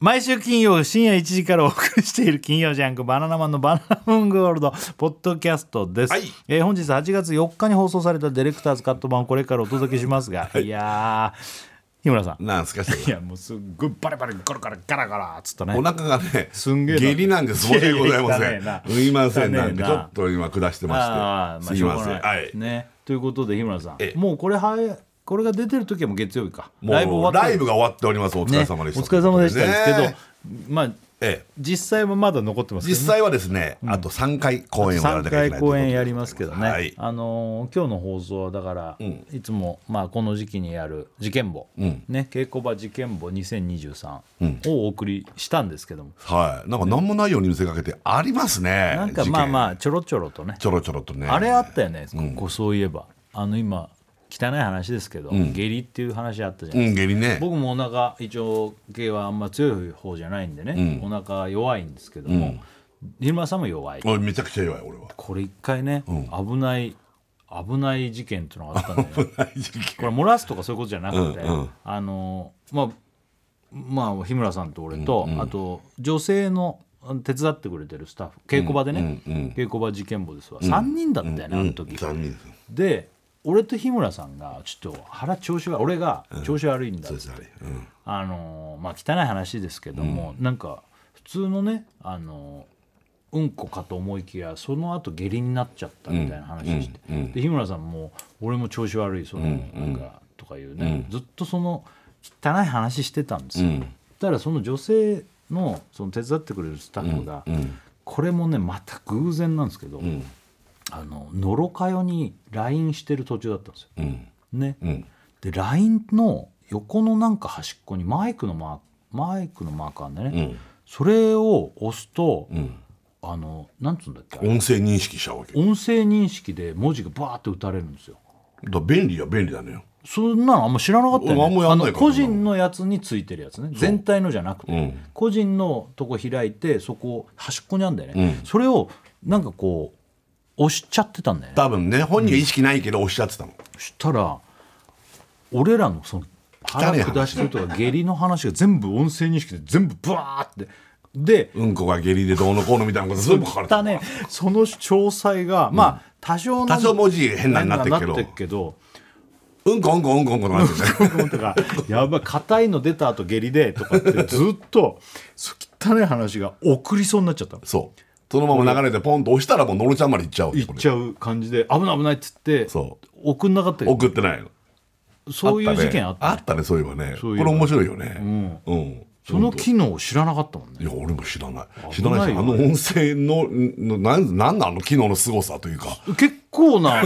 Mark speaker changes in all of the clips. Speaker 1: 毎週金曜深夜1時からお送りしている金曜ジャンク「バナナマンのバナナムーンゴールド」ポッドキャストです、
Speaker 2: はい
Speaker 1: えー本日8月4日に放送されたディレクターズカット版をこれからお届けしますが、い、やー日村さん
Speaker 2: なんですかそれ
Speaker 1: いやもうすっごいバレバレゴロゴロガラガラっつったね
Speaker 2: お腹がね
Speaker 1: すんげえな
Speaker 2: 下痢なんです申し訳ございま
Speaker 1: いや
Speaker 2: せ
Speaker 1: いや汚ねえなん
Speaker 2: すいませんなんで
Speaker 1: 汚ねえな
Speaker 2: ちょっと今下して
Speaker 1: あ
Speaker 2: ま
Speaker 1: あ
Speaker 2: して
Speaker 1: まあ
Speaker 2: すい
Speaker 1: しょう
Speaker 2: ま
Speaker 1: が
Speaker 2: せん
Speaker 1: ない、
Speaker 2: はい
Speaker 1: ねということで日村さ
Speaker 2: ええ
Speaker 1: んもうこれはこれが出てる時はもう月曜日か
Speaker 2: もうライブ
Speaker 1: ってる
Speaker 2: が終わっておりますお疲れ様でした
Speaker 1: ね、お疲れ様でしたですけど、
Speaker 2: ね
Speaker 1: まあ
Speaker 2: ええ
Speaker 1: 実際もまだ残ってますけ
Speaker 2: 実
Speaker 1: どね
Speaker 2: 際はですねあと3回公演をやらな
Speaker 1: 3
Speaker 2: きゃいけ
Speaker 1: 回
Speaker 2: ない
Speaker 1: 公演やりますけどね、
Speaker 2: はい
Speaker 1: あのー今日の放送はだから、いつも、まあ、この時期にやる事件簿、ね、稽古場事件簿2023をお送りしたんですけども、
Speaker 2: はいなんか何もないように見せかけてありますね
Speaker 1: なんかまあ
Speaker 2: あ
Speaker 1: まあちょろちょろとね
Speaker 2: ちょろちょろとね
Speaker 1: あれあったよね、ここそういえばあの今汚い話ですけど、下痢っていう話あったじゃ
Speaker 2: う
Speaker 1: な
Speaker 2: ん
Speaker 1: いですか、
Speaker 2: 下痢ね
Speaker 1: 僕もお腹胃腸系はあんま強い方じゃないんでね、お腹弱いんですけども、日村さんも弱い
Speaker 2: 俺めちゃくちゃ弱い俺は
Speaker 1: これ一回ね、危ない危ない事件っていうのがあったんだよねこれ漏らすとかそういうことじゃなくて、あのまあまあ日村さんと俺と、あと女性の手伝ってくれてるスタッフ稽古場でね、稽古場事件簿ですわ、3人だったよね、あの時、
Speaker 2: 残念です
Speaker 1: で俺と日村さんがちょっと腹調子が俺が調子悪いんだっつって、あのーまあ汚い話ですけども、なんか普通のねあのーうんこかと思いきやその後下痢になっちゃったみたいな話して、で日村さんも「俺も調子悪いその、なんか」とかいうね、ずっとその汚い話してたんですよ、だからその女性のその手伝ってくれるスタッフが、これもねまた偶然なんですけど、あののろかよに LINE してる途中だったんですよ、ね、で LINE の横のなんか端っこにマイクのマークマイクのマークあんだよね、それを押すと、あのなんつうんだっけ
Speaker 2: 音声認識しちゃうわけだか
Speaker 1: 音声認識で文字がバーって打たれるんですよ
Speaker 2: ら便利は便利だね
Speaker 1: そんなのあんま知らなかったよ、ね、
Speaker 2: 俺あんまやんないから
Speaker 1: あの個人のやつについてるやつね全体のじゃなくて、個人のとこ開いてそこ端っこにあんだよね、それをなんかこう押しちゃってたんだよね
Speaker 2: 多分ね本人は意識ないけど押しちゃってたの
Speaker 1: そしたら俺らのその腹下してるとか下痢の話が全部音声認識で全部ブワーってで
Speaker 2: うんこが下痢でどうのこうのみたいなこと全部書かれて
Speaker 1: だ
Speaker 2: る
Speaker 1: ねその詳細が、まあ多少な
Speaker 2: 多少文字変なになってるけど
Speaker 1: なってっけど
Speaker 2: うんこうんこうんこうんこなんてね
Speaker 1: とかやばい硬いの出た後下痢でとかってずっとそう汚い話が送りそうになっちゃったの
Speaker 2: そうそのまま流れてポンと押したらもうのろちゃんまで行っちゃうわけ
Speaker 1: 行っちゃう感じで危ない危ないっつって
Speaker 2: そ
Speaker 1: 送んなかったけど
Speaker 2: 送ってないの
Speaker 1: そういう
Speaker 2: ね
Speaker 1: 事件あった
Speaker 2: あったねそういえばね
Speaker 1: そうい
Speaker 2: こ
Speaker 1: えば
Speaker 2: れ面白いよねうん、
Speaker 1: その機能を知らなかったもんね
Speaker 2: いや俺も知らない知
Speaker 1: 危
Speaker 2: ら
Speaker 1: ないよ
Speaker 2: ないしあの音声ののなんなんなんあの機能の凄さというか
Speaker 1: 結 構な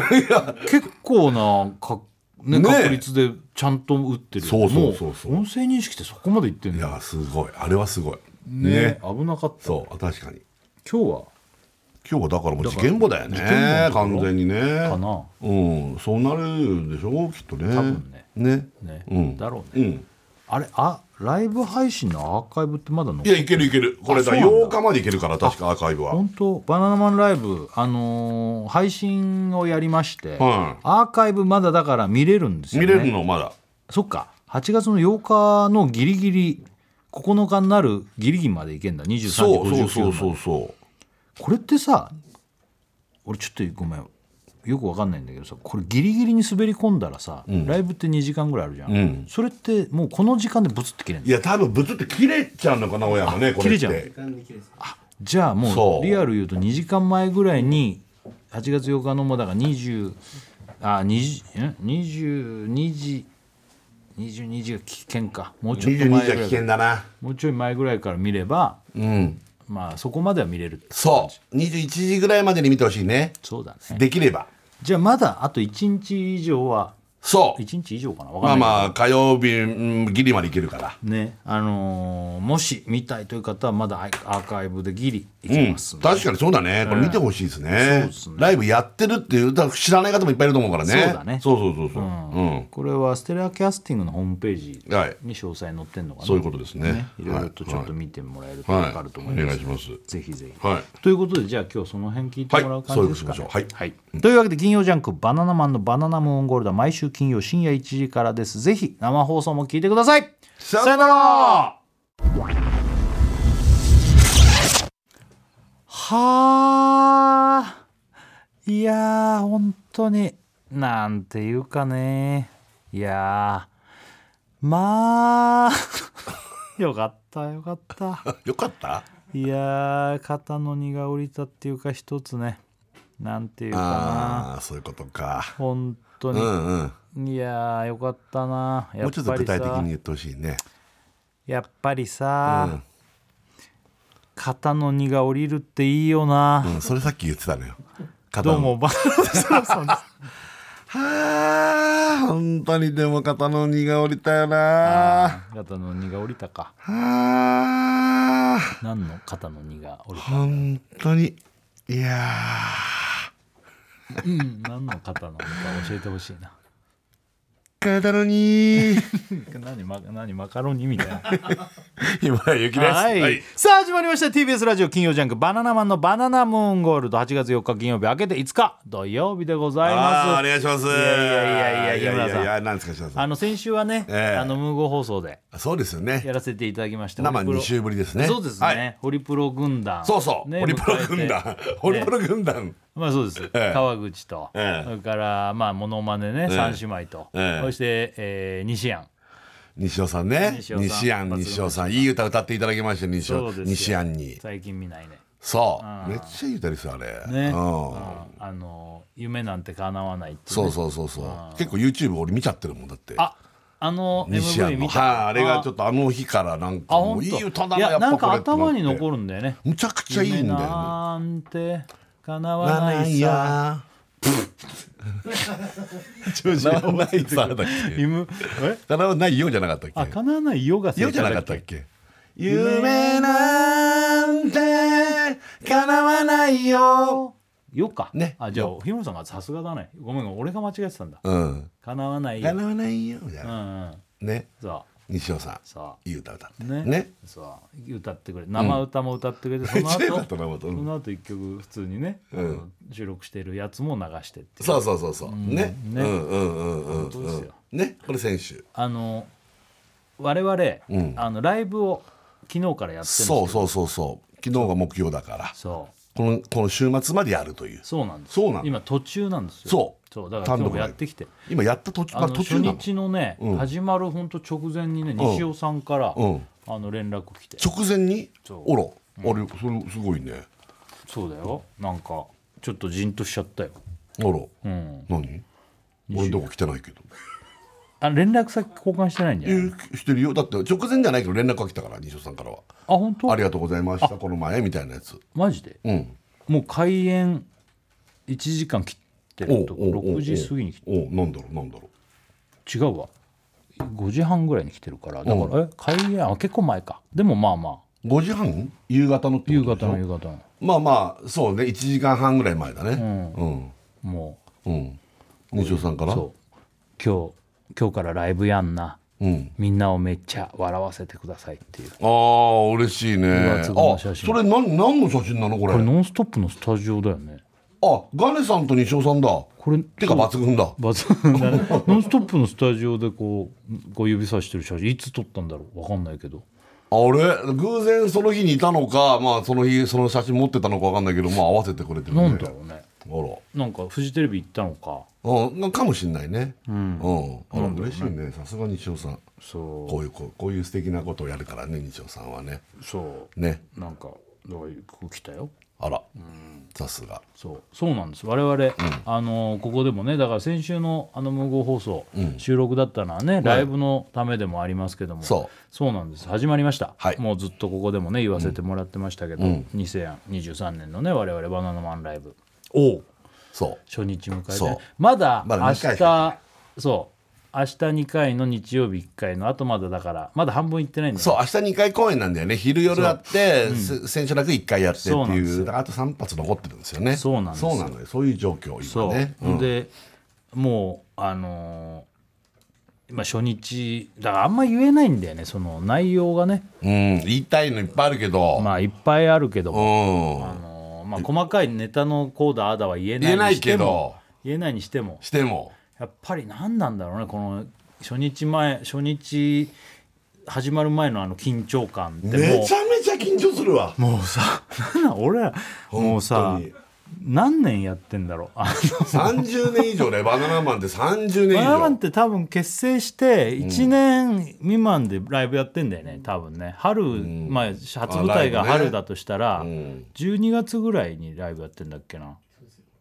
Speaker 1: 結構なか、ね
Speaker 2: ね
Speaker 1: 確率でちゃんと打ってるよ
Speaker 2: そう
Speaker 1: ね
Speaker 2: そうそうそう
Speaker 1: も音声認識ってそこまでいってん
Speaker 2: い
Speaker 1: だよ
Speaker 2: やすごいあれはすごいね
Speaker 1: ね危なかった今
Speaker 2: そうあ確かに
Speaker 1: 日は
Speaker 2: 今日はだからもう事件簿だよね
Speaker 1: だから事件簿
Speaker 2: 完全にね
Speaker 1: かな
Speaker 2: うんそうなるでしょきっとね
Speaker 1: 多分ね
Speaker 2: ね
Speaker 1: ね、
Speaker 2: うん
Speaker 1: だろう
Speaker 2: う
Speaker 1: ね、
Speaker 2: ん
Speaker 1: あれあライブ配信のアーカイブってまだ残っ
Speaker 2: いやいけるいけるこれだ
Speaker 1: あそうな
Speaker 2: 8
Speaker 1: んだ
Speaker 2: 日までいけるから確かアーカイブは
Speaker 1: 本当バナナマンライブ、あのー配信をやりまして、
Speaker 2: はい
Speaker 1: アーカイブまだだから見れるんですよ
Speaker 2: 見
Speaker 1: ね
Speaker 2: れるのまだ
Speaker 1: そっか8月の8日のギリギリ9日になるギリギリまでいけんだ23時
Speaker 2: そうそ
Speaker 1: 59
Speaker 2: う
Speaker 1: 分
Speaker 2: そうそうそう
Speaker 1: これってさ俺ちょっとごめんよくわかんないんだけどさこれギリギリに滑り込んだらさ、ライブって2時間ぐらいあるじゃん、それってもうこの時間でブツって切れんの
Speaker 2: いや多分ぶつって切れちゃうのかな親もねこれっ
Speaker 1: 切れ
Speaker 2: て
Speaker 1: じゃあ
Speaker 2: そ
Speaker 1: も
Speaker 2: う
Speaker 1: うリアル言うと2時間前ぐらいに8月8日のもうだから20あ20ん22時22時が危険かもうちょっと
Speaker 2: 22
Speaker 1: 前ぐ
Speaker 2: じゃ危
Speaker 1: らいから
Speaker 2: 険だな
Speaker 1: もうちょい前ぐらいから見れば、まあそこまでは見れるって
Speaker 2: そう21時ぐらいまでに見てほしいね
Speaker 1: そうだね
Speaker 2: できれば
Speaker 1: じゃあまだあと1日以上は
Speaker 2: そう
Speaker 1: 1日以上かな
Speaker 2: ま
Speaker 1: わか
Speaker 2: あ
Speaker 1: んないけど、
Speaker 2: まあ火曜日うんギリまでいけるから
Speaker 1: ねあのーもし見たいという方はまだアーカイブでギリいきます、
Speaker 2: 確かにそうだねこれ見てほしいですねライブやってるっていう多分知らない方もいっぱいいると思うからね
Speaker 1: そうだね
Speaker 2: そうそうそうそううん
Speaker 1: これはステレアキャスティングのホームページ
Speaker 2: はい
Speaker 1: に詳細載ってんのかな、
Speaker 2: そういうことですね
Speaker 1: いろいろとちょっと見てもらえると分かると思い
Speaker 2: は
Speaker 1: ま
Speaker 2: いは
Speaker 1: す、
Speaker 2: いお願いします
Speaker 1: ぜひぜひ、
Speaker 2: はい
Speaker 1: ということでじゃあ今日その辺聞いてもらう感じですかね、
Speaker 2: はいそういうことしましょうはい
Speaker 1: というわけで金曜ジャンク「バナナマンのバナナムーンゴールド」は毎週金曜深夜1時からですぜひ生放送も聞いてください
Speaker 2: さよ
Speaker 1: さよならはあいやー本当になんていうかねいやーまあよかったよかった
Speaker 2: よかった
Speaker 1: いやー肩の荷が下りたっていうか一つねなんていうかな
Speaker 2: ああそういうことか
Speaker 1: 本当
Speaker 2: う
Speaker 1: に、
Speaker 2: んうん
Speaker 1: いやーよかったなや
Speaker 2: も
Speaker 1: っ
Speaker 2: うちょっと
Speaker 1: ぱ
Speaker 2: 具
Speaker 1: り
Speaker 2: 体的
Speaker 1: さ
Speaker 2: に言ってほしいね
Speaker 1: やっぱりさ、肩の荷が下りるっていいよな、
Speaker 2: うんそれさっき言ってたの よ肩
Speaker 1: ど
Speaker 2: の
Speaker 1: うもバナナそうそう
Speaker 2: はあ本当にでも肩の荷が下りたよなは
Speaker 1: 肩の荷が降りたか
Speaker 2: あ
Speaker 1: 何の肩の荷が 降りた
Speaker 2: 本当にいや
Speaker 1: うん何の肩の荷か教えてほしいな
Speaker 2: ー肩の荷
Speaker 1: 何マ何マカロニみたいな
Speaker 2: 今ゆきです
Speaker 1: はい、さあ始まりました TBS ラジオ金曜ジャンク「バナナマンのバナナムーンゴールド」8月4日金曜日明けて5日土曜日でござい
Speaker 2: あーお
Speaker 1: ます
Speaker 2: 願いしますい
Speaker 1: やいやいやいや
Speaker 2: いやいや
Speaker 1: 井村さ
Speaker 2: なんですか志田さ
Speaker 1: あの先週はね、
Speaker 2: ええ
Speaker 1: あの無謀放送で
Speaker 2: んそうですよね
Speaker 1: やらせていただきました
Speaker 2: 生
Speaker 1: ホリプロ
Speaker 2: 2週ぶりですね
Speaker 1: そうですね、
Speaker 2: はい
Speaker 1: ホリプロ軍団
Speaker 2: そうそう
Speaker 1: ね
Speaker 2: ホリプロ
Speaker 1: 迎えて
Speaker 2: 軍団ホリプロ軍団
Speaker 1: まあそうです、
Speaker 2: ええ
Speaker 1: 川口と、
Speaker 2: ええ
Speaker 1: それからまあモノマネね、
Speaker 2: え
Speaker 1: 三姉妹と、
Speaker 2: ええ
Speaker 1: そして、えー、西安
Speaker 2: 西尾さんね
Speaker 1: 西尾さん
Speaker 2: 西安西尾さんいい歌歌っていただきましたよ西
Speaker 1: そう
Speaker 2: 尾
Speaker 1: ですよ
Speaker 2: 西安に
Speaker 1: 最近見ないね
Speaker 2: そうめっちゃいい歌ですよあれ
Speaker 1: ね、
Speaker 2: うん
Speaker 1: うんあの夢なんて叶わないっていうね
Speaker 2: そうそうそうそう結構 YouTube 俺見ちゃってるもんだって
Speaker 1: ああの
Speaker 2: 西
Speaker 1: MV
Speaker 2: 安の
Speaker 1: 見
Speaker 2: はい
Speaker 1: た
Speaker 2: あれがちょっとあの日からなんか
Speaker 1: あ
Speaker 2: も
Speaker 1: 本
Speaker 2: う
Speaker 1: 当
Speaker 2: いい歌だ
Speaker 1: い
Speaker 2: なや
Speaker 1: や
Speaker 2: っぱ
Speaker 1: なん
Speaker 2: こ
Speaker 1: か
Speaker 2: れってな
Speaker 1: 頭
Speaker 2: って
Speaker 1: に残るんだよね
Speaker 2: むちゃくちゃいいんだよ
Speaker 1: 夢
Speaker 2: ね
Speaker 1: なんて叶わ
Speaker 2: な
Speaker 1: ない
Speaker 2: い
Speaker 1: さ
Speaker 2: や。 ならないさだっけ。
Speaker 1: 夢え
Speaker 2: ならないよじゃなかったっ
Speaker 1: あ
Speaker 2: け。
Speaker 1: 叶わないよが正
Speaker 2: よ
Speaker 1: 解
Speaker 2: じゃなか
Speaker 1: だ
Speaker 2: ったっ
Speaker 1: け
Speaker 2: け。夢なんて叶わないよ。
Speaker 1: よか
Speaker 2: ね
Speaker 1: あじゃあ日村さんがさすがだねごめんごめん俺が間違えてたんだ
Speaker 2: うん。
Speaker 1: 叶わないよ
Speaker 2: 叶わないよじゃ
Speaker 1: う
Speaker 2: なん
Speaker 1: うん
Speaker 2: い。ね。
Speaker 1: そ
Speaker 2: 西尾さ
Speaker 1: うそ
Speaker 2: ん、いい歌歌って
Speaker 1: う
Speaker 2: ね。
Speaker 1: ね
Speaker 2: ね。
Speaker 1: そう歌ってくれ生歌も歌ってくれて、 その
Speaker 2: めっちゃよかった
Speaker 1: 後
Speaker 2: なまたうん
Speaker 1: その後一曲普通にね、あの収録してるやつも流してっていう
Speaker 2: そうそうそうそう。ね。うんう
Speaker 1: ね
Speaker 2: んうんうん
Speaker 1: 当ですよ
Speaker 2: うん。ね。これ選手。
Speaker 1: あの我々、
Speaker 2: ん
Speaker 1: あのライブを昨日からやってるんですけ
Speaker 2: そ
Speaker 1: ど
Speaker 2: うそうそうそう。昨日が目標だから。
Speaker 1: そう
Speaker 2: このこの週末までやるという。
Speaker 1: そうなんです
Speaker 2: そうなの
Speaker 1: 今途中なんですよ
Speaker 2: そう
Speaker 1: だから
Speaker 2: 単
Speaker 1: 今
Speaker 2: 独
Speaker 1: 日
Speaker 2: ライ
Speaker 1: や
Speaker 2: ブ
Speaker 1: ってきて
Speaker 2: 今やった途中、
Speaker 1: あ
Speaker 2: ま
Speaker 1: の
Speaker 2: あ、途
Speaker 1: 初
Speaker 2: 中なの
Speaker 1: 日のね、始まる本当直前にね西尾さんから、
Speaker 2: うん
Speaker 1: あの連絡来て
Speaker 2: 直前に
Speaker 1: そう
Speaker 2: おら、あれそれすごいね
Speaker 1: そうだよなんかちょっとじんとしちゃったよ、
Speaker 2: あら
Speaker 1: うん、
Speaker 2: 何俺どこ来てないけど
Speaker 1: あ連絡先交換してないんじゃ
Speaker 2: え
Speaker 1: ない、
Speaker 2: ーしてるよだって直前じゃないけど連絡が来たから西尾さんからは
Speaker 1: あ本
Speaker 2: 「
Speaker 1: 当
Speaker 2: ありがとうございましたこの前」みたいなやつ
Speaker 1: マジで
Speaker 2: うん
Speaker 1: もう開演1時間切ってるとこ6時過ぎに来て
Speaker 2: おうなんだろうなんだろ
Speaker 1: 違うわ5時半ぐらいに来てるからだから、え開演あ結構前かでもまあまあ
Speaker 2: う5時半夕方のって
Speaker 1: 夕
Speaker 2: ことでしょ
Speaker 1: 方の夕方の
Speaker 2: まあまあそうね1時間半ぐらい前だね
Speaker 1: も
Speaker 2: うんうん西尾さんか
Speaker 1: う
Speaker 2: ら
Speaker 1: そう今日今日からライブやんな
Speaker 2: うん
Speaker 1: みんなをめっちゃ笑わせてくださいっていう
Speaker 2: ああ嬉しいねあ
Speaker 1: 月
Speaker 2: そ
Speaker 1: 号の写真
Speaker 2: れ何何の写真なのこれ
Speaker 1: これ「ノンストップ!」のスタジオだよね
Speaker 2: あガネさんと西尾さんだ
Speaker 1: これ
Speaker 2: てか抜群だ
Speaker 1: バズだね「ノンストップ!」のスタジオでこうこう指さしてる写真いつ撮ったんだろうわかんないけど
Speaker 2: あれ偶然その日にいたのか、まあ、その日その写真持ってたのか分かんないけど、まあ、合わせてくれてるね
Speaker 1: なんだろうね
Speaker 2: あ、
Speaker 1: なんかフジテレビ行ったのから
Speaker 2: うん、かもしんないねうん、あら嬉しいねさすが西尾さん
Speaker 1: そ
Speaker 2: こういうこうこういう素敵なことをやるからね西尾さんはね
Speaker 1: うそう
Speaker 2: ね
Speaker 1: なんかだから来たよ
Speaker 2: あらさすが
Speaker 1: そうそうなんです我々、あのここでもねだから先週のあの無謀放送、収録だったのはねライブのためでもありますけども、
Speaker 2: そう
Speaker 1: なんです始まりました、
Speaker 2: はい
Speaker 1: もうずっとここでもね言わせてもらってましたけど、2023年のね我々バナナマンライブ
Speaker 2: おうそ
Speaker 1: 初日迎えて
Speaker 2: そう
Speaker 1: ねまだ
Speaker 2: まだ
Speaker 1: 明
Speaker 2: 二回しかや
Speaker 1: 日そう明日2回の日曜日1回のあとまだだからまだ半分行ってないん
Speaker 2: う
Speaker 1: だ
Speaker 2: そう
Speaker 1: よ
Speaker 2: 明日2回公演なんだよね昼夜あって、せ先週楽1回やってって
Speaker 1: そうなん
Speaker 2: い
Speaker 1: で
Speaker 2: う
Speaker 1: す
Speaker 2: あと3発残ってるんですよね
Speaker 1: そうなんです
Speaker 2: そうなのよそういう状況
Speaker 1: そう、
Speaker 2: 今ねうん
Speaker 1: でもうあのーまあ初日だからあんま言えないんだよねその内容がね
Speaker 2: うん、言いたいのいっぱいあるけど、
Speaker 1: まあいっぱいあるけど
Speaker 2: う
Speaker 1: も、
Speaker 2: ん
Speaker 1: あのーまあ、細かいネタのこうだああだは言え
Speaker 2: 言え
Speaker 1: な
Speaker 2: ない
Speaker 1: に
Speaker 2: い
Speaker 1: して
Speaker 2: け
Speaker 1: も
Speaker 2: ど
Speaker 1: 言えないにしても
Speaker 2: しても
Speaker 1: やっぱり何なんだろうねこの初日前初日始まる前のあの緊張感ってもう
Speaker 2: めちゃめちゃ緊張するわ
Speaker 1: もうさなんなん 俺らもうさ
Speaker 2: 本当に
Speaker 1: 何年やってんだろうあの
Speaker 2: 30年以上ねバナナマンって30年以
Speaker 1: バナナマン
Speaker 2: 上
Speaker 1: って多分結成して1年未満でライブやってんだよね多分ね春、まあ、初舞台が
Speaker 2: あライブね
Speaker 1: 春だとしたら、
Speaker 2: ん
Speaker 1: 12月ぐらいにライブやってんだっけな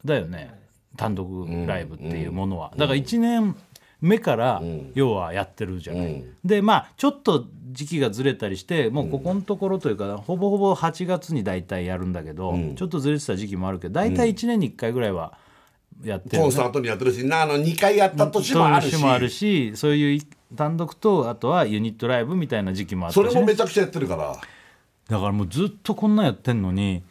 Speaker 1: だよね単独ライブっていうものは、だから1年目から要はやってるじゃない、でまあちょっと時期がずれたりしてもうここのところというか、ほぼほぼ8月に大体やるんだけど、ちょっとずれてた時期もあるけど大体1年に1回ぐらいはやってる、
Speaker 2: コンサートにやってるしなあの2回やった年もあるし
Speaker 1: 年もあるしそういうい単独とあとはユニットライブみたいな時期もあったし
Speaker 2: そ
Speaker 1: ね、
Speaker 2: れもめちゃくちゃやってるから
Speaker 1: だからもうずっとこんなんやってんのに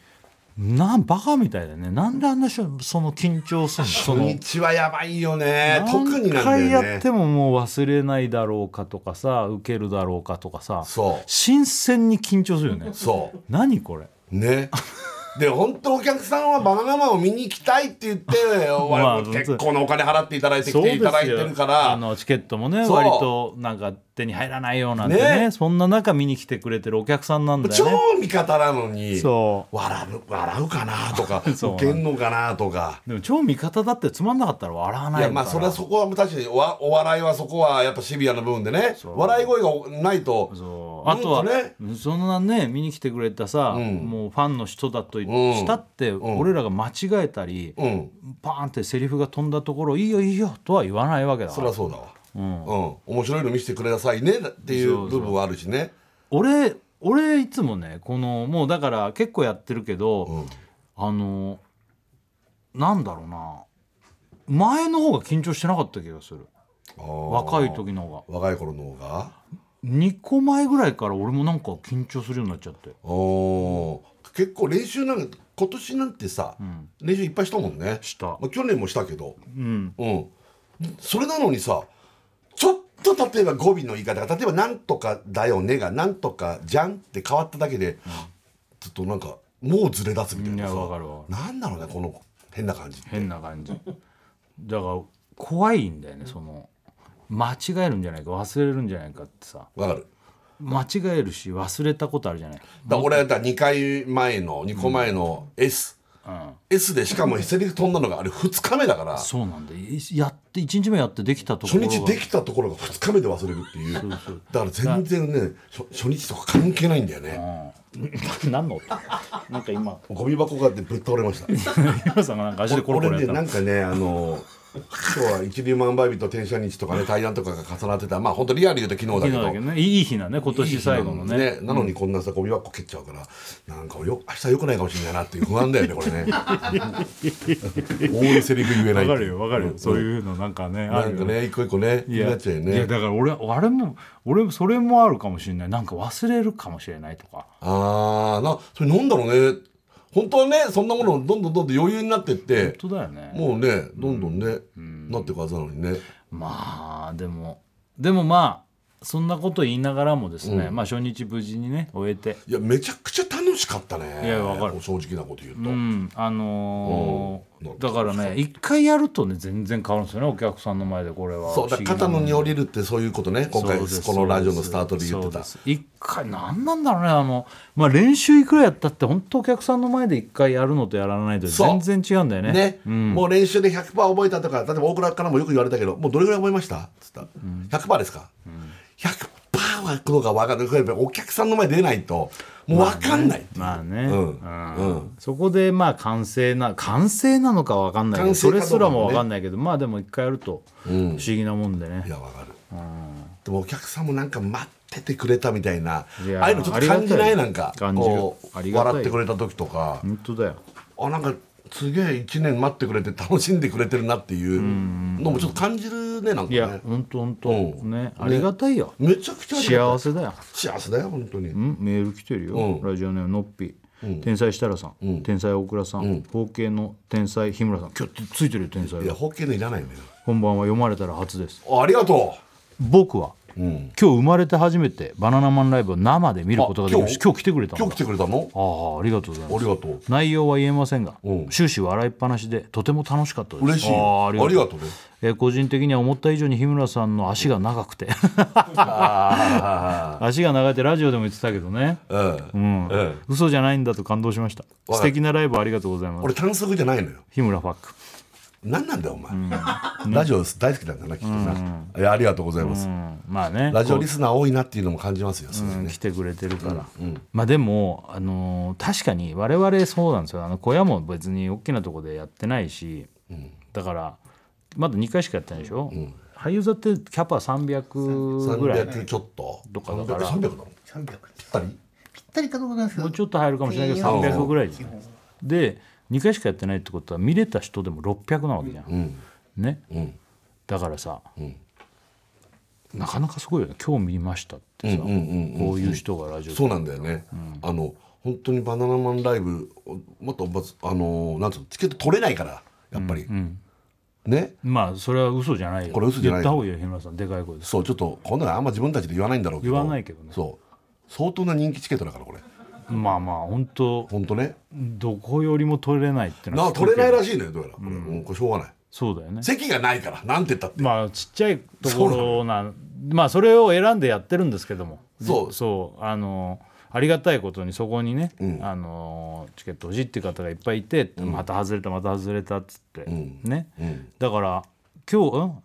Speaker 1: なんバカみたいだよねなんであんな人その緊張するのそ
Speaker 2: 土
Speaker 1: の
Speaker 2: 日はやばいよね特になん
Speaker 1: 何
Speaker 2: だ
Speaker 1: 回
Speaker 2: よ
Speaker 1: やっ
Speaker 2: ね
Speaker 1: てももう忘れないだろうかとかさ受けるだろうかとかさ
Speaker 2: そう
Speaker 1: 新鮮に緊張するよね
Speaker 2: そう
Speaker 1: 何これ
Speaker 2: ねで本当お客さんはバナナマンを見に行きたいって言って
Speaker 1: まあ
Speaker 2: 我々結構なお金払っていただいて
Speaker 1: そ
Speaker 2: 来て
Speaker 1: うです
Speaker 2: いた
Speaker 1: よ
Speaker 2: だいてるか
Speaker 1: あ
Speaker 2: ら
Speaker 1: のチケットもね
Speaker 2: そう
Speaker 1: 割となんか手に入らないようなんでね
Speaker 2: ね
Speaker 1: そんな中見に来てくれてるお客さんなんだよね
Speaker 2: 超味方なのに
Speaker 1: そう
Speaker 2: 笑う笑うかなとか
Speaker 1: そうなん
Speaker 2: 受けんのかなとか。
Speaker 1: でも超味方だってつまんなかったら笑わない
Speaker 2: い
Speaker 1: から
Speaker 2: やまあそれはそこは確かにおわお笑いはそこはやっぱシビアな部分でね笑い声がないと
Speaker 1: そうあとは、
Speaker 2: なんかね
Speaker 1: そんなね見に来てくれたさ、もうファンの人だと、
Speaker 2: ん
Speaker 1: したって俺らが間違えたり、
Speaker 2: うん
Speaker 1: パーンってセリフが飛んだところ「いいよいいよ」とは言わないわけだ
Speaker 2: そ
Speaker 1: か
Speaker 2: り
Speaker 1: ら
Speaker 2: ゃそうだわ、うん面白いの見せてくださいねっていう部分はあるしね
Speaker 1: 俺俺いつもねこのもうだから結構やってるけど、あのなんだろうな前の方が緊張してなかった気がする
Speaker 2: あー
Speaker 1: 若い時の方が
Speaker 2: 若い頃の方が
Speaker 1: 2個前ぐらいから俺もなんか緊張するようになっちゃって。
Speaker 2: おー結構練習なんか今年なんてさ、練習いっぱいしたもんね
Speaker 1: した
Speaker 2: まあ、去年もしたけど
Speaker 1: うん、
Speaker 2: うんそれなのにさちょっと例えば語尾の言い方が例えば「なんとかだよね」が「なんとかじゃん」って変わっただけで、ちょっとなんかもうずれ出すみたいないさ
Speaker 1: やわかるわか
Speaker 2: なんだろうねこの変な感じ
Speaker 1: 変な感じだから怖いんだよねその間違えるんじゃないか忘れるんじゃないかってさ
Speaker 2: わかる
Speaker 1: 間違えるし忘れたことあるじゃない、
Speaker 2: だ俺はだ2回前の2個前の S、
Speaker 1: うん、
Speaker 2: S でしかもセリフ飛んだのがあれ2日目だから
Speaker 1: そうなんだいやって1日目やってできたとこ
Speaker 2: 初
Speaker 1: ろが
Speaker 2: 日できたところが2日目で忘れるっていうだから全然ね初初日とか関係ないんだよね
Speaker 1: うん 何の音なんか今
Speaker 2: ゴミ箱がでぶっ倒れ ました
Speaker 1: 日村さんがなんか足でコロコ
Speaker 2: 俺
Speaker 1: ロや
Speaker 2: ねなん
Speaker 1: ったの
Speaker 2: かねあの今日は一粒万倍日と転写日とかね対談とかが重なってたまあ本当リアル言うと昨日だけ
Speaker 1: 昨日
Speaker 2: ど
Speaker 1: だけどねいい日なね今年最後のね
Speaker 2: なのにこんなさゴミ箱蹴っちゃうからなんかよ明日良くないかもしれないなっていう不安だよねこ れね大いセリフ言えない
Speaker 1: わかるよわかるよ、そういうのなんかねあ
Speaker 2: な
Speaker 1: る
Speaker 2: ん
Speaker 1: よ
Speaker 2: かね一個一個ね気
Speaker 1: い
Speaker 2: に
Speaker 1: や
Speaker 2: なっちゃうよ
Speaker 1: いや
Speaker 2: ね
Speaker 1: だから俺あれも俺もそれもあるかもしれないなんか忘れるかもしれないとか
Speaker 2: ああなそれなんだろうね本当はねそんなものどんどんどんどん余裕になってって
Speaker 1: 本当だよね
Speaker 2: もうねどんどんね、なってくはずなのにね
Speaker 1: まあでもでもまあそんなこと言いながらもですね、まあ初日無事にね終えて
Speaker 2: いやめちゃくちゃ楽しかったね
Speaker 1: いやわかる
Speaker 2: 正直なこと言うと、
Speaker 1: うんあの
Speaker 2: う
Speaker 1: ー
Speaker 2: ん
Speaker 1: だからね一回やるとね全然変わるんですよねお客さんの前でこれは
Speaker 2: そうだから肩のに降りるってそういうことね今回
Speaker 1: そうです
Speaker 2: このラジオのスタートで言ってた
Speaker 1: そうです一回何なんだろうねあの、まあ、練習いくらやったって本当お客さんの前で一回やるのとやらないと
Speaker 2: そう
Speaker 1: 全然違うんだよね
Speaker 2: ねもう練習で100%覚えたとか例えば大倉からもよく言われたけどもうどれぐらい覚えましたっつったら、100%ですか、100%はことが分かるやっぱりお客さんの前出ないともう分かんないっていう、
Speaker 1: まあね、
Speaker 2: うん
Speaker 1: うんそこでまあ完成な完成なのかわかんないけど、
Speaker 2: 完成
Speaker 1: そ
Speaker 2: かどうかも
Speaker 1: れ
Speaker 2: ね
Speaker 1: すらもわかんないけどまあでも一回やると不思議なもんでね
Speaker 2: い、やわかる、でもお客さんもなんか待っててくれたみたいない
Speaker 1: やー
Speaker 2: ああいうのちょっと感じ
Speaker 1: あ
Speaker 2: ない
Speaker 1: りがたい
Speaker 2: なんか
Speaker 1: 感じる
Speaker 2: こう
Speaker 1: ありがたい
Speaker 2: 笑ってくれた時とか
Speaker 1: 本当だよ
Speaker 2: あなんかすげえ1年待ってくれて楽しんでくれてるなっていうのもちょっと感じるねなんか
Speaker 1: いや
Speaker 2: ね
Speaker 1: 本当本当
Speaker 2: うん
Speaker 1: ねありがたいよ
Speaker 2: めちゃくちゃありが
Speaker 1: 幸せだよ
Speaker 2: たい幸せだよ本当に
Speaker 1: うんメール来てるよ、
Speaker 2: うん
Speaker 1: ラジオネームのっぴ、天才設楽さん、天才大倉さん、包茎の天才日村さん今日ついてるよ天才
Speaker 2: いや
Speaker 1: が
Speaker 2: 保険のいらないのよ
Speaker 1: こんばんは読まれたら初です
Speaker 2: あありがと
Speaker 1: 僕は
Speaker 2: うん、
Speaker 1: 今日生まれて初めてバナナマンライブを生で見ることができました
Speaker 2: あ今日
Speaker 1: 今日来てくれたんだ
Speaker 2: 今日来てくれたのあ
Speaker 1: ああありがとうござい
Speaker 2: り
Speaker 1: ます
Speaker 2: がとう
Speaker 1: 内容は言えませんが
Speaker 2: うん
Speaker 1: 終始笑いっぱなしでとても楽しかったです
Speaker 2: 嬉しいよ
Speaker 1: あ
Speaker 2: あ
Speaker 1: あ
Speaker 2: り
Speaker 1: り
Speaker 2: が
Speaker 1: が
Speaker 2: と
Speaker 1: と
Speaker 2: う
Speaker 1: うえー個人的には思った以上に日村さんの足が長くて
Speaker 2: あ
Speaker 1: 足が長いってラジオでも言ってたけどね
Speaker 2: あう、
Speaker 1: うんん、
Speaker 2: ええ
Speaker 1: 嘘じゃないんだと感動しました
Speaker 2: わ
Speaker 1: 素
Speaker 2: かる
Speaker 1: 敵なライブありがとうございます
Speaker 2: 俺短足じゃないのよ
Speaker 1: 日村ファック
Speaker 2: 何なんだよお 前、ラジオ大好きなんだなきっとな、いやありがとうございます、
Speaker 1: うんまあね
Speaker 2: ラジオリスナー多いなっていうのも感じますよ、それ
Speaker 1: うん
Speaker 2: ね
Speaker 1: 来てくれてるから、
Speaker 2: うん
Speaker 1: まあでも、あのー確かに我々そうなんですよあの小屋も別に大きなとこでやってないし、だからまだ2回しかやってないでしょ、俳優座ってキャパ300ぐらい
Speaker 2: 300ちょっと
Speaker 1: どっかだから
Speaker 2: 300 300なのぴ
Speaker 3: 300ぴっ
Speaker 2: ったり
Speaker 3: たりかどうかなんですけ
Speaker 1: も
Speaker 3: ど
Speaker 1: うちょっと入るかもしれないけど
Speaker 2: うん
Speaker 1: 300ぐらいですねで2回しかやってないってことは見れた人でも600なわけじゃん、
Speaker 2: うん
Speaker 1: ね
Speaker 2: うん
Speaker 1: だからさ、
Speaker 2: ん
Speaker 1: なかなかすごいよね今日見ましたって
Speaker 2: うん
Speaker 1: さ、
Speaker 2: うんうん
Speaker 1: こういう人がラジオ
Speaker 2: そうなんだよね、あの本当にバナナマンライブもっとまずあのーなんつうのチケット取れないからやっぱり、ね
Speaker 1: まあそれは嘘じゃないよ
Speaker 2: これ嘘じゃない
Speaker 1: 言った方がいいよ日村さんでかい声です
Speaker 2: そうちょっとこんなのあんま自分たちで言わないんだろうけど
Speaker 1: 言わないけどね
Speaker 2: そう相当な人気チケットだからこれ
Speaker 1: まあまあ本当
Speaker 2: 本当ね
Speaker 1: どこよりも取れないってのは
Speaker 2: な
Speaker 1: すごい
Speaker 2: 取
Speaker 1: け
Speaker 2: れ
Speaker 1: ど
Speaker 2: ないらしいのよどうやらこれ,、うん、これしょうがない
Speaker 1: そうだよね
Speaker 2: 席がないからなんて言ったって、
Speaker 1: まあちっちゃいところなまあそれを選んでやってるんですけども
Speaker 2: そう
Speaker 1: そうあのありがたいことにそこにね、
Speaker 2: ん
Speaker 1: あのチケット欲しいっていう方がいっぱいいて、また外れたまた外れたっつって、
Speaker 2: ん
Speaker 1: ね、
Speaker 2: うん、
Speaker 1: だから今日、うん、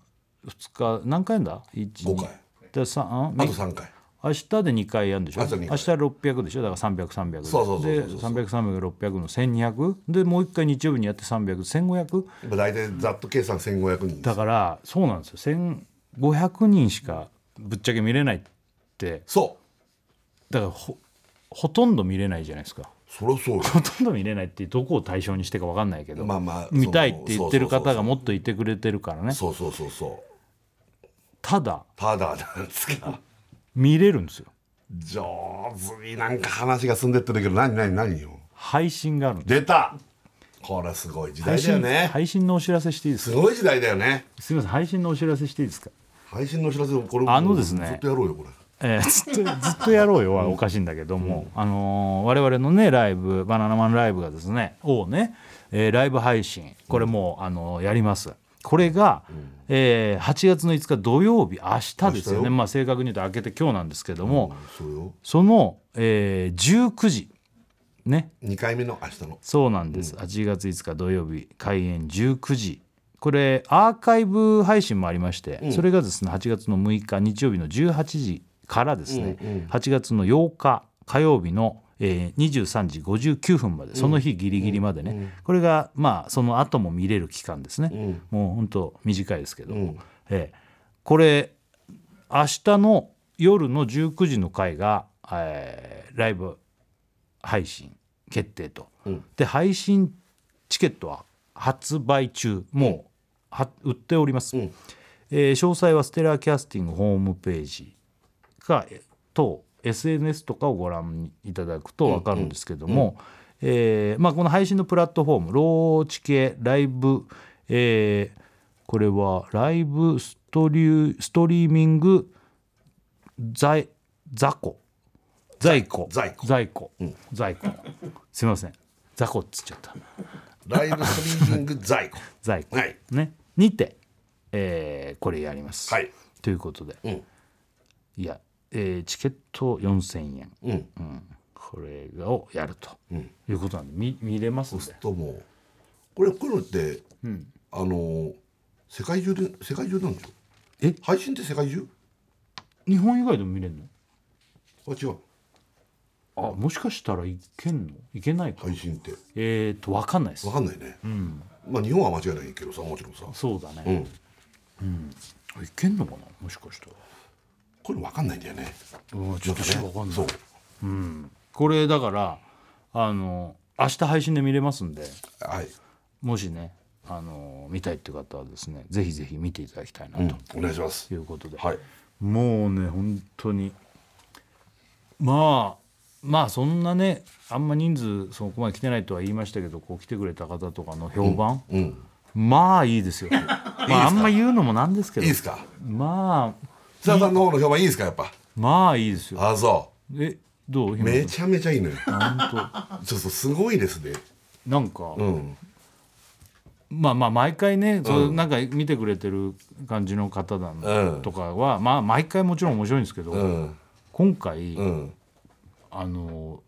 Speaker 1: 2日何回やんだ
Speaker 2: 5
Speaker 1: ?5
Speaker 2: 回
Speaker 1: で3、うん、
Speaker 2: あと3回
Speaker 1: 明日で2回やるんでしょ
Speaker 2: 明日
Speaker 1: 明
Speaker 2: 二回
Speaker 1: 日600でしょだから300300
Speaker 2: そうそうそう
Speaker 1: で
Speaker 2: そう
Speaker 1: 300300の1200でもう1回日曜日にやって3001500500
Speaker 2: まあ大体ざっと計算1500人
Speaker 1: だからそうなんですよ1500人しかぶっちゃけ見れないって
Speaker 2: そう
Speaker 1: だからほほとんど見れないじゃないですか
Speaker 2: そりゃそうよ
Speaker 1: ほとんど見れないってどこを対象にしてか分かんないけど、
Speaker 2: まあまあ
Speaker 1: 見たいって言ってる
Speaker 2: そうそうそう
Speaker 1: 方
Speaker 2: そ
Speaker 1: が
Speaker 2: う
Speaker 1: もっといてくれてるからね
Speaker 2: そうそうそうそう
Speaker 1: ただ
Speaker 2: ただなんですか
Speaker 1: 見れるんですよ
Speaker 2: 上手になんか話が進んでってるけど何何何よ
Speaker 1: 配信があるんです
Speaker 2: 出たこれすごい時代
Speaker 1: 配
Speaker 2: だよ
Speaker 1: 信
Speaker 2: ね
Speaker 1: 配信のお知らせしていいで
Speaker 2: す
Speaker 1: すか
Speaker 2: ごい時代だよね
Speaker 1: すみません配信のお知らせしていいですか
Speaker 2: 配信のお知らせをこれ
Speaker 1: あのですね
Speaker 2: ずっとやろうよこれ
Speaker 1: えーずっとず っとやろうよはおかしいんだけども、あのー我々のねライブバナナマンライブがですねをね、えーライブ配信これもう、あのーやりますこれが、えー8月の5日土曜日明日ですよ
Speaker 2: 明日
Speaker 1: ね
Speaker 2: よ
Speaker 1: まあ正確に言うと明けて今日なんですけども、
Speaker 2: そうよ
Speaker 1: その、えー19時ね
Speaker 2: 2回目の明日の
Speaker 1: そうなんです、8月5日土曜日開演19時これアーカイブ配信もありまして、それがですね8月の6日日曜日の18時からですね、8月の8日火曜日の、えー23時59分までその日ギリギリまでね、これがまあその後も見れる期間ですね、もう本当短いですけど、ええこれ明日の夜の19時の回が、えーライブ配信決定と、で配信チケットは発売中もう、は売っております、えー詳細はステラーキャスティングホームページかえと SNS とかをご覧いただくと分かるんですけども、えーまあ、この配信のプラットフォームローチ系ライブ、えーこれはライブストリュストリーミング在雑庫在庫
Speaker 2: 在庫
Speaker 1: 在庫在庫すいません雑庫っつっちゃった
Speaker 2: ライブストリーミング在庫
Speaker 1: 在庫、
Speaker 2: はい
Speaker 1: ねにて、えーこれやります、
Speaker 2: はい
Speaker 1: ということで、
Speaker 2: ん
Speaker 1: いや、えーチケット4000円、
Speaker 2: うん
Speaker 1: これをやると、いうことなんで見見れますんで
Speaker 2: ともこれこういうのって、あの世界中で世界中なんでしょ
Speaker 1: え
Speaker 2: 配信って世界中
Speaker 1: 日本以外でも見れる
Speaker 2: あ違う
Speaker 1: のあもしかしたらいけんのいけないか、
Speaker 2: 配信って
Speaker 1: えっ、と分かんないです
Speaker 2: わかんないね、まあ日本は間違いないけどさもちろんさ
Speaker 1: そうだね、
Speaker 2: うん
Speaker 1: あいけんのかなもしかしたら
Speaker 2: これわかんないんだよね
Speaker 1: うんちょっと
Speaker 2: なん
Speaker 1: わかんない
Speaker 2: そう
Speaker 1: これだからあの明日配信で見れますんで
Speaker 2: はい、
Speaker 1: もしねあの見たいっていう方はですねぜひぜひ見ていただきたいなと
Speaker 2: うん、お願いします
Speaker 1: いうことで、
Speaker 2: はい
Speaker 1: もうね本当にまあまあそんなねあんま人数そこまで来てないとは言いましたけどこう来てくれた方とかの評判、
Speaker 2: うん
Speaker 1: まあいいですよまああんま言うのもなんですけど
Speaker 2: いいですか
Speaker 1: まあ
Speaker 2: 津田さんの方の評判いいですかやっぱ
Speaker 1: まあいいですよ
Speaker 2: ああそ
Speaker 1: えどう
Speaker 2: う
Speaker 1: 日村
Speaker 2: めちゃめちゃいいの よ
Speaker 1: さん本
Speaker 2: そうそうすごいですね
Speaker 1: 当なんか、
Speaker 2: うん
Speaker 1: まあまあ毎回ね、そうなんか見てくれてる感じの方だ
Speaker 2: う
Speaker 1: の
Speaker 2: ん
Speaker 1: とかは、まあ毎回もちろん面白いんですけど、
Speaker 2: うん
Speaker 1: 今回、
Speaker 2: うん
Speaker 1: あの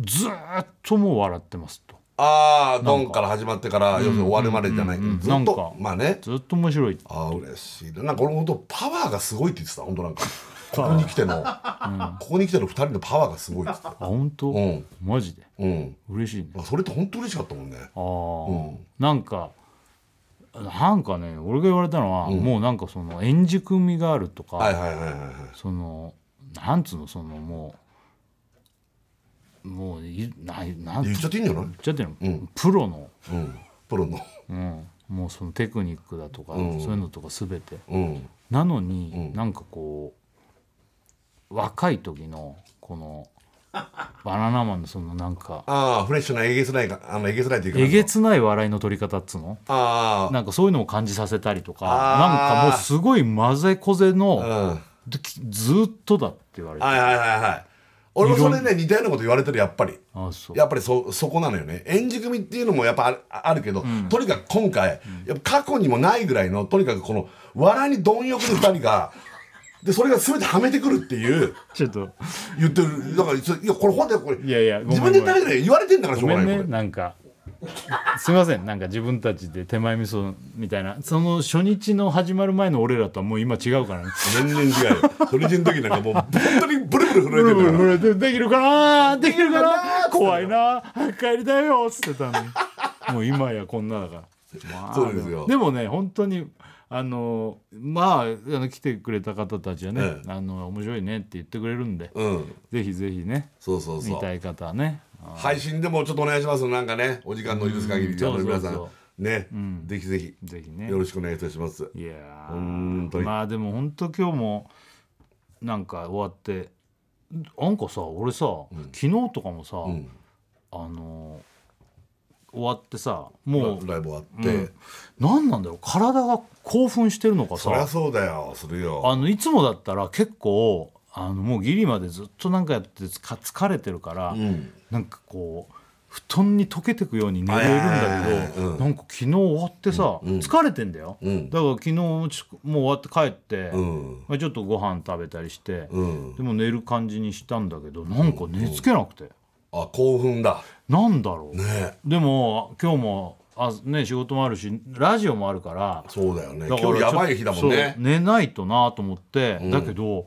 Speaker 1: ずーっともう笑ってますと
Speaker 2: ああドンから始まってから要するに終わるまでじゃないけどず
Speaker 1: なん
Speaker 2: っ
Speaker 1: か
Speaker 2: とまあね
Speaker 1: ずっと面白いって
Speaker 2: ああ嬉しいななんか俺も本当パワーがすごいって言ってた本当なんかここに来ての、ここに来ての2人のパワーがすごいって言って
Speaker 1: あ本当、
Speaker 2: うん
Speaker 1: マジで
Speaker 2: たうん
Speaker 1: 嬉しいね
Speaker 2: あそれって本当嬉しかったもんね
Speaker 1: あー、なんかなんかね俺が言われたのは、もうなんかその演じ組みがあるとか、
Speaker 2: はいはいはいはいはい
Speaker 1: そのなんつうのそのもうもういないなん
Speaker 2: 言
Speaker 1: つ言
Speaker 2: っちゃっていいんじゃない
Speaker 1: っちゃってるの、
Speaker 2: うん
Speaker 1: プロの、
Speaker 2: うんプロの
Speaker 1: うん、もうそのテクニックだとか、
Speaker 2: うん
Speaker 1: そういうのとか全て
Speaker 2: うん
Speaker 1: なのに、
Speaker 2: うん
Speaker 1: なんかこう若い時のこのバナナマンのそのなんか
Speaker 2: ああフレッシュなえげつないかあのえげつないというか
Speaker 1: えげつない笑いの取り方っつうの
Speaker 2: あ
Speaker 1: なんかそういうのを感じさせたりとか
Speaker 2: あー
Speaker 1: なんかもうすごい混ぜこぜ
Speaker 2: あうん
Speaker 1: の
Speaker 2: は
Speaker 1: ずずーっとだって言われ
Speaker 2: い
Speaker 1: て
Speaker 2: はいはいはい俺もそれね似たようなこと言われてるやっぱり
Speaker 1: あそう
Speaker 2: やっぱりそそこなのよね演じ組っていうのもやっぱあるあるけど、とにかく今回、やっぱ過去にもないぐらいのとにかくこの笑いに貪欲の2人がでそれが全てはめてくるっていう
Speaker 1: ちょっと
Speaker 2: 言ってるだからそいやこれ本当にこれ
Speaker 1: いやいやごめん
Speaker 2: 自分で言っただけで言われてんだからしょ
Speaker 1: ご
Speaker 2: うが
Speaker 1: め
Speaker 2: ないこ
Speaker 1: ん
Speaker 2: れ、
Speaker 1: ねなんかすいませんなんか自分たちで手前味噌みたいなその初日の始まる前の俺らとはもう今違うからね
Speaker 2: 全然違うよ鳥人の時なんかもう本当にブルブル震えてるから
Speaker 1: でできるかなでき
Speaker 2: できる
Speaker 1: るか
Speaker 2: か
Speaker 1: な
Speaker 2: な
Speaker 1: 怖いな早く帰りたいよっつってたのにもう今やこんなだから、まあ
Speaker 2: そうですよ
Speaker 1: でもね本当にあのまああの来てくれた方たちはね、
Speaker 2: ええ
Speaker 1: あの面白いねって言ってくれるんで、
Speaker 2: うん
Speaker 1: ぜひぜひね
Speaker 2: そうそうそ
Speaker 1: 見
Speaker 2: う
Speaker 1: たい方はねあ
Speaker 2: 配信でもちょっとお願いしますなんかねお時間の許す限り、
Speaker 1: うん
Speaker 2: ちょっと皆さん
Speaker 1: そうそう
Speaker 2: ね、ぜひぜひ
Speaker 1: ぜひね
Speaker 2: よろしくお願いいたします
Speaker 1: いやー
Speaker 2: 本当に
Speaker 1: まあでも本当今日もなんか終わってなんかさ俺さ、昨日とかもさ、
Speaker 2: ん
Speaker 1: あのー終わってさもう
Speaker 2: ライブ終わって、
Speaker 1: 何なんだろう体が興奮してるのか
Speaker 2: そりゃ
Speaker 1: さ
Speaker 2: そうだよするよ
Speaker 1: あのいつもだったら結構あのもうギリまでずっとなんかやってつか疲れてるから、
Speaker 2: うん
Speaker 1: なんかこう布団に溶けてくように寝れるんだ
Speaker 2: はいはい
Speaker 1: け
Speaker 2: はい
Speaker 1: ど、
Speaker 2: うん
Speaker 1: なんか昨日終わってさ、疲れてんだよ、
Speaker 2: うん
Speaker 1: だから昨日もちもう終わって帰って、
Speaker 2: うん
Speaker 1: まあ、ちょっとご飯食べたりして、
Speaker 2: うん
Speaker 1: でも寝る感じにしたんだけどなんか寝つけなくて、
Speaker 2: あ興奮だ
Speaker 1: なんだろう、
Speaker 2: ね
Speaker 1: でも今日もあ、ね、仕事もあるしラジオもあるから
Speaker 2: そうだよね
Speaker 1: だ
Speaker 2: 今
Speaker 1: から
Speaker 2: 日やばい日だもん
Speaker 1: ちょっと
Speaker 2: ね
Speaker 1: そう寝ないとなと思って、だけど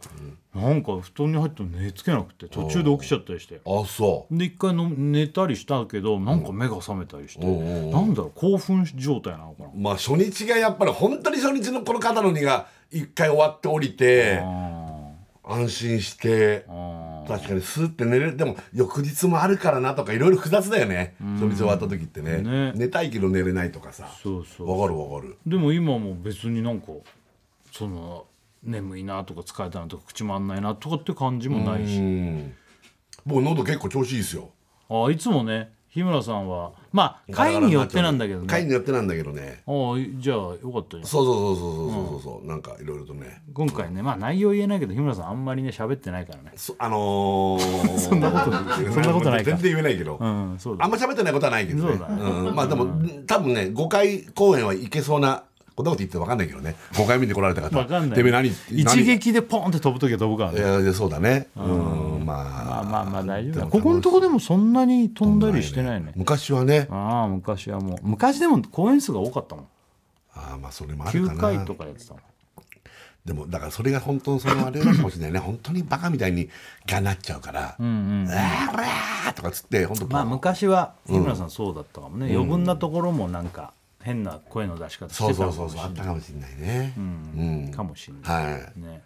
Speaker 1: なんか布団に入っても寝つけなくて途中で起きちゃったりして
Speaker 2: あそう
Speaker 1: で一回の寝たりしたけどなんか目が覚めたりして、
Speaker 2: うんうんうん
Speaker 1: なんだろう興奮状態なのかな、
Speaker 2: まあ初日がやっぱり本当に初日のこの肩の荷が一回終わって降りて安心して
Speaker 1: あー
Speaker 2: 確かにスーって寝れるでも翌日もあるからなとかいろいろ複雑だよね初日終わった時ってね
Speaker 1: ね
Speaker 2: 寝たいけど寝れないとかさ
Speaker 1: そうそう
Speaker 2: わかるわかる
Speaker 1: でも今も別になんかその眠いなとか疲れたなとか口もあんないなとかって感じもないし、
Speaker 2: うん僕喉結構調子いいですよ
Speaker 1: あーいつもね日村さんはまあ会によってなんだけどね
Speaker 2: 回によってなんだけどね
Speaker 1: あーじゃあよかったじゃ
Speaker 2: そうそう
Speaker 1: ん
Speaker 2: そうそうそうそうそう、なんかいろいろとね
Speaker 1: 今回ねまあ内容言えないけど日村さんあんまりね喋ってないからね
Speaker 2: そあのー、そ
Speaker 1: んなことない そんなことないか
Speaker 2: 全然言えないけど、
Speaker 1: うんそう
Speaker 2: あ
Speaker 1: だ
Speaker 2: んま喋ってないことはないけどね
Speaker 1: そうだね
Speaker 2: ん、まあでも、多分ね5回公演はいけそうなこんなこと言って分かんないけどね5回見てこられた方
Speaker 1: わかんない
Speaker 2: てめえ何
Speaker 1: 一
Speaker 2: 何
Speaker 1: 撃でポンって飛ぶ時は飛ぶから
Speaker 2: い
Speaker 1: ね
Speaker 2: やいやそうだねうん、ま
Speaker 1: ま
Speaker 2: あ
Speaker 1: あまあまあ大丈
Speaker 2: で
Speaker 1: 夫だ
Speaker 2: も
Speaker 1: ここのとこでもそんなに飛んだりしてないね
Speaker 2: 昔はね
Speaker 1: ああ昔はもう昔でも公演数が多かったもん
Speaker 2: ああまあそれもあるか
Speaker 1: 9
Speaker 2: な
Speaker 1: 回とかやってたもん
Speaker 2: でもだからそれが本当のそのあれなのかもしれない ね本当にバカみたいにがなっちゃうから「ああこらー!」とかつって本当
Speaker 1: まあ昔は日村さんそうだったかもね、余分なところもなんか変な声の出し方し
Speaker 2: そう
Speaker 1: てた
Speaker 2: そ
Speaker 1: の
Speaker 2: う
Speaker 1: か
Speaker 2: そ
Speaker 1: も
Speaker 2: うそ
Speaker 1: し
Speaker 2: う
Speaker 1: れな
Speaker 2: あった
Speaker 1: い
Speaker 2: かもしれないねうん、
Speaker 1: かもしれない
Speaker 2: はい
Speaker 1: ね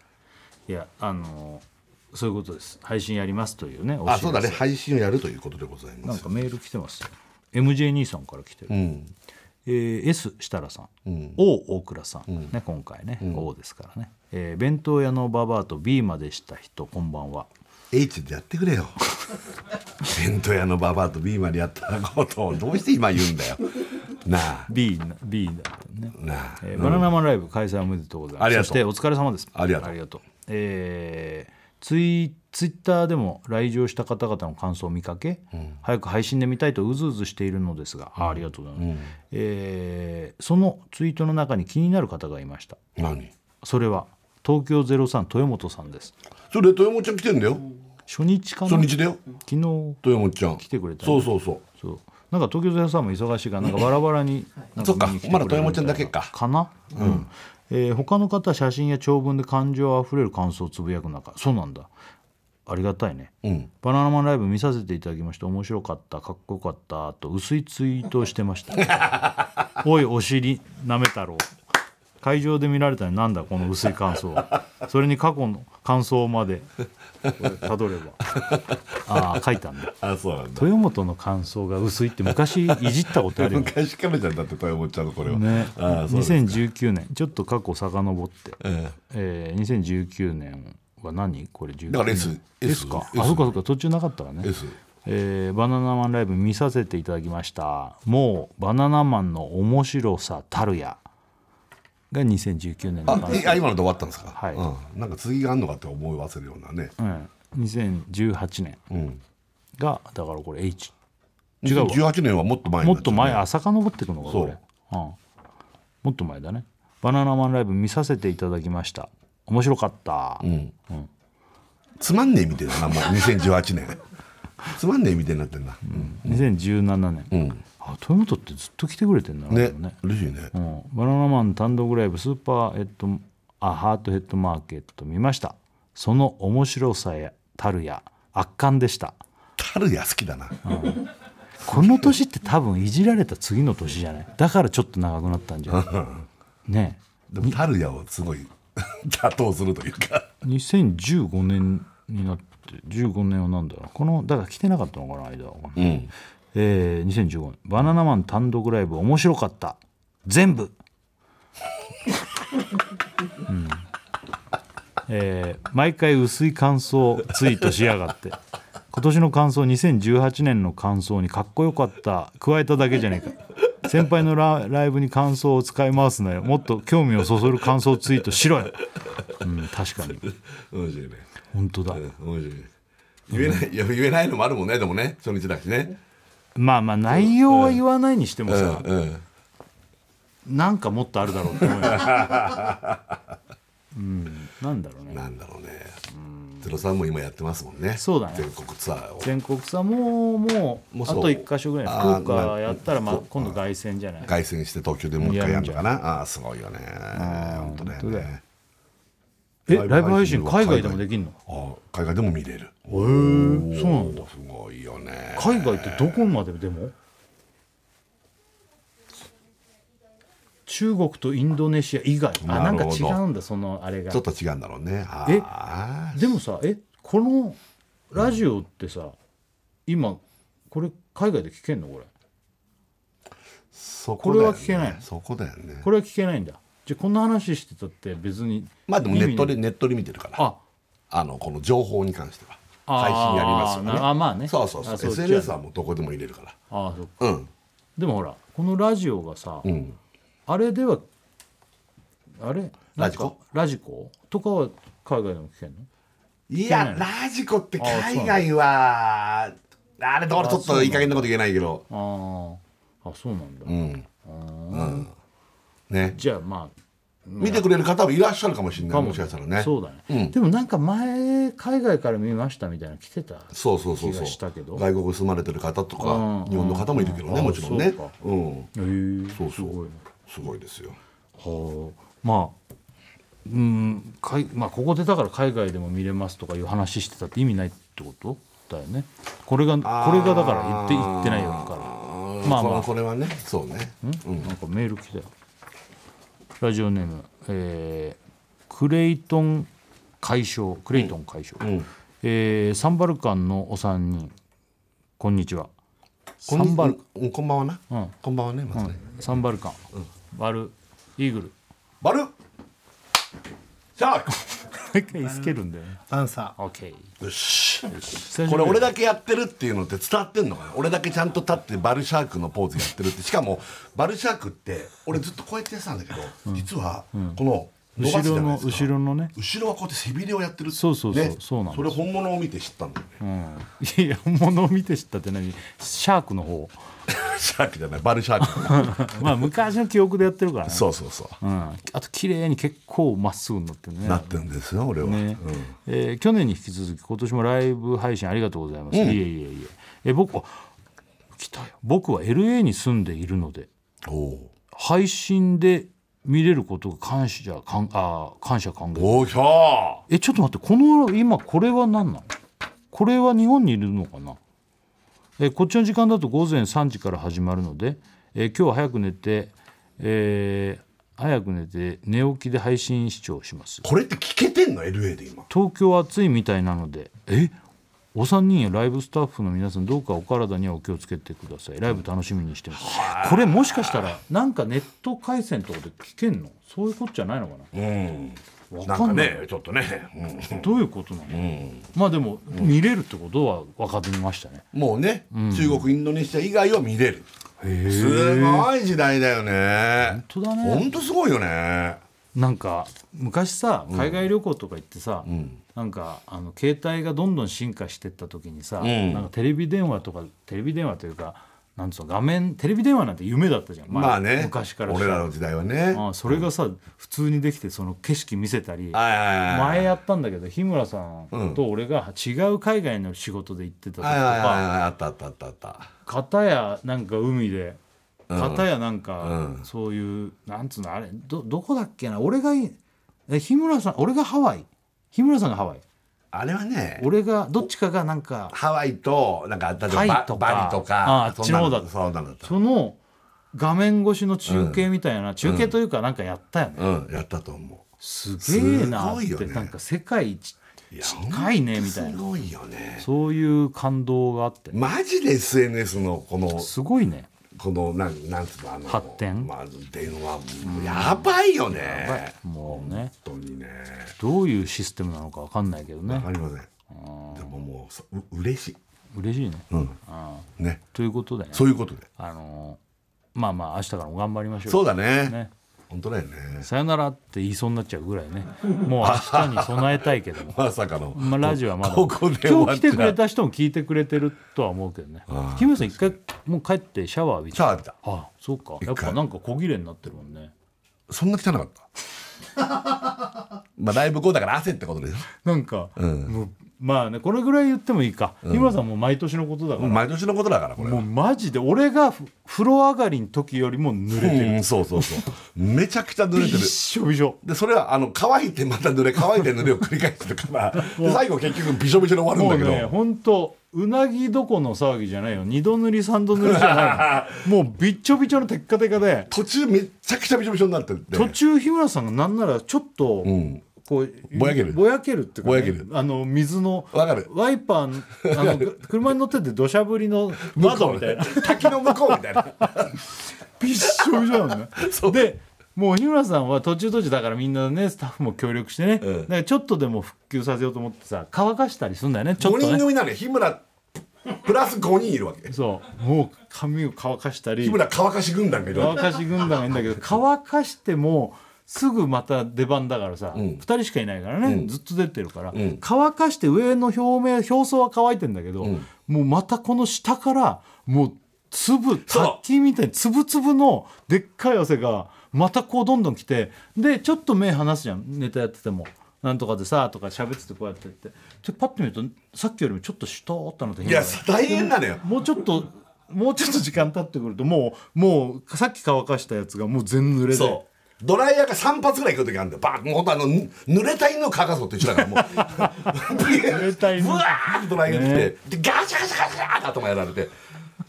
Speaker 1: いやあのーそういうことです配信やりますというねお知ら
Speaker 2: あ
Speaker 1: せ
Speaker 2: そうだね配信をやるということでございま
Speaker 1: なん
Speaker 2: す
Speaker 1: かメール来てますよ MJ 兄さんから来てる、
Speaker 2: うん
Speaker 1: えー S 設楽さん、O 大倉さん、ね、今回ね、O ですからね、えー弁当屋のババアと B までした人こんばんは
Speaker 2: H でやってくれよ弁当屋のババアとビーマでやったことをどうして今言うんだよなあ
Speaker 1: B, な B だったね
Speaker 2: なあ
Speaker 1: えーバナナマンライブ開催おめでとうございます。
Speaker 2: ありがとう
Speaker 1: そしてお疲れ様です。
Speaker 2: ありがとう
Speaker 1: ありがとう。えーツイツイッターでも来場した方々の感想を見かけ、早く配信で見たいとうずうずしているのですが、あありがとうございます、えーそのツイートの中に気になる方がいました
Speaker 2: 何
Speaker 1: それは東京03豊本さんです
Speaker 2: それ豊本ちゃん来てんだよ
Speaker 1: 初日かな
Speaker 2: 初日だよ
Speaker 1: 昨日
Speaker 2: 豊本ちゃん来
Speaker 1: てくれたね
Speaker 2: そうそうそう
Speaker 1: そうなんか東京ゼロさんも忙しいからなんかバラバラになん
Speaker 2: そっか
Speaker 1: 見に来て
Speaker 2: まだ
Speaker 1: くれ
Speaker 2: 富
Speaker 1: る
Speaker 2: 山ちゃんだけか
Speaker 1: かな、うんえー他の方は写真や長文で感情あふれる感想をつぶやく中そうなんだありがたいね、
Speaker 2: ん
Speaker 1: バナナマンライブ見させていただきまして面白かったかっこよかったと薄いツイートをしてました おいお尻なめ太郎会場で見られたらなんだこの薄い感想それに過去の感想までたどればああ書いたんだ
Speaker 2: あそうなんだ
Speaker 1: 豊本の感想が薄いって昔いじったことあるよね
Speaker 2: 昔からじゃんだって豊本ちゃんのこれは
Speaker 1: ね
Speaker 2: ああそうです
Speaker 1: 2019年ちょっと過去遡って、
Speaker 2: え
Speaker 1: えー、2019年は何これ19年
Speaker 2: だから S
Speaker 1: S か
Speaker 2: S
Speaker 1: あそうかそうか途中なかったからね
Speaker 2: S
Speaker 1: えーバナナマンライブ見させていただきましたもうバナナマンの面白さたるやが2019年の
Speaker 2: あいあ今ので終わったんですか
Speaker 1: はい
Speaker 2: うんなんか次があんのかって思い忘れるようなね
Speaker 1: うん、2018年
Speaker 2: うん
Speaker 1: がだからこれ H 違うわ
Speaker 2: 2018年はもっと前に
Speaker 1: も
Speaker 2: な
Speaker 1: っ
Speaker 2: ちゃ
Speaker 1: と
Speaker 2: うね
Speaker 1: 前あ遡っていくのか
Speaker 2: そう
Speaker 1: これ、うん、もっと前だね「バナナマンライブ」見させていただきました面白かった、
Speaker 2: つまんねえみたいだなもう2018年 つまんねえみたいになってんな
Speaker 1: 2017年、あ豊本ってずっと来てくれてんだな
Speaker 2: ね
Speaker 1: でもね
Speaker 2: 嬉しいね
Speaker 1: うん、バナナマン単独ライブスーパーヘッドあハートヘッドマーケット見ましたその面白さやたるや圧巻でした
Speaker 2: タルヤ好きだな
Speaker 1: この年って多分いじられた次の年じゃないだからちょっと長くなったんじ ゃないねえ
Speaker 2: でもタルヤをすごい 打倒するというか
Speaker 1: 2015年になって15年は何だろうこのだから来てなかったのかな間は、
Speaker 2: うん
Speaker 1: えー、2015年「バナナマン単独ライブ面白かった全部」うんえー毎回薄い感想ツイートしやがって今年の感想2018年の感想にかっこよかった加えただけじゃねえか先輩のラライブに感想を使い回すなよもっと興味をそそる感想ツイートしろよ、うん、確かに
Speaker 2: 面白いね
Speaker 1: 本当だ、
Speaker 2: うん面白いね言えないいや言えないのもあるもんねでもね初日だしね
Speaker 1: まあまあ内容は言わないにしても
Speaker 2: う
Speaker 1: さ、
Speaker 2: んうん
Speaker 1: なんかもっとあるだろうって思 うよ、うん、なんだろうね
Speaker 2: なんだろうねゼロさんも今やってますもんね
Speaker 1: そうだね
Speaker 2: 全国ツアーを
Speaker 1: 全国さもうもう
Speaker 2: もう
Speaker 1: あ
Speaker 2: そう
Speaker 1: と1か所ぐらい
Speaker 2: あー
Speaker 1: 福岡やったら、まあ
Speaker 2: そう、
Speaker 1: 今度凱旋じゃない
Speaker 2: 凱旋して東京でもう一回やるのかなああーすごいよね本当だよ
Speaker 1: 本当だよ
Speaker 2: ね
Speaker 1: え
Speaker 2: ライブ
Speaker 1: ライブ配
Speaker 2: 配
Speaker 1: 信
Speaker 2: 信は
Speaker 1: 海外でもできるの
Speaker 2: あ海外でも見れる
Speaker 1: へえそうなんだ
Speaker 2: すごいよね
Speaker 1: 海外ってどこまででも中国とインドネシア以外あ
Speaker 2: な
Speaker 1: な
Speaker 2: る
Speaker 1: んか
Speaker 2: ほど
Speaker 1: 違うんだそのあれが
Speaker 2: ちょっと違うんだろうねあ
Speaker 1: え
Speaker 2: あ
Speaker 1: でもさえこのラジオってさ、今これ海外で聞けんのこれ
Speaker 2: そ
Speaker 1: こ
Speaker 2: だ
Speaker 1: れ
Speaker 2: よ
Speaker 1: は
Speaker 2: ね
Speaker 1: 聞けないの
Speaker 2: そこだよね
Speaker 1: これは聞けないんだじゃあこんな話してたって別に
Speaker 2: まあでもネット
Speaker 1: 意味
Speaker 2: でネットで見てるから
Speaker 1: あ
Speaker 2: あのこの情報に関しては
Speaker 1: あー
Speaker 2: 配信やりますよね
Speaker 1: なあまあね
Speaker 2: そうそうそう
Speaker 1: あそう
Speaker 2: SNS はもうどこでも入れるか
Speaker 1: ああそっから
Speaker 2: うん
Speaker 1: でもほらこのラジオがさ、
Speaker 2: うん
Speaker 1: あれではあれ
Speaker 2: ラジコ
Speaker 1: ラジコとかは海外でも聞けんの
Speaker 2: い
Speaker 1: 聞
Speaker 2: や
Speaker 1: け
Speaker 2: ラジコって
Speaker 1: あーそうな
Speaker 2: 海
Speaker 1: んだ
Speaker 2: 外はあれだからちょっ
Speaker 1: あそうなん
Speaker 2: と
Speaker 1: だ
Speaker 2: いい加減なこと言えないけど
Speaker 1: あーあそうなんだ、
Speaker 2: うんうんね
Speaker 1: じゃあまあ
Speaker 2: 見てくれる方もいらっしゃるかもしれないもしかしたらね
Speaker 1: そうだね、
Speaker 2: うん
Speaker 1: でもなんか前海外から見ましたみたいなの来てた
Speaker 2: そうそうそう
Speaker 1: 気がしたけ
Speaker 2: そう
Speaker 1: ど
Speaker 2: 外国住まれてる方と
Speaker 1: う
Speaker 2: か
Speaker 1: ん
Speaker 2: 日本の方もいるけどね
Speaker 1: うん
Speaker 2: もちろんね
Speaker 1: そうか
Speaker 2: うん
Speaker 1: へえ
Speaker 2: そう
Speaker 1: す
Speaker 2: そう
Speaker 1: ごいね
Speaker 2: すごいですよ
Speaker 1: はあまあうんかいまあここでだから海外でも見れますとかいう話してたって意味ないってことだよねこれがこれがだから言って言ってないよだからま
Speaker 2: ま
Speaker 1: あ
Speaker 2: あ
Speaker 1: ま
Speaker 2: ま
Speaker 1: あ
Speaker 2: あこれはねそうね
Speaker 1: なんかメール来たよラジオネーム、えークレイトン解消クレイトン解消、
Speaker 2: ん
Speaker 1: えーサンバルカンのお三人こんにちは
Speaker 2: こ
Speaker 1: サ
Speaker 2: んに
Speaker 1: ンバル
Speaker 2: うんこんばんはな
Speaker 1: うん
Speaker 2: こんばんはねまずね
Speaker 1: サンバルカン、バルイー グル
Speaker 2: バルシャーク
Speaker 1: 毎回つけるんだよね
Speaker 3: アンサー
Speaker 1: OK
Speaker 2: よし
Speaker 1: 久しぶり
Speaker 2: これ俺だけやってるっていうのって伝わってんのかな俺だけちゃんと立ってバルシャークのポーズやってるってしかもバルシャークって俺ずっとこうやってやってたんだけど、実はこの伸ばす
Speaker 1: 後
Speaker 2: じゃ
Speaker 1: ろ
Speaker 2: ない
Speaker 1: の
Speaker 2: ですか
Speaker 1: 後ろのね
Speaker 2: 後ろはこうやって背びれをやってる
Speaker 1: そうそうそうそうなんです
Speaker 2: それ本物を見て知ったんだよね
Speaker 1: いや物を見て知ったって何シャークの 方
Speaker 2: シャークじゃないバルシャ ーク
Speaker 1: まあ昔の記憶でやってるからね
Speaker 2: そうそうそう
Speaker 1: う、ん、あと綺麗に結構まっすぐになってるね
Speaker 2: なってるんですよ俺は、
Speaker 1: ねえー去年に引き続き今年もライブ配信ありがとうございます、いえいえいええ僕あ来たよ僕は LA に住んでいるので
Speaker 2: うん、お
Speaker 1: 配信で見れることが感謝感あー感謝感激
Speaker 2: おおーひゃ
Speaker 1: えちょっと待ってこの今これは何なのこれは日本にいるのかなえこっちの時間だと午前3時から始まるのでえ今日は早く寝て、えー早く寝て寝起きで配信視聴します
Speaker 2: ーこれって聞けてんの LA で今
Speaker 1: 東京は暑いみたいなのでえお三人やライブスタッフの皆さんどうかお体にはお気をつけてくださいライブ楽しみにしてます、これもしかしたらなんかネット回線とかで聞けんのそういうことじゃないのか
Speaker 2: う
Speaker 1: な
Speaker 2: ん
Speaker 1: わ
Speaker 2: なん
Speaker 1: か
Speaker 2: か
Speaker 1: んない
Speaker 2: ねちょっとね、うん
Speaker 1: どういうことなの、まあでも見れるってことは分かりましたね
Speaker 2: もうね、中国インドネシア以外は見れる
Speaker 1: へ
Speaker 2: すごい時代だよね
Speaker 1: 当だね
Speaker 2: ほんとすごいよね
Speaker 1: なんか昔さ海外旅行とか行ってさ、なんかあの携帯がどんどん進化してった時にさ、
Speaker 2: ん
Speaker 1: なんかテレビ電話とかテレビ電話というかなんつうの画面テレビ電話なんて夢だったじゃん、前
Speaker 2: まあね
Speaker 1: 昔から
Speaker 2: 俺らの時代はね
Speaker 1: ああそれがさ、普通にできてその景色見せたり
Speaker 2: はいはいはい
Speaker 1: 前やったんだけど日村さんと俺が違う海外の仕事で行ってた時と
Speaker 2: はいはいはい
Speaker 1: か
Speaker 2: はいあったあったあったあった
Speaker 1: 片やなんか海で片やなんかそういう、なんつうのあれどどこだっけな俺がいえ日村さん俺がハワイ日村さんがハワイ
Speaker 2: あれはね
Speaker 1: 俺がどっちかがなんか
Speaker 2: ハワイとなんか例えば
Speaker 1: タイ
Speaker 2: バ
Speaker 1: とか
Speaker 2: バリと
Speaker 1: ああ
Speaker 2: かそんなの
Speaker 1: あっちの方だった
Speaker 2: そうなんだった
Speaker 1: その画面越しの中継みたいな、中継というかなんかやったよね、
Speaker 2: うんやったと思
Speaker 1: すげえなっ
Speaker 2: すごいよ
Speaker 1: て、
Speaker 2: ね
Speaker 1: なんか世界一
Speaker 2: ういや
Speaker 1: 近いねみたい
Speaker 2: す
Speaker 1: な
Speaker 2: ごいよね
Speaker 1: そういう感動があって
Speaker 2: マジで SNS のこの
Speaker 1: すごいね
Speaker 2: このなんなんつうのあの
Speaker 1: 発展
Speaker 2: まあ、電話もやばいよね
Speaker 1: もうね
Speaker 2: 本当にね
Speaker 1: どういうシステムなのかわかんないけど
Speaker 2: わ
Speaker 1: ね
Speaker 2: かりませんでももうそう嬉しい
Speaker 1: 嬉しいね、
Speaker 2: ね
Speaker 1: ということでね
Speaker 2: そういうことで
Speaker 1: あのまあまあ明日からも頑張りましょう
Speaker 2: そうだね
Speaker 1: ね
Speaker 2: 本当だよね
Speaker 1: さよならって言いそうになっちゃうぐらいねもう明日に備えたいけ ども
Speaker 2: まさかの、
Speaker 1: まあラジオはまだ
Speaker 2: ここで終
Speaker 1: 今
Speaker 2: わっ
Speaker 1: 日来
Speaker 2: ちゃう
Speaker 1: てくれた人も聞いてくれてるとは思うけどね日村さん一回もう帰ってシャワー浴び
Speaker 2: シャ
Speaker 1: て
Speaker 2: ワー
Speaker 1: あ
Speaker 2: 浴びた
Speaker 1: あそうか
Speaker 2: 一
Speaker 1: やっ
Speaker 2: 回
Speaker 1: ぱなんか小切れになってるもんね
Speaker 2: そんな汚かった まあライブ後だから汗ってことでしょ
Speaker 1: なんか、もうまあねこれぐらい言ってもいいか、日村さんも毎年のことだから、
Speaker 2: 毎年のことだからこれ
Speaker 1: もうマジで俺がふ風呂上がりの時よりも濡れてる、
Speaker 2: うんそうそうそうめちゃくちゃ濡れて
Speaker 1: びっ
Speaker 2: る
Speaker 1: しょびしょ
Speaker 2: でそれはあの乾いてまた濡れ乾いて濡れを繰り返してる からで最後結局びしょびしょに終わ
Speaker 1: も
Speaker 2: る
Speaker 1: うん
Speaker 2: だけ
Speaker 1: ね
Speaker 2: ど、
Speaker 1: 本当うなぎどこの騒ぎじゃないよ二度塗り三度塗りじゃな いのもうびっちょびちょのテッカテカで
Speaker 2: 途中めちゃくちゃびしょびしょになってって
Speaker 1: 途中日村さんがなんならちょっと、
Speaker 2: うん
Speaker 1: こう
Speaker 2: ぼやける
Speaker 1: ぼやけるっていうか、ね、
Speaker 2: ぼやける
Speaker 1: あの水の
Speaker 2: わかる
Speaker 1: ワイパーのあ の車に乗ってて土砂降りの窓みたいな
Speaker 2: 滝の向こうみ たいな
Speaker 1: びっしょびしょなのね でもう日村さんは途中途中だからみんなねスタッフも協力してね、
Speaker 2: うん
Speaker 1: だからちょっとでも復旧させようと思ってさ乾かしたりするんだよねちょ
Speaker 2: 5
Speaker 1: っ
Speaker 2: 人
Speaker 1: とね
Speaker 2: 組なのよ日村プラス5人いるわけ
Speaker 1: そうもう髪を乾かしたり
Speaker 2: 日村乾かし軍団がいるわ
Speaker 1: 乾かし軍団がいい んだけど乾かしてもすぐまた出番だからさ、二2人しかいないからね、ずっと出てるから、乾かして上の表面表層は乾いてんだけど、もうまたこの下からもう粒
Speaker 2: そう
Speaker 1: 滝みたいに粒々のでっかい汗がまたこうどんどん来てでちょっと目離すじゃんネタやってても。なんとかでさとか喋っててこうやってってでパッと見るとさっきよりもちょっとシュトーってなって
Speaker 2: けいや大変なのよ
Speaker 1: もうちょっともうちょっと時間経ってくるともうもうさっき乾かしたやつがもう全濡れで
Speaker 2: そうドライヤーが3発ぐらい行く時あるんだよバーンほんとあのぬ濡れた犬を乾かそうって一緒だからもう濡
Speaker 1: れた犬
Speaker 2: うわーってドライヤーに来て、でガシャガシャガシャーって頭やられて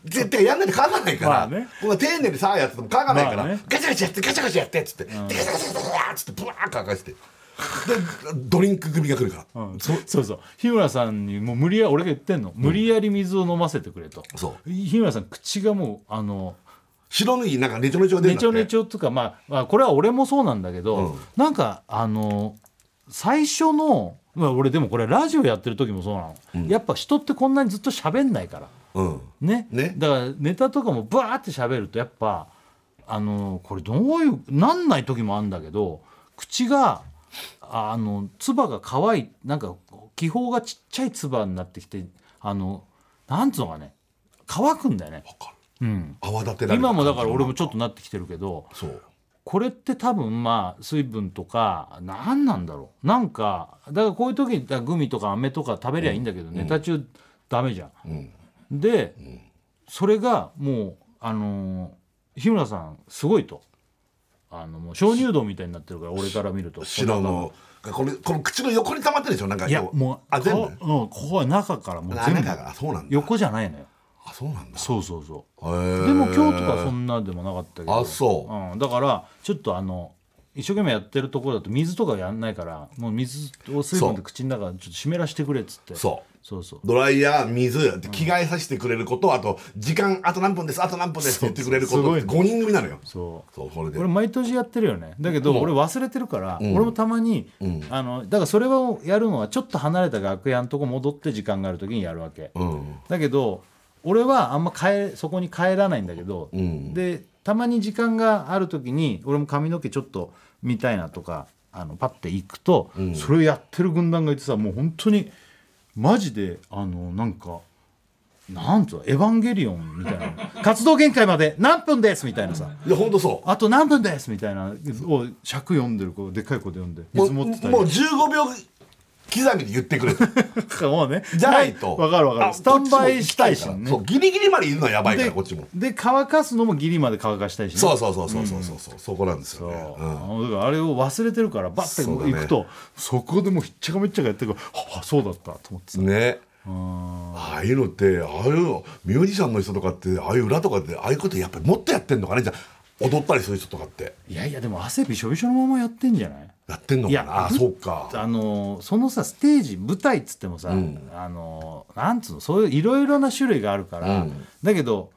Speaker 2: 絶対やんないと乾かないか
Speaker 1: まあ
Speaker 2: ら、
Speaker 1: ね
Speaker 2: こんな丁寧にさあやってても乾かないから、
Speaker 1: まあね
Speaker 2: ガチャガチャやってガチャガチャやってっつって、でガチャガチャガチャガチャっつってブワー乾かしてでドリンク組が来るから、
Speaker 1: うんそそうそう日村さんにもう無理や俺が言ってんの無理やり水を飲ませてくれと、
Speaker 2: そ
Speaker 1: 日村さん口がもうあの
Speaker 2: 白脱ぎなんかネチョネチョが出る
Speaker 1: ね
Speaker 2: ん
Speaker 1: ちょ
Speaker 2: だ
Speaker 1: ね
Speaker 2: って
Speaker 1: ちょとか、まあ、まあこれは俺もそうなんだけど、なんかあの最初の、まあ、俺でもこれラジオやってる時もそうなの、やっぱ人ってこんなにずっと喋んないから。
Speaker 2: うん
Speaker 1: ね
Speaker 2: ね
Speaker 1: だからネタとかもバーって喋るとやっぱあのこれどういうなんない時もあるんだけど口があの唾が乾いなんか気泡がちっちゃい唾になってきてあのなんつうのかね乾くんだよね、
Speaker 2: かる
Speaker 1: うん、
Speaker 2: 泡立てられる
Speaker 1: 今もだから俺もちょっとなってきてるけど
Speaker 2: そう
Speaker 1: これって多分まあ水分とか何なんだろうなんかだからこういう時にだからグミとか飴とか食べりゃいいんだけど、ネタ中ダメじゃん。
Speaker 2: うん
Speaker 1: で、それがもうあのー日村さんすごいと。あのもう鍾乳洞みたいになってるから俺から見ると
Speaker 2: 白のこれこの口の横に溜まってるでしょなんか
Speaker 1: いや
Speaker 2: こ
Speaker 1: もう
Speaker 2: あ全部
Speaker 1: こううん、ここは中からもう
Speaker 2: あ
Speaker 1: 全部
Speaker 2: 中がそうなんだ
Speaker 1: 横じゃないのよ
Speaker 2: あそうなんだ
Speaker 1: そうそうそ
Speaker 2: へ
Speaker 1: う
Speaker 2: ー
Speaker 1: でも今日とかそんなでもなかったけど、
Speaker 2: あそう
Speaker 1: ん、だからちょっとあの一生懸命やってるところだと水とかやんないからもう水を水分
Speaker 2: そ
Speaker 1: で
Speaker 2: う
Speaker 1: 口の中ちょっと湿らしてくれっつって
Speaker 2: そう
Speaker 1: そうそう
Speaker 2: ドライヤー水着替えさせてくれることあと時間あと何分ですあと何分ですって言ってくれるこ
Speaker 1: そう
Speaker 2: と
Speaker 1: そう
Speaker 2: って
Speaker 1: す
Speaker 2: 5人組なのよ
Speaker 1: そう
Speaker 2: そうこれで
Speaker 1: 俺毎年やってるよねだけど俺忘れてるから、俺もたまに、あのだからそれをやるのはちょっと離れた楽屋のとこ戻って時間がある時にやるわけ、
Speaker 2: うん
Speaker 1: だけど俺はあんま帰そこに帰らないんだけど、
Speaker 2: ん
Speaker 1: でたまに時間がある時に俺も髪の毛ちょっと見たいなとかあのパッて行くと、それをやってる軍団がいてさもう本当にマジであのなんか。なんとエヴァンゲリオンみたい な活動限界まで何分ですみたいなさ
Speaker 2: いや本当そう
Speaker 1: あと何分ですみたいなを尺読んでる子でっかい子で読んで
Speaker 2: もう
Speaker 1: 水持ってたり
Speaker 2: もう15秒刻みで言って くれ
Speaker 1: もうね
Speaker 2: じゃないと
Speaker 1: わかるわか
Speaker 2: あ
Speaker 1: るスタンバイしたいし
Speaker 2: こっちも行きたいからそ
Speaker 1: ね
Speaker 2: うギリギリまでいるのはやばいか
Speaker 1: で
Speaker 2: らこっちも
Speaker 1: で乾かすのもギリまで乾かしたいしね
Speaker 2: そうそうそうそうそうそうそうそこなんですよね
Speaker 1: そう
Speaker 2: うん
Speaker 1: あのだからあれを忘れてるからバッて
Speaker 2: そうだね
Speaker 1: 行くとそ,、こでもうひっちゃかめっちゃかやってるからはあそうだったと思ってさ
Speaker 2: ねああいうのってああいうのミュージシャンの人とかってああいう裏とかってああいうことやっぱりもっとやってんのかねじゃあ踊ったりする人とかって
Speaker 1: いやいやでも汗びしょびしょのままやってんじゃない
Speaker 2: やってんの
Speaker 1: い
Speaker 2: か
Speaker 1: や
Speaker 2: なああ
Speaker 1: ぶ
Speaker 2: そうか
Speaker 1: あのそのさステージ舞台っつってもさ、あのなんつうのそういういろいろな種類があるから、だけど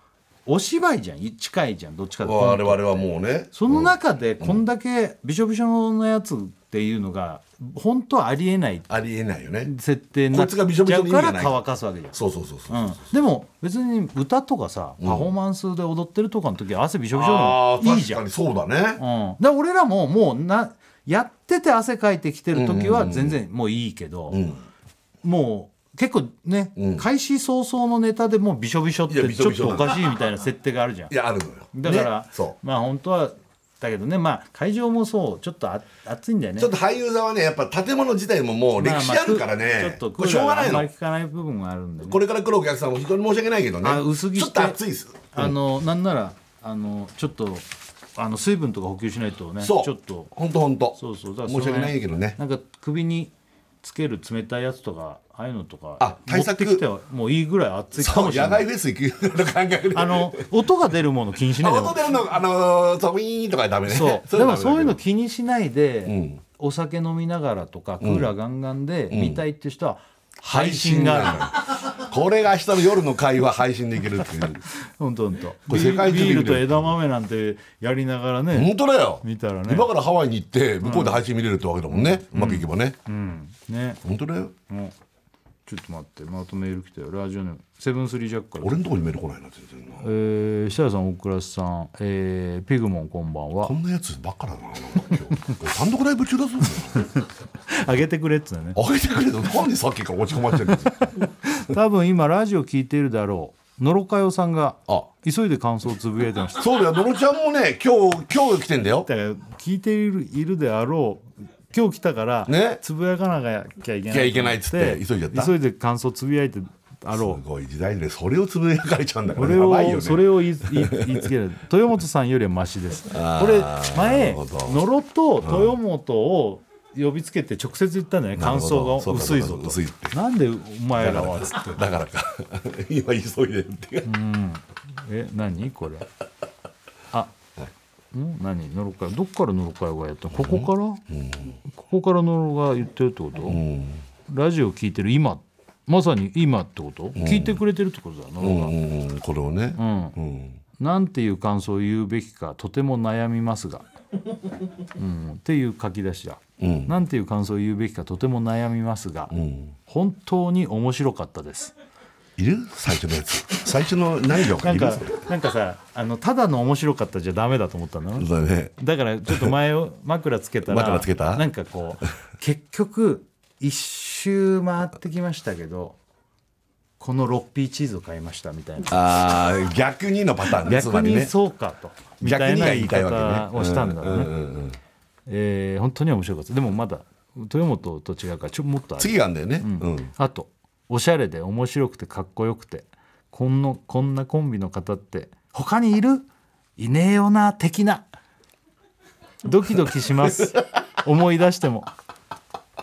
Speaker 1: お芝居じゃんい近いじゃんどっちかっていうと
Speaker 2: 我々はもうね
Speaker 1: その中でこんだけびしょびしょのやつっていうのが本当はありえない
Speaker 2: ありえないよね
Speaker 1: 設定になっちゃ
Speaker 2: こいつがびしょびしょ
Speaker 1: う
Speaker 2: の意味
Speaker 1: か
Speaker 2: が
Speaker 1: ら
Speaker 2: ない
Speaker 1: 乾かすわけじゃん
Speaker 2: そうそうそうそう
Speaker 1: うんでも別に歌とかさパフォーマンスで踊ってるとかの時は汗びしょびしょ
Speaker 2: ああ
Speaker 1: のいい
Speaker 2: 確
Speaker 1: じゃ
Speaker 2: か
Speaker 1: ん、うん、
Speaker 2: に
Speaker 1: だか
Speaker 2: そうだね
Speaker 1: ら俺らももうなやってて汗かいてきてる時は全然もういいけど、もう結構ね、開始早々のネタでもうびしょびしょっ
Speaker 2: いや
Speaker 1: て
Speaker 2: びし
Speaker 1: ち
Speaker 2: ょ
Speaker 1: ょ
Speaker 2: び
Speaker 1: っ
Speaker 2: しょ
Speaker 1: とおかしいみたいな設定があるじゃん
Speaker 2: いやあるのよ
Speaker 1: だから、
Speaker 2: ねそう
Speaker 1: まあ本当はだけどねまあ会場もそうちょっとあ暑いんだよね
Speaker 2: ちょっと俳優座はねやっぱ建物自体ももう歴史あるから
Speaker 1: まあま
Speaker 2: ね
Speaker 1: あちょっと
Speaker 2: こ
Speaker 1: ク
Speaker 2: れ
Speaker 1: ー
Speaker 2: しょうが
Speaker 1: ラーが
Speaker 2: な
Speaker 1: あ
Speaker 2: いの
Speaker 1: んまり効かない部分があるんでね
Speaker 2: これから来るお客さんも非常に申し訳ないけどね
Speaker 1: あ薄着
Speaker 2: ち
Speaker 1: し
Speaker 2: ょっ
Speaker 1: て
Speaker 2: と暑いです
Speaker 1: あのなんならあのちょっとあの水分とか補給しないとね
Speaker 2: そう
Speaker 1: ちょっと
Speaker 2: 本当本当
Speaker 1: そうそうだからそ
Speaker 2: 申
Speaker 1: の
Speaker 2: し訳ないけどね
Speaker 1: なんか首につける冷たいやつとかああいうのとか
Speaker 2: あ対策
Speaker 1: 持ってきてはもういいぐらい暑いか
Speaker 2: そう
Speaker 1: もし
Speaker 2: 野
Speaker 1: れな
Speaker 2: 外
Speaker 1: い
Speaker 2: フェス行くの考える
Speaker 1: あの音が出るもの気にしないで
Speaker 2: 音出るのあのーそうウィーンとかダメね
Speaker 1: そう
Speaker 2: れ
Speaker 1: で
Speaker 2: はダメだ
Speaker 1: も
Speaker 2: けど
Speaker 1: そういうの気にしないで、
Speaker 2: ん
Speaker 1: お酒飲みながらとかクーラーガンガンで見たいっていう人は配信があるのよ、
Speaker 2: これが明日の夜の会話配信できるっていう
Speaker 1: 本当本当
Speaker 2: これ世界中で見れ
Speaker 1: ビー
Speaker 2: る
Speaker 1: ルと枝豆なんてやりながらね、
Speaker 2: 本当だよ
Speaker 1: 見たらね
Speaker 2: 今からハワイに行って向こうで配信見れるってわけだもんね、うまくいけばね、
Speaker 1: ね
Speaker 2: 本当だよ
Speaker 1: もうちょっと待ってまたメール来たよラジオネームセブンスリージャックから
Speaker 2: 俺のとこにメール来ないな全然な
Speaker 1: えー、設楽さん大倉さん、えー、ピグモンこんばんは
Speaker 2: こんなやつばっかだななんか今日これ単独ライブ中だぞ
Speaker 1: あげてくれっつうね
Speaker 2: あげてくれたなんでさっきから落ち込まってるんですか
Speaker 1: 多分今ラジオ聞いているだろう野呂佳代さんが
Speaker 2: あ
Speaker 1: 急いで感想をつぶやいてました
Speaker 2: そうだよのろちゃんもね今日今日来てんだよ
Speaker 1: だから聞いているいるであろう今日来たから、
Speaker 2: ね
Speaker 1: つぶやかなきゃいけない
Speaker 2: きゃいけないっつって急いじゃった
Speaker 1: 急いで感想つぶやいてあろう
Speaker 2: すごい時代でそれをつぶやかれちゃうんだか
Speaker 1: そ
Speaker 2: ら
Speaker 1: れ
Speaker 2: やばいよ
Speaker 1: を
Speaker 2: ね
Speaker 1: それを言い言い言いつ ける豊本さんよりはマシですこれ前
Speaker 2: なるほど
Speaker 1: 野呂と豊本を呼びつけて直接言ったんだよね
Speaker 2: なる
Speaker 1: 感
Speaker 2: ほ
Speaker 1: 想
Speaker 2: ど
Speaker 1: が薄いぞ
Speaker 2: そうか
Speaker 1: と
Speaker 2: 薄いって
Speaker 1: なんでお前らはつって
Speaker 2: だから か今急いでるって
Speaker 1: え何これあん何野呂会どっから野呂会がやったのここから、ここから野呂が言ってるってこと、ラジオ聞いてる今まさに今ってこと、聞いてくれてるってことだ野呂が、
Speaker 2: うんこれをね、うん
Speaker 1: なんていう感想を言うべきかとても悩みま すが、うん、っていう書き出しだ、
Speaker 2: うん
Speaker 1: なんていう感想を言うべきかとても悩みますが、
Speaker 2: うん
Speaker 1: 本当に面白かったです
Speaker 2: いる最初のや つ最初の何秒か
Speaker 1: なん
Speaker 2: いる
Speaker 1: か
Speaker 2: それ
Speaker 1: なんかさあのただの面白かったじゃダメだと思ったの
Speaker 2: そうだね
Speaker 1: だからちょっと前を 枕つけたら
Speaker 2: 枕つけた
Speaker 1: なんかこう結局一周回ってきましたけどこの 6P チーズを買いましたみたいな
Speaker 2: あー逆にのパターンねつま
Speaker 1: 逆
Speaker 2: り
Speaker 1: に
Speaker 2: ね
Speaker 1: そうかとみ
Speaker 2: 逆
Speaker 1: たい
Speaker 2: に
Speaker 1: な
Speaker 2: が
Speaker 1: 言
Speaker 2: 言
Speaker 1: い
Speaker 2: いたいわけね
Speaker 1: 方をしたんだろうねえー本当に面白かったでもまだ豊本と違うからちょもっとある
Speaker 2: 次があんだよね、うん
Speaker 1: あとおしゃれで面白くてかっこよくてこんのこんなコンビの方って他にいるいねえよな的なドキドキします思い出しても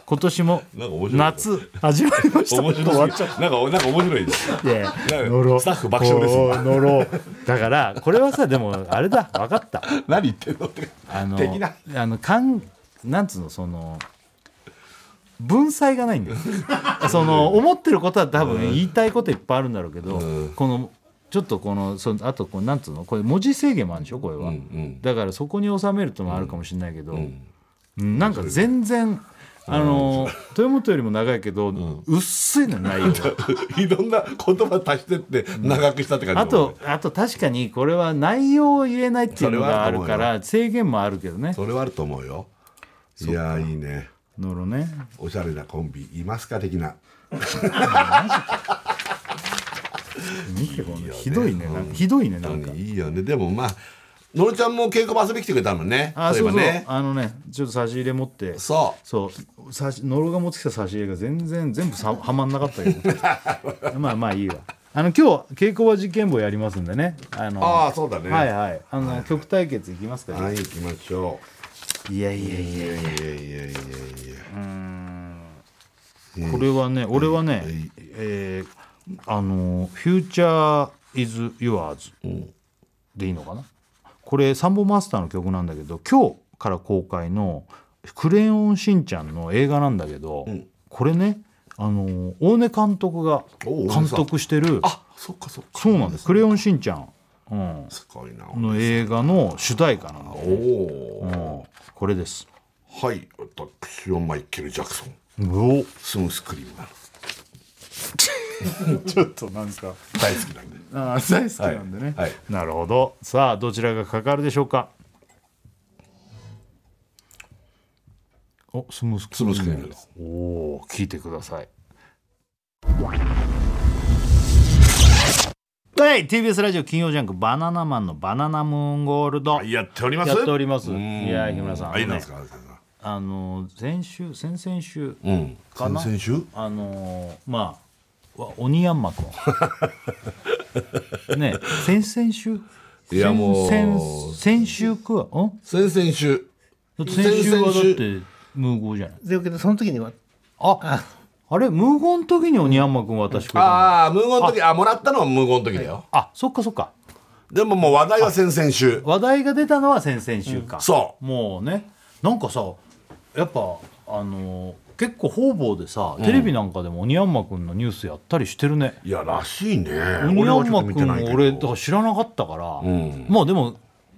Speaker 1: 今年も
Speaker 2: なんか面白い
Speaker 1: 夏始まりました
Speaker 2: 面白い
Speaker 1: 終わっ
Speaker 2: なんかなんか面白いです
Speaker 1: いや
Speaker 2: なんか
Speaker 1: 乗ろう
Speaker 2: スタッフ爆笑ですよ
Speaker 1: おー乗ろうだからこれはさでもあれだ分かった
Speaker 2: 何言ってんのって
Speaker 1: あの
Speaker 2: 的な
Speaker 1: あのかんなんつうのその文才がな いんだよその思ってることは多分言いたいこといっぱいあるんだろうけど、このちょっとこのそのあとこうなんつうのこれ文字制限もあるんでしょこれは、
Speaker 2: ん
Speaker 1: だからそこに収めるともあるかもしれないけど、うんなんか全然あの豊本よりも長いけど、薄いのよ内 容が
Speaker 2: いろんな言葉足してって長くしたって感じ
Speaker 1: あとあと確かにこれは内容を言えないっていうのがある
Speaker 2: それ
Speaker 1: か
Speaker 2: は
Speaker 1: ら制限もあるけどね
Speaker 2: それはあると思うよいやーいいね
Speaker 1: のろね
Speaker 2: おしゃれなコンビいますか的な
Speaker 1: 見てこのひどいねなんかひどいねなんか
Speaker 2: いいよねでもまあのろちゃんも稽古場遊び来てくれたのね
Speaker 1: あ
Speaker 2: い
Speaker 1: そ
Speaker 2: え
Speaker 1: う
Speaker 2: ば
Speaker 1: そう
Speaker 2: ね
Speaker 1: あのねちょっと差し入れ持って
Speaker 2: そう
Speaker 1: そう差しのろが持ってきた差し入れが全然全 部さはまんなかったけどまあまあいいわあの今日稽古場実験簿やりますんでねあの
Speaker 2: ああそうだね
Speaker 1: はいはいあの、曲対決いきますか、
Speaker 2: はい行きましょ
Speaker 1: いやいやいう
Speaker 2: い
Speaker 1: や
Speaker 2: やいやいやいやいや
Speaker 1: これはね俺はね、えーあの「Future is yours」でいいのかなこれサンボマスターの曲なんだけど今日から公開の「クレヨンしんちゃん」の映画なんだけど、これねあの大根監督が
Speaker 2: お
Speaker 1: 監督してる
Speaker 2: あそっかそっか
Speaker 1: そうなんです「クレヨンしんちゃん」うん
Speaker 2: すごいな
Speaker 1: の映画の主題歌なんだ
Speaker 2: おお
Speaker 1: これです。
Speaker 2: ーはい私はマイケル・ジャクソン
Speaker 1: お
Speaker 2: スムースクリームが
Speaker 1: ちょっとなんですか
Speaker 2: 大好きなんで
Speaker 1: あー大好きなんでね、
Speaker 2: はいはい
Speaker 1: なるほどさあどちらがかかるでしょうかおスムースク
Speaker 2: スムースクリームです
Speaker 1: おお聞いてくださいはい TBS ラジオ金曜ジャンク「バナナマンのバナナムーンゴールド」
Speaker 2: やっております
Speaker 1: やっております
Speaker 2: うーん
Speaker 1: いや日村さん
Speaker 2: あいいなん
Speaker 1: ね
Speaker 2: ですか先生
Speaker 1: あの先週先々週
Speaker 2: うん
Speaker 1: かな
Speaker 2: 先々週
Speaker 1: あのーまあわ鬼ヤンマく んね先々週
Speaker 2: いやもう
Speaker 1: 先々先週くわん
Speaker 2: 先々週
Speaker 1: だって先週はだっ
Speaker 2: 先々
Speaker 1: てムーゴーじゃない
Speaker 3: だけどその時には
Speaker 1: ああれムーゴーの時に鬼ヤンマくん渡してくれたの
Speaker 2: ああ無言の時あもらったのは無言の時だよ
Speaker 1: あそっかそっか
Speaker 2: でももう話題は先々週
Speaker 1: 話題が出たのは先々週か、
Speaker 2: そ
Speaker 1: もうねなんかさやっぱあのー結構方々でさ、テレビなんかでも鬼ヤンマくんのニュースやったりしてるね
Speaker 2: いやらしいね
Speaker 1: 鬼ヤンマくん
Speaker 2: けど
Speaker 1: 俺だから知らなかったから、もうでも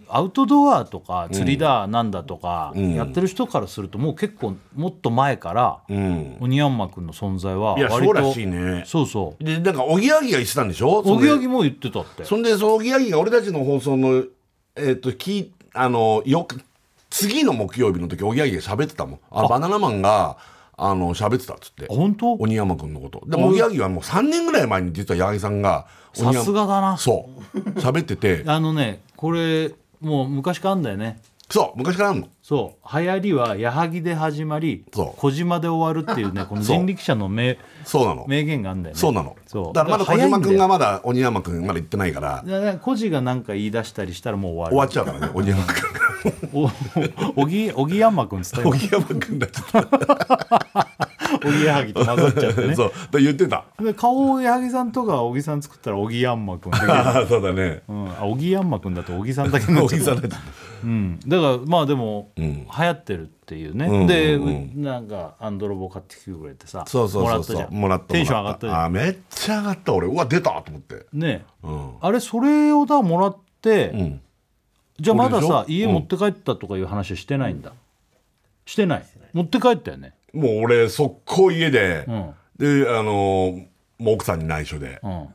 Speaker 1: アウトドアとか釣りだなんだとかやってる人からするともう結構もっと前から
Speaker 2: うん
Speaker 1: 鬼ヤンマくんの存在はい
Speaker 2: や
Speaker 1: 割
Speaker 2: そうら
Speaker 1: と
Speaker 2: しいね
Speaker 1: そうそう
Speaker 2: でなんかおぎやはぎが言ってたんでしょ
Speaker 1: おぎや
Speaker 2: そ
Speaker 1: はぎ
Speaker 2: んで
Speaker 1: も言ってたって
Speaker 2: そんでそのおぎやはぎが俺たちの放送のえっ、ときあのよく次の木曜日の時おぎやはぎが喋ってたもんあのバナナマンがあの喋ってたっつって
Speaker 1: あ本当
Speaker 2: 鬼山君のことでもおぎやはぎはもう3年ぐらい前に実は矢作さんが鬼山
Speaker 1: さすがだな
Speaker 2: そう喋って て
Speaker 1: あのねこれもう昔からあんだよね
Speaker 2: そう昔からあんの
Speaker 1: そう流行りは矢作で始まり
Speaker 2: そう
Speaker 1: 小島で終わるっていう ねこの
Speaker 2: そう
Speaker 1: 人力車の名
Speaker 2: そうなの
Speaker 1: 名言があんだよね
Speaker 2: そうなの
Speaker 1: そう
Speaker 2: だからまだ小島君が
Speaker 1: だか
Speaker 2: まだ鬼山君まだ言ってないから
Speaker 1: ら早いんだよだから孤児が何か言い出したりしたらもう終
Speaker 2: 終
Speaker 1: わ
Speaker 2: わ
Speaker 1: る
Speaker 2: っちゃうから ね鬼山君が
Speaker 1: おおぎおぎやんまくんつったよ
Speaker 2: 鬼山君だっちゃった
Speaker 1: おぎやはぎと混ざっちゃって ね
Speaker 2: そうだ言ってた
Speaker 1: で顔を矢作さんとか小木さん作ったらおぎやんまくんだ けど、
Speaker 2: ああそうだね
Speaker 1: うん、あ小木やんまくんだと小木さんだけにな
Speaker 2: お
Speaker 1: っちゃ
Speaker 2: じ
Speaker 1: っ
Speaker 2: さ
Speaker 1: た
Speaker 2: んだっちゃっ
Speaker 1: うん、だからまあでも、
Speaker 2: ん
Speaker 1: 流行ってるっていうね、
Speaker 2: んうんうん
Speaker 1: でなんかアンドロボ買ってきてくれてさ
Speaker 2: たそうそう
Speaker 1: も
Speaker 2: そ
Speaker 1: ら
Speaker 2: う
Speaker 1: った
Speaker 2: そ
Speaker 1: じ
Speaker 2: う
Speaker 1: ゃんテンション上がったじゃ
Speaker 2: あ
Speaker 1: ん
Speaker 2: ーめっちゃ上がった俺うわ出たと思って
Speaker 1: ねえ
Speaker 2: うん
Speaker 1: あれそれをだもらって、
Speaker 2: ん
Speaker 1: じゃあまださ
Speaker 2: これでし
Speaker 1: 家
Speaker 2: ょ
Speaker 1: 持って帰ったとかいう話してないんだ、してない持って帰ったよね
Speaker 2: もう俺速攻家で、
Speaker 1: ん
Speaker 2: であのーもう奥さんに内緒で
Speaker 1: うん、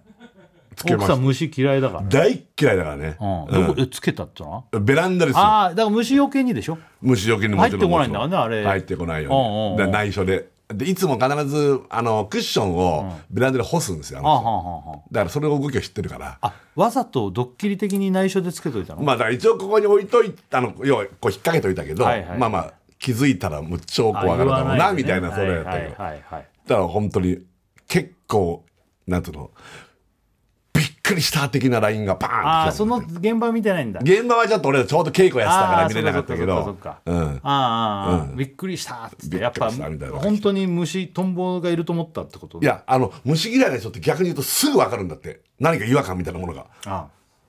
Speaker 2: つけま
Speaker 1: 奥
Speaker 2: し
Speaker 1: さ
Speaker 2: た
Speaker 1: ん虫嫌いだから、
Speaker 2: 大っ嫌いだからね、
Speaker 1: うん、どこでつけたっての
Speaker 2: ベランダですよ
Speaker 1: ああだから虫よけにでしょ
Speaker 2: 虫除けにもちろ
Speaker 1: 入ってこないんだね
Speaker 2: もちろ
Speaker 1: あれ
Speaker 2: 入ってこないよ
Speaker 1: うんうん
Speaker 2: ね
Speaker 1: うん
Speaker 2: だから内緒ででいつも必ずあのクッションをベランダで干すんですよ、あ
Speaker 1: あ
Speaker 2: の
Speaker 1: は
Speaker 2: 人
Speaker 1: んはんはんはん
Speaker 2: だからそれを動きを知ってるから
Speaker 1: あわざとドッキリ的に内緒でつけといたの、
Speaker 2: まあだから一応ここに置いといたの要はこう引っ掛けといたけど、
Speaker 1: はいはい
Speaker 2: まあまあ気づいたらもう超怖がるだろうなみたいなそれやったけど、
Speaker 1: はいはいはい
Speaker 2: だから本当に結構なんつうのびっくりした的なラインがバーンって
Speaker 1: あ
Speaker 2: 来
Speaker 1: あそ
Speaker 2: たも
Speaker 1: の
Speaker 2: んね
Speaker 1: 現場見てないんだ
Speaker 2: 現場はちょっと俺ちょうど稽古やってたか
Speaker 1: あ
Speaker 2: ら
Speaker 1: ー
Speaker 2: 見れなかったけ
Speaker 1: そっ
Speaker 2: ど
Speaker 1: かそっかそっか
Speaker 2: うん
Speaker 1: あーあー、びっくりしたっつって
Speaker 2: び
Speaker 1: や
Speaker 2: っ
Speaker 1: っ
Speaker 2: く
Speaker 1: ぱ
Speaker 2: りしたみたいな
Speaker 1: 本当に虫トンボがいると思ったってこと
Speaker 2: いやあの虫嫌いな人って逆に言うとすぐ分かるんだって何か違和感みたいなものが
Speaker 1: あ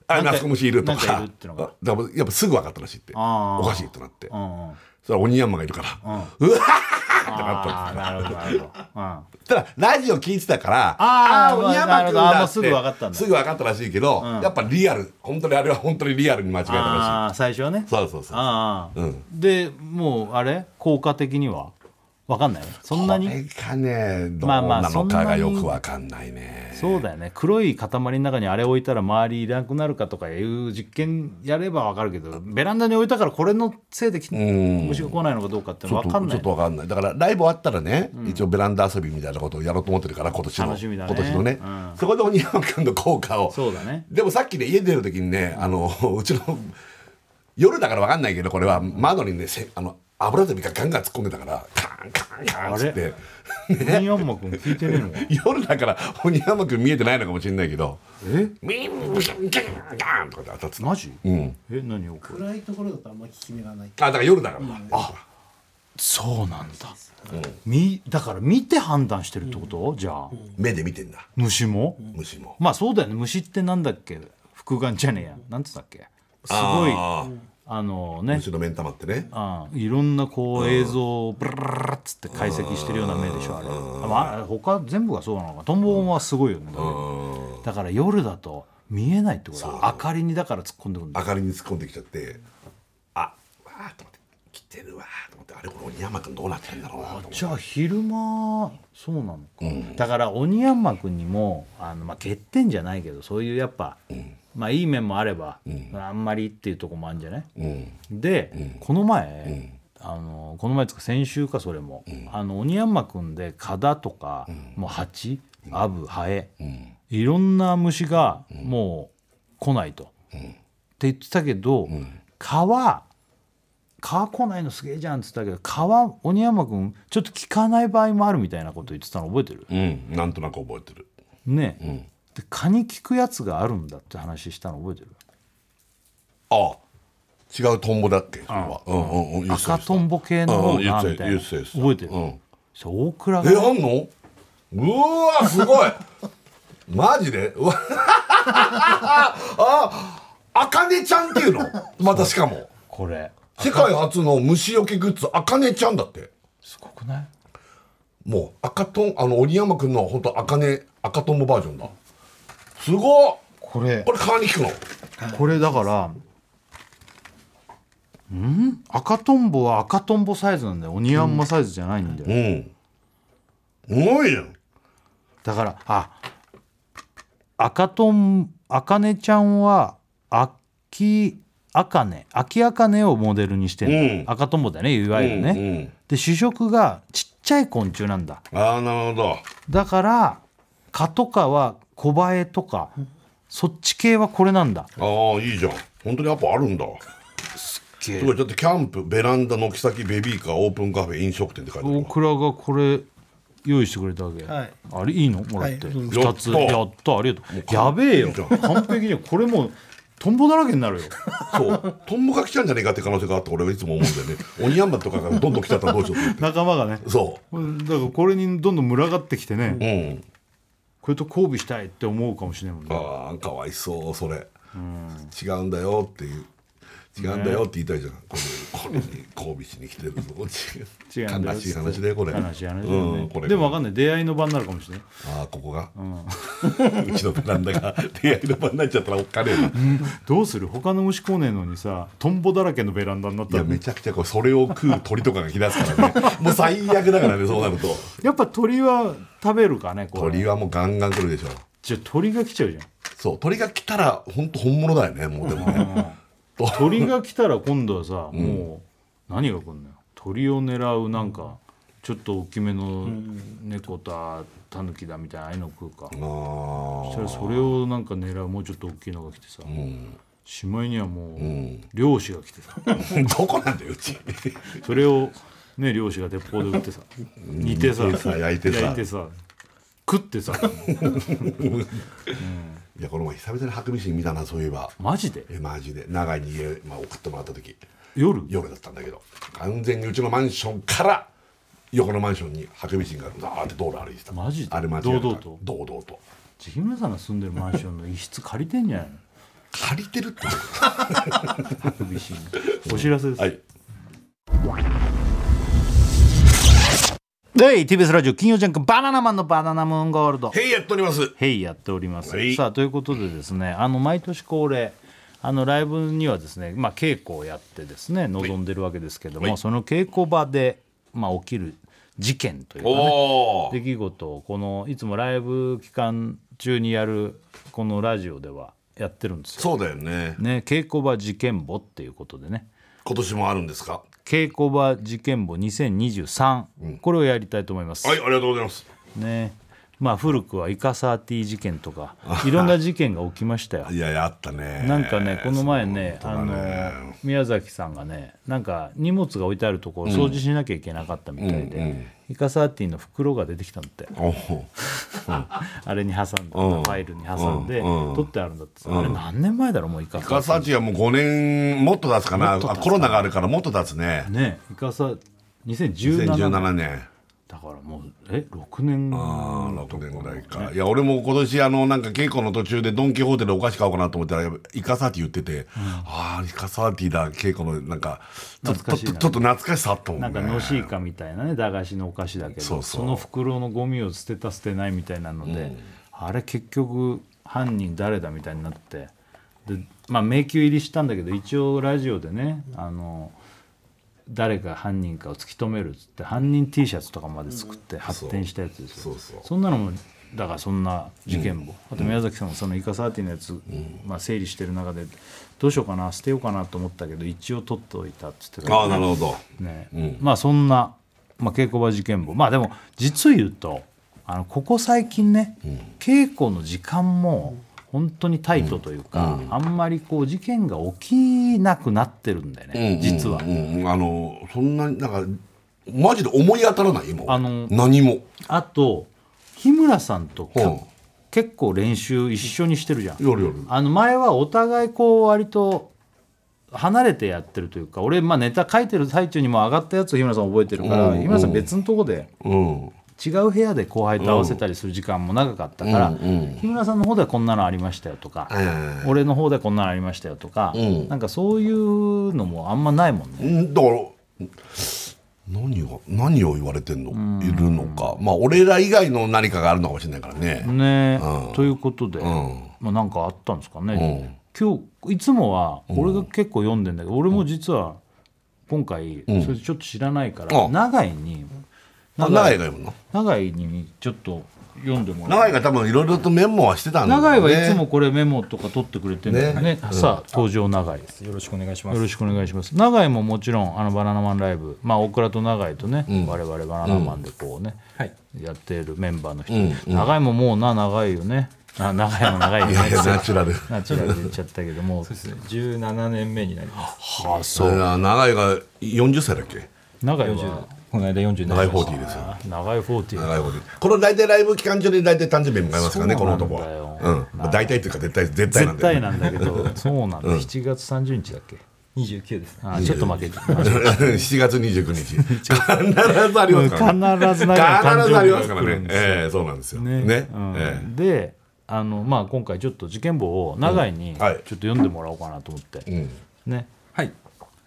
Speaker 2: あ
Speaker 1: なんか
Speaker 2: あそこ虫いると
Speaker 1: なんか
Speaker 2: か
Speaker 1: いるってのが
Speaker 2: だからやっぱすぐ分かったらしいって
Speaker 1: あー
Speaker 2: おかしいとなって
Speaker 1: あうんうん
Speaker 2: それは鬼ヤンマがいるから、うわーってなったんです
Speaker 1: ああなるほどな るほど、うん
Speaker 2: ただラジオ聞いてたから
Speaker 1: あー
Speaker 2: ー鬼山
Speaker 1: なるほどあーもう
Speaker 2: って
Speaker 1: すぐ分かったんだ
Speaker 2: すぐ分かったらしいけど、やっぱリアル本当にあれは本当にリアルに間違えたら
Speaker 1: ああ最初はね
Speaker 2: しいそうそうそう
Speaker 1: ああ、
Speaker 2: うん
Speaker 1: でもうあれ効果的には分かんないそんな
Speaker 2: これ
Speaker 1: に
Speaker 2: がねどう
Speaker 1: まあまあ
Speaker 2: なのか
Speaker 1: そんな
Speaker 2: が
Speaker 1: に
Speaker 2: よく分かんないね
Speaker 1: そうだよね黒い塊の中にあれ置いたら周りいなくなるかとかいう実験やれば分かるけどベランダに置いたからこれのせいでき
Speaker 2: ん
Speaker 1: 虫が来ないのかどうかって
Speaker 2: ちょっ
Speaker 1: 分
Speaker 2: と
Speaker 1: か
Speaker 2: ち
Speaker 1: んな
Speaker 2: ょっ
Speaker 1: い
Speaker 2: と分かんないだからライブ終わったらね、一応ベランダ遊びみたいなことをやろうと思ってるから今年の
Speaker 1: 楽しみだね
Speaker 2: 今年のね、
Speaker 1: うん
Speaker 2: そこで鬼山君の効果を
Speaker 1: そうだね
Speaker 2: でもさっきね家出る時にねあの うちの夜だから分かんないけどこれは窓にねせあの油ゼビがガンガン突っ込んでたからカーンカーンカーンっつって
Speaker 1: ニヤンマ君聞いてねえのか
Speaker 2: 夜だから鬼山君見えてないのかもしれないけど
Speaker 1: え
Speaker 2: ミンブシャンガンガンとかって当たってた
Speaker 1: マジ
Speaker 2: うん
Speaker 1: え何をこれ
Speaker 3: 暗いところだとあんま効き目がない
Speaker 2: あだから夜だからだあ
Speaker 1: そうなんだ、みだから見て判断してるってこと、じゃあ
Speaker 2: 目で見てんだ
Speaker 1: 虫も、
Speaker 2: 虫も
Speaker 1: まあそうだよね虫ってなんだっけ複眼じゃねえやなんつったっけすごいあ
Speaker 2: あー
Speaker 1: のね
Speaker 2: 虫の目ん玉ってね
Speaker 1: あいろんなこう映像をブルルルルルっつって解析してるような目でしょあれ、まああれ、他全部がそうなのかトンボはすごいよね、だけどだから夜だと見えないってことだ明かりにだから突っ込んでくるんだ
Speaker 2: 明かりに突っ込んできちゃってあわーっと思って来てるわーと思ってあれこれ鬼山君どうなってんだろうなと思って
Speaker 1: じゃあ昼間そうなのか、だから鬼ヤンマ君にもあの、まあ、欠点じゃないけどそういうやっぱ、まあいい面もあれば、あんまりっていうとこもあるんじゃない、
Speaker 2: うん
Speaker 1: で、この前、あのこの前つか先週かそれも、あの鬼山くんで蚊だとか、もう蜂アブハエ、いろんな虫がもう来ないと、って言ってたけど、蚊は蚊来ないのすげえじゃんっつったけど蚊は鬼山くんちょっと効かない場合もあるみたいなこと言ってたの覚えてる
Speaker 2: うんなんとなく覚えてる
Speaker 1: ね、で蚊に効くやつがあるんだって話したの覚えてる
Speaker 2: ああ違うトンボだっけそれはうんうんうん言ってた
Speaker 1: 赤トンボ系の方が
Speaker 2: うん
Speaker 1: みたい
Speaker 2: 言
Speaker 1: な
Speaker 2: ってた
Speaker 1: 覚
Speaker 2: 言ってた
Speaker 1: えてる、
Speaker 2: うん
Speaker 1: そう大倉が
Speaker 2: えあんのうーわすごい マジでうわ ああかねちゃんって いうのまたしかも
Speaker 1: これ
Speaker 2: 世界初の虫除けグッズあかねちゃんだって
Speaker 1: すごくない
Speaker 2: もう赤トンあの鬼山君の本当赤ね赤トンボバージョンだすごっ
Speaker 1: これ
Speaker 2: これ川に効くの
Speaker 1: これだからうん赤とんぼは赤とんぼサイズなんだよオニヤンマサイズじゃないんだよ、
Speaker 2: うんすごいやん
Speaker 1: だからあ赤とん赤ねちゃんは秋赤ね秋赤ねをモデルにしてんだ、
Speaker 2: うん
Speaker 1: 赤とんぼだよねいわゆるね、
Speaker 2: うんうん
Speaker 1: で主食がちっちゃい昆虫なんだ
Speaker 2: ああなるほど
Speaker 1: だから蚊とかはコバエとかそっち系はこれなんだ
Speaker 2: ああいいじゃん本当にやっぱあるんだすごいだってキャンプベランダ軒先ベビーカーオープンカフェ飲食店って書いてある
Speaker 1: 大倉がこれ用意してくれたわけ、
Speaker 3: はい
Speaker 1: あれいいのもらって、
Speaker 3: はいど
Speaker 1: 二
Speaker 3: う
Speaker 2: ぞ
Speaker 1: 2つ
Speaker 2: やった
Speaker 1: やったありがとうやべえよ完璧にこれもうトンボだらけになるよ
Speaker 2: そうトンボが来ちゃうんじゃねえかって可能性があって俺はいつも思うんだよね鬼ヤンマとかがどんどん来ちゃったらどうしようと思って
Speaker 1: 仲間がね
Speaker 2: そ
Speaker 1: だからこれにどんどん群がってきてね、
Speaker 2: ううん
Speaker 1: これと交尾したいって思うかもしれないもんね
Speaker 2: ああかわいそうそれ違うんだよっていう違うんだよって言いたいじゃん、これこれに交尾しに来てるぞ
Speaker 1: 違うんだよ
Speaker 2: 悲しい話だよこれ
Speaker 1: 悲しい話だよ
Speaker 2: うん
Speaker 1: ね
Speaker 2: これ
Speaker 1: でも分かんない出会いの場になるかもしれない
Speaker 2: ああここが、う ちのベランダが出会いの場になっちゃったらおっかねえな
Speaker 1: どうする他の虫来ねえのにさトンボだらけのベランダになっ
Speaker 2: い
Speaker 1: た
Speaker 2: や
Speaker 1: ら
Speaker 2: めちゃくちゃこうそれを食う鳥とかが来だす からねもう最悪だからねそうなると
Speaker 1: やっぱ鳥は食べるかねこれ
Speaker 2: 鳥はもうガンガン来るでしょ
Speaker 1: じゃあ鳥が来ちゃうじゃん
Speaker 2: そう鳥が来たら本当本物だよねもうでもねと
Speaker 1: 鳥が来たら今度はさ、もう何が来んのよ鳥を狙うなんかちょっと大きめの猫だタヌキだみたいなああいうの食うか、
Speaker 2: あー
Speaker 1: そしたらそれをなんか狙うもうちょっと大きいのが来てさ、しまいにはもう、
Speaker 2: ん
Speaker 1: 漁師が来てさ
Speaker 2: どこなんだようち
Speaker 1: それをね漁師が鉄砲で撃ってさ煮てさ
Speaker 2: 煮てさ焼いてさ
Speaker 1: 食ってさ
Speaker 2: いやこの前久々にハクビシン見たなそういえば
Speaker 1: マジで
Speaker 2: えマジで長いに家、まあ、送ってもらった時
Speaker 1: 夜
Speaker 2: 夜だったんだけど完全にうちのマンションから横のマンションにハクビシンがザーって道路歩いてた
Speaker 1: マジで
Speaker 2: あれマジで
Speaker 1: 堂々と
Speaker 2: 堂々と
Speaker 1: ジ村さんが住んでるマンションの一室借りてんじゃないの
Speaker 2: 借りてるって
Speaker 1: ハクビシンお知らせです、
Speaker 2: はい
Speaker 1: で TBS ラジオ金曜ジャンク「バナナマンのバナナムーンゴールド」
Speaker 2: へいやっております
Speaker 1: へいやっております、
Speaker 2: はい
Speaker 1: さあということでですねあの毎年恒例あのライブにはですね、まあ、稽古をやってですね臨んでるわけですけども、
Speaker 2: はい
Speaker 1: その稽古場で、まあ、起きる事件というか、ね、
Speaker 2: おお
Speaker 1: 出来事をこのいつもライブ期間中にやるこのラジオではやってるんですよ。
Speaker 2: そうだよね
Speaker 1: ね、稽古場事件簿っていうことでね
Speaker 2: 今年もあるんですか
Speaker 1: 稽古場事件簿2023、これをやりたいと思います。
Speaker 2: はいありがとうございます
Speaker 1: ねまあ古くはイカサーティ事件 とかいろんな事件が起きましたよ。
Speaker 2: いやいやあったね
Speaker 1: なんかねこの前ね
Speaker 2: そう
Speaker 1: あ
Speaker 2: だ
Speaker 1: の
Speaker 2: ね
Speaker 1: 宮崎さんがねなんか荷物が置いてあるところ掃除しなきゃいけなかったみたいで、イカサーティの袋が出てきたんだ って
Speaker 2: おお
Speaker 1: あれに挟んで、
Speaker 2: うん
Speaker 1: ファイルに挟んで、
Speaker 2: うん
Speaker 1: 取ってあるんだってさ、あれ何年前だろうもうイカサ
Speaker 2: ガサーチはもう5年もっと経つかな
Speaker 1: もっと経つか
Speaker 2: あコロナがあるからもっと経つね
Speaker 1: ねイカサ2017年
Speaker 2: 2017年
Speaker 1: だからもうえ6年
Speaker 2: ああ6年ぐらいかいや俺も今年あのなんか稽古の途中でドン・キホーテでお菓子買おうかなと思ったらイカサーティ言ってて、ああイカサーティだ稽古のなんかちょっ
Speaker 1: 懐
Speaker 2: と
Speaker 1: かしいな
Speaker 2: ちょっと懐かしさあったもん
Speaker 1: な
Speaker 2: ね
Speaker 1: んかのしいかみたいなね駄菓子のお菓子だけど
Speaker 2: そうそう
Speaker 1: の袋のゴミを捨てた捨てないみたいなので、あれ結局犯人誰だみたいになってで、まあ、迷宮入りしたんだけど一応ラジオでねあの誰が犯人かを突き止めるっつって犯人 T シャツとかまで作って発展したやつですよ、
Speaker 2: そうそうそうん
Speaker 1: なのもだからそんな事件も、あと宮崎さんもそのイカサーティのやつ、まあ、整理してる中でどうしようかな捨てようかなと思ったけど一応取っておいたっつってたから
Speaker 2: ああなるほど
Speaker 1: ねまあそんな、まあ、稽古場事件簿まあでも実を言うとあのここ最近ね、稽古の時間も本当にタイトというか、あんまりこう事件が起きなくなってるんだよね、実は
Speaker 2: う。んうんあのそんなになんかマジで思い当たらない今
Speaker 1: あの
Speaker 2: 何も
Speaker 1: あと日村さんとか、
Speaker 2: うん
Speaker 1: 結構練習一緒にしてるじゃん。
Speaker 2: 夜夜
Speaker 1: あの前はお互いこう割と離れてやってるというか俺まあネタ書いてる最中にも上がったやつを日村さん覚えてるから、
Speaker 2: うん
Speaker 1: 日村さん別のとこで
Speaker 2: うん
Speaker 1: 違う部屋で後輩と合わせたりする時間も長かったから、
Speaker 2: うんうん
Speaker 1: 日村さんの方ではこんなのありましたよとか、
Speaker 2: え
Speaker 1: 俺の方ではこんなのありましたよとか、
Speaker 2: ん
Speaker 1: なんかそういうのもあんまないもんね。
Speaker 2: んだから何を何を言われてんのいるのかまあ俺ら以外の何かがあるのかもしれないからね、
Speaker 1: ね
Speaker 2: うん
Speaker 1: ということで、
Speaker 2: ん
Speaker 1: まあ、なんかあったんですかね、今日いつもは俺が結構読んでんだけど、俺も実は今回それちょっと知らないから、
Speaker 2: うん
Speaker 1: 長井に
Speaker 2: あ
Speaker 1: 長
Speaker 2: 長
Speaker 1: 井
Speaker 2: 井が読むの
Speaker 1: 長井にちょっと読んでもらう
Speaker 2: 長井が多分いろいろとメモはしてたんだよ
Speaker 1: 長
Speaker 2: ね
Speaker 1: 井はいつもこれメモとか取ってくれてるんだよね
Speaker 2: ね
Speaker 1: さあ登場長井
Speaker 4: よろしくお願いしま
Speaker 1: よろ
Speaker 4: す。
Speaker 1: しくお願いします永井ももちろんあのバナナマンライブまあ大倉と永井とね、我々バナナマンでこうね、
Speaker 4: はい
Speaker 1: やっているメンバーの人、永井ももうな長いよねあ長井も長いよね
Speaker 2: いやいやナチュラル
Speaker 1: ナチュラルで言っちゃったけども
Speaker 4: そうですね。17年目になります。
Speaker 1: はあ
Speaker 2: そ
Speaker 1: そう
Speaker 2: れは長井が40歳だっけ
Speaker 1: 長井
Speaker 4: 40
Speaker 1: は
Speaker 4: この間47
Speaker 2: 長井
Speaker 4: でした
Speaker 2: 40ですよ
Speaker 1: 長井40
Speaker 2: 長井40この大体ライブ期間中に大体誕生日迎えますからね
Speaker 1: そ
Speaker 2: こ
Speaker 1: うな
Speaker 2: の
Speaker 1: んだよ
Speaker 2: 男はうんまあ大体っていうか絶対絶対なん
Speaker 1: 絶
Speaker 2: だよね
Speaker 1: 対なんだけどそうなんだ、7月30日だっけ
Speaker 4: 29ですね。
Speaker 1: あちょっと負け て
Speaker 2: 7月29日 必ずありますからね
Speaker 1: 必
Speaker 2: 必
Speaker 1: ず長井誕
Speaker 2: ずありま
Speaker 1: 生
Speaker 2: す
Speaker 1: 日
Speaker 2: か
Speaker 1: が
Speaker 2: ら
Speaker 1: 来るん
Speaker 2: ね
Speaker 1: ですよ
Speaker 2: ええそうなんですよ
Speaker 1: ね
Speaker 2: ね
Speaker 1: うん
Speaker 2: ええ
Speaker 1: であの、まあ、今回ちょっと事件簿を長井にちょ
Speaker 2: はい
Speaker 1: っと読んでもらおうかなと思って、
Speaker 2: ん
Speaker 1: ね
Speaker 4: はい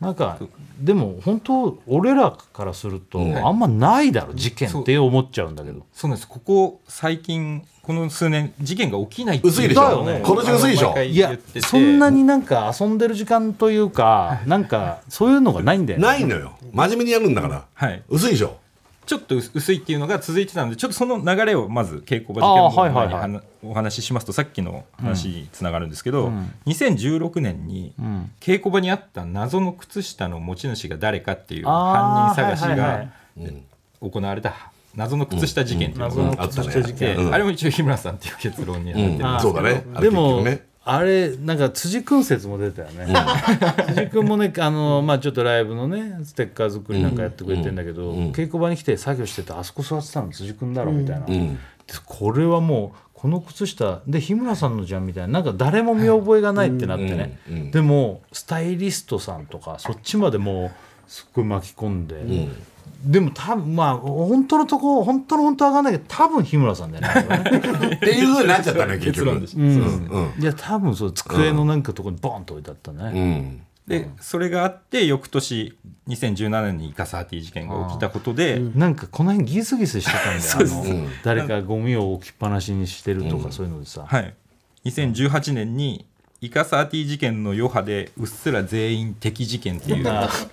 Speaker 1: なんかでも本当俺らからすると
Speaker 2: うん
Speaker 1: あんまないだろ事件
Speaker 4: そう
Speaker 1: って思っちゃうんだけど
Speaker 4: そうなんですここ最近この数年事件が起きないって
Speaker 2: 薄い
Speaker 4: いう
Speaker 2: で
Speaker 1: しょ
Speaker 4: のをね
Speaker 2: 今年薄いでしょ
Speaker 4: 毎回
Speaker 1: いや
Speaker 4: 言ってて
Speaker 1: そんなになんか遊んでる時間というかなんかそういうのがないんだよね
Speaker 2: ないのよ真面目にやるんだから
Speaker 4: はい
Speaker 2: 薄いでしょ
Speaker 4: ちょっと薄薄いっていうのが続いてたんでちょっとその流れをまず稽古場
Speaker 1: あー
Speaker 4: 事件の前に
Speaker 1: はいはいは
Speaker 4: はなお話ししますとさっきの話につながるんですけど、2016年に
Speaker 1: ん
Speaker 4: 稽古場にあった謎の靴下の持ち主が誰かっていう犯
Speaker 1: あー
Speaker 4: 人探し
Speaker 1: はいはいはい
Speaker 4: が行われた謎の靴下事件っていうの
Speaker 1: うん
Speaker 4: が
Speaker 1: あ
Speaker 4: あ
Speaker 1: っ
Speaker 4: ったた
Speaker 1: ね
Speaker 4: んで、
Speaker 2: うん
Speaker 4: あれも一応日村さんっていう結論にな
Speaker 2: う
Speaker 4: って
Speaker 2: ん
Speaker 4: る、
Speaker 1: あー
Speaker 2: そうだねあれ
Speaker 1: で
Speaker 2: 結
Speaker 1: も
Speaker 2: 局ね
Speaker 1: あれなんか辻君説も出たよね、 辻君もねあの、まあ、ちょっとライブのねステッカー作りなんかやってくれてんだけど、稽古場に来て作業しててあそこ座ってたの辻君だろみたいな、でこれはもうこの靴下で日村さんのじゃんみたいななんか誰も見覚えがないってなってね、でもスタイリストさんとかそっちまでもうすっごい巻き込んで。でも多分まあ本当のとこ本当の本当は分かんないけど多分日村さんだよねあれはね
Speaker 2: っていうふうになっちゃったね結
Speaker 4: 結論で
Speaker 2: 局
Speaker 4: した、そうですね
Speaker 2: うん
Speaker 1: いや多分そう机のなんかとこにボンと置いてあった
Speaker 2: う
Speaker 1: ね、
Speaker 2: ん
Speaker 4: でそれがあって翌年2017年にイカサーティ事件が起きたことで、
Speaker 1: なんかこの辺ギスギスしてたんだよ、あの
Speaker 2: うん
Speaker 1: 誰かゴミを置きっぱなしにしてるとかそういうのでさ、
Speaker 4: はい、2018年にイカサーティ事件の余波でうっすら全員敵事件っていう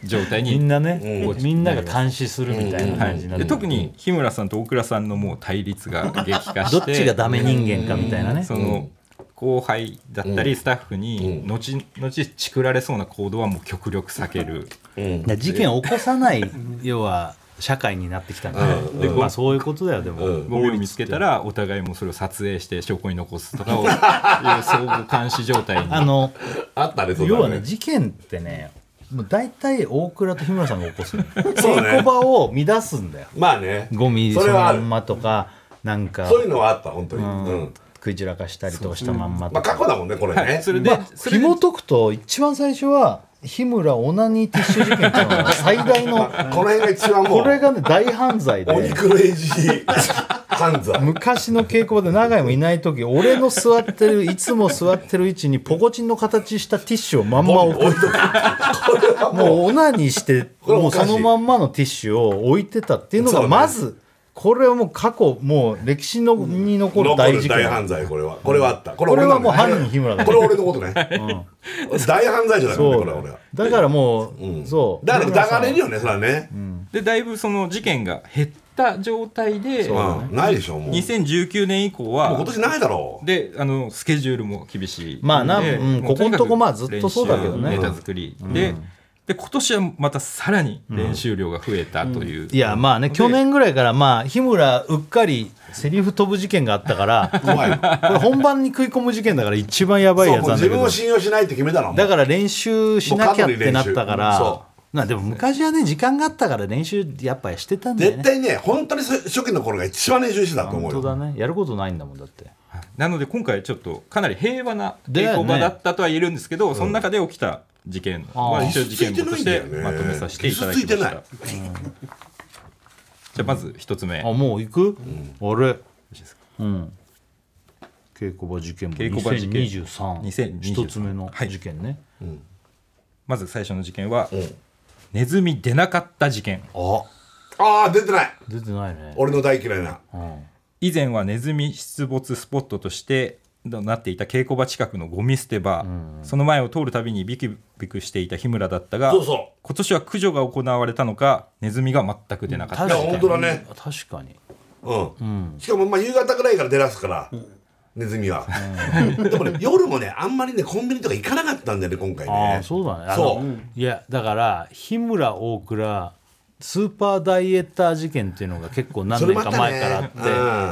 Speaker 4: 状態
Speaker 1: みん
Speaker 4: に、
Speaker 1: なね、
Speaker 4: うん
Speaker 1: みんなが監視するみたいな
Speaker 4: は、
Speaker 1: 感じにないって
Speaker 4: で
Speaker 1: る
Speaker 4: 特に日村さんと大倉さんのもう対立が 激化して
Speaker 1: どっちがダメ人間かみたいなね、
Speaker 4: その後輩だったりスタッフに後々チクられそうな行動はもう極力避ける、
Speaker 1: いや事件を起こさない要は社会になってきたんだよ、
Speaker 4: で
Speaker 1: まあそういうことだよでも、
Speaker 2: うん
Speaker 4: ゴミを見つけたらお互いもうそれを撮影して証拠に残すとかをいう相互監視状 態に
Speaker 1: あの
Speaker 2: あったねそう
Speaker 1: 要は
Speaker 2: だ
Speaker 1: ね
Speaker 2: ね
Speaker 1: 事件ってねもう大体大倉と日村さんが起こすの
Speaker 2: そうね
Speaker 1: 稽古場を乱すんだよ
Speaker 2: まあね
Speaker 1: ゴミそ
Speaker 2: それ
Speaker 1: の
Speaker 2: は
Speaker 1: ま
Speaker 2: ある
Speaker 1: んまとかなんか
Speaker 2: そういうのはあった本当にうん
Speaker 1: 食い散らかしたりとかしたまん
Speaker 2: ま
Speaker 1: まと
Speaker 2: あ
Speaker 1: か
Speaker 2: 過去だもんねこれね
Speaker 4: それで、それで
Speaker 1: 紐解くと一番最初は日村オナニーティッシュ事件っていうのが最 大
Speaker 2: まあ
Speaker 1: の
Speaker 2: この辺が一番も
Speaker 1: これ
Speaker 2: う
Speaker 1: がね大犯罪
Speaker 2: お
Speaker 1: で
Speaker 2: 肉のエイジ犯 罪
Speaker 1: 昔の稽古場で永井もいない時俺の座ってるいつも座ってる位置にポコチンの形したティッシュをまんま置く
Speaker 2: 置いとくこれはもう
Speaker 1: もうオナニーして
Speaker 2: これは
Speaker 1: も
Speaker 2: お
Speaker 1: う
Speaker 2: かしい
Speaker 1: そのまんまのティッシュを置いてたっていうの
Speaker 2: そう
Speaker 1: が
Speaker 2: ね
Speaker 1: まずこれはもう過去もう歴史のに残る
Speaker 2: 残
Speaker 1: 大
Speaker 2: る
Speaker 1: 事件
Speaker 2: 大犯罪これはこれはあったこ
Speaker 1: これは
Speaker 2: 俺の
Speaker 1: もう犯人日村だ
Speaker 2: これ俺のことね大犯罪者だからねこれは俺は
Speaker 1: だからもう、そう
Speaker 2: だから疑われるよねそれはね
Speaker 4: でだいぶその事件が減った状態で、
Speaker 2: まあないでしょもうもう
Speaker 4: 2019年以降
Speaker 2: 今
Speaker 4: は
Speaker 2: 年ないだろう
Speaker 4: であのスケジュールも厳しい
Speaker 1: まあな
Speaker 4: ので
Speaker 1: うん
Speaker 4: もう
Speaker 1: ここんとこ
Speaker 4: にかく
Speaker 1: まあずっとそうだけどね
Speaker 4: 練習ネタ作り、でで今年はまたさらに練習量が増えたという、
Speaker 1: いやまあね
Speaker 4: で
Speaker 1: 去年ぐらいからまあ日村うっかりセリフ飛ぶ事件があったから
Speaker 2: 怖い
Speaker 1: これ本番に食い込む事件だから一番やばい
Speaker 2: そう
Speaker 1: や
Speaker 2: も
Speaker 1: つ
Speaker 2: う
Speaker 1: なんだ
Speaker 2: 自
Speaker 1: け
Speaker 2: 分
Speaker 1: ど
Speaker 2: を信用しないって決めたのもう
Speaker 1: だから練習しなきゃってなった
Speaker 2: も
Speaker 1: か
Speaker 2: う過度
Speaker 1: ら
Speaker 2: に練習そ
Speaker 1: なでも昔はね時間があったから練習やっぱしてたんだよ
Speaker 2: 絶
Speaker 1: ね
Speaker 2: 対ね本当に初期の頃が一番練習してたと思
Speaker 1: 本
Speaker 2: う
Speaker 1: 当だ
Speaker 2: よ
Speaker 1: ねやることないんだもんだって
Speaker 4: なので今回ちょっとかなり平和な
Speaker 1: だよね
Speaker 4: 稽古場だったとは言えるんですけど、その中で起きた事件
Speaker 1: あ
Speaker 4: は
Speaker 1: ー
Speaker 4: 一応事件簿としてまとめさせていただきまし
Speaker 2: 傷つ
Speaker 4: た
Speaker 2: いてないよね
Speaker 4: じゃあまず一つ目
Speaker 1: あもう行く、あれうん稽古場事件も
Speaker 4: 稽古場事件
Speaker 1: 2023
Speaker 4: 2023
Speaker 1: 一つ目の事件ね、
Speaker 4: まず最初の事件は、ネズミ出なかった事件
Speaker 2: ああ出てない
Speaker 1: あ出てないね
Speaker 2: 俺の大嫌いな
Speaker 4: 以前はネズミ出没スポットとしてなっていた稽古場近くのゴミ捨て場、その前を通るたびにビクビクしていた日村だったが
Speaker 2: そうそ
Speaker 4: 今年は駆除が行われたのかネズミが全く出なかった
Speaker 1: 確
Speaker 2: いや
Speaker 1: か
Speaker 2: 本
Speaker 1: に
Speaker 2: 当だね
Speaker 1: 確かに
Speaker 2: うんしかもまあ夕方ぐらいから出だすからネズミはでもね夜もねあんまりねコンビニとか行かなかったんだよね今回
Speaker 1: あ
Speaker 2: ね
Speaker 1: あそうだねあの
Speaker 2: そう
Speaker 1: いやだから日村大倉スーパーダイエッター事件っていうのが結構何
Speaker 2: それ
Speaker 1: 年
Speaker 2: また
Speaker 1: か
Speaker 2: ね
Speaker 1: 前から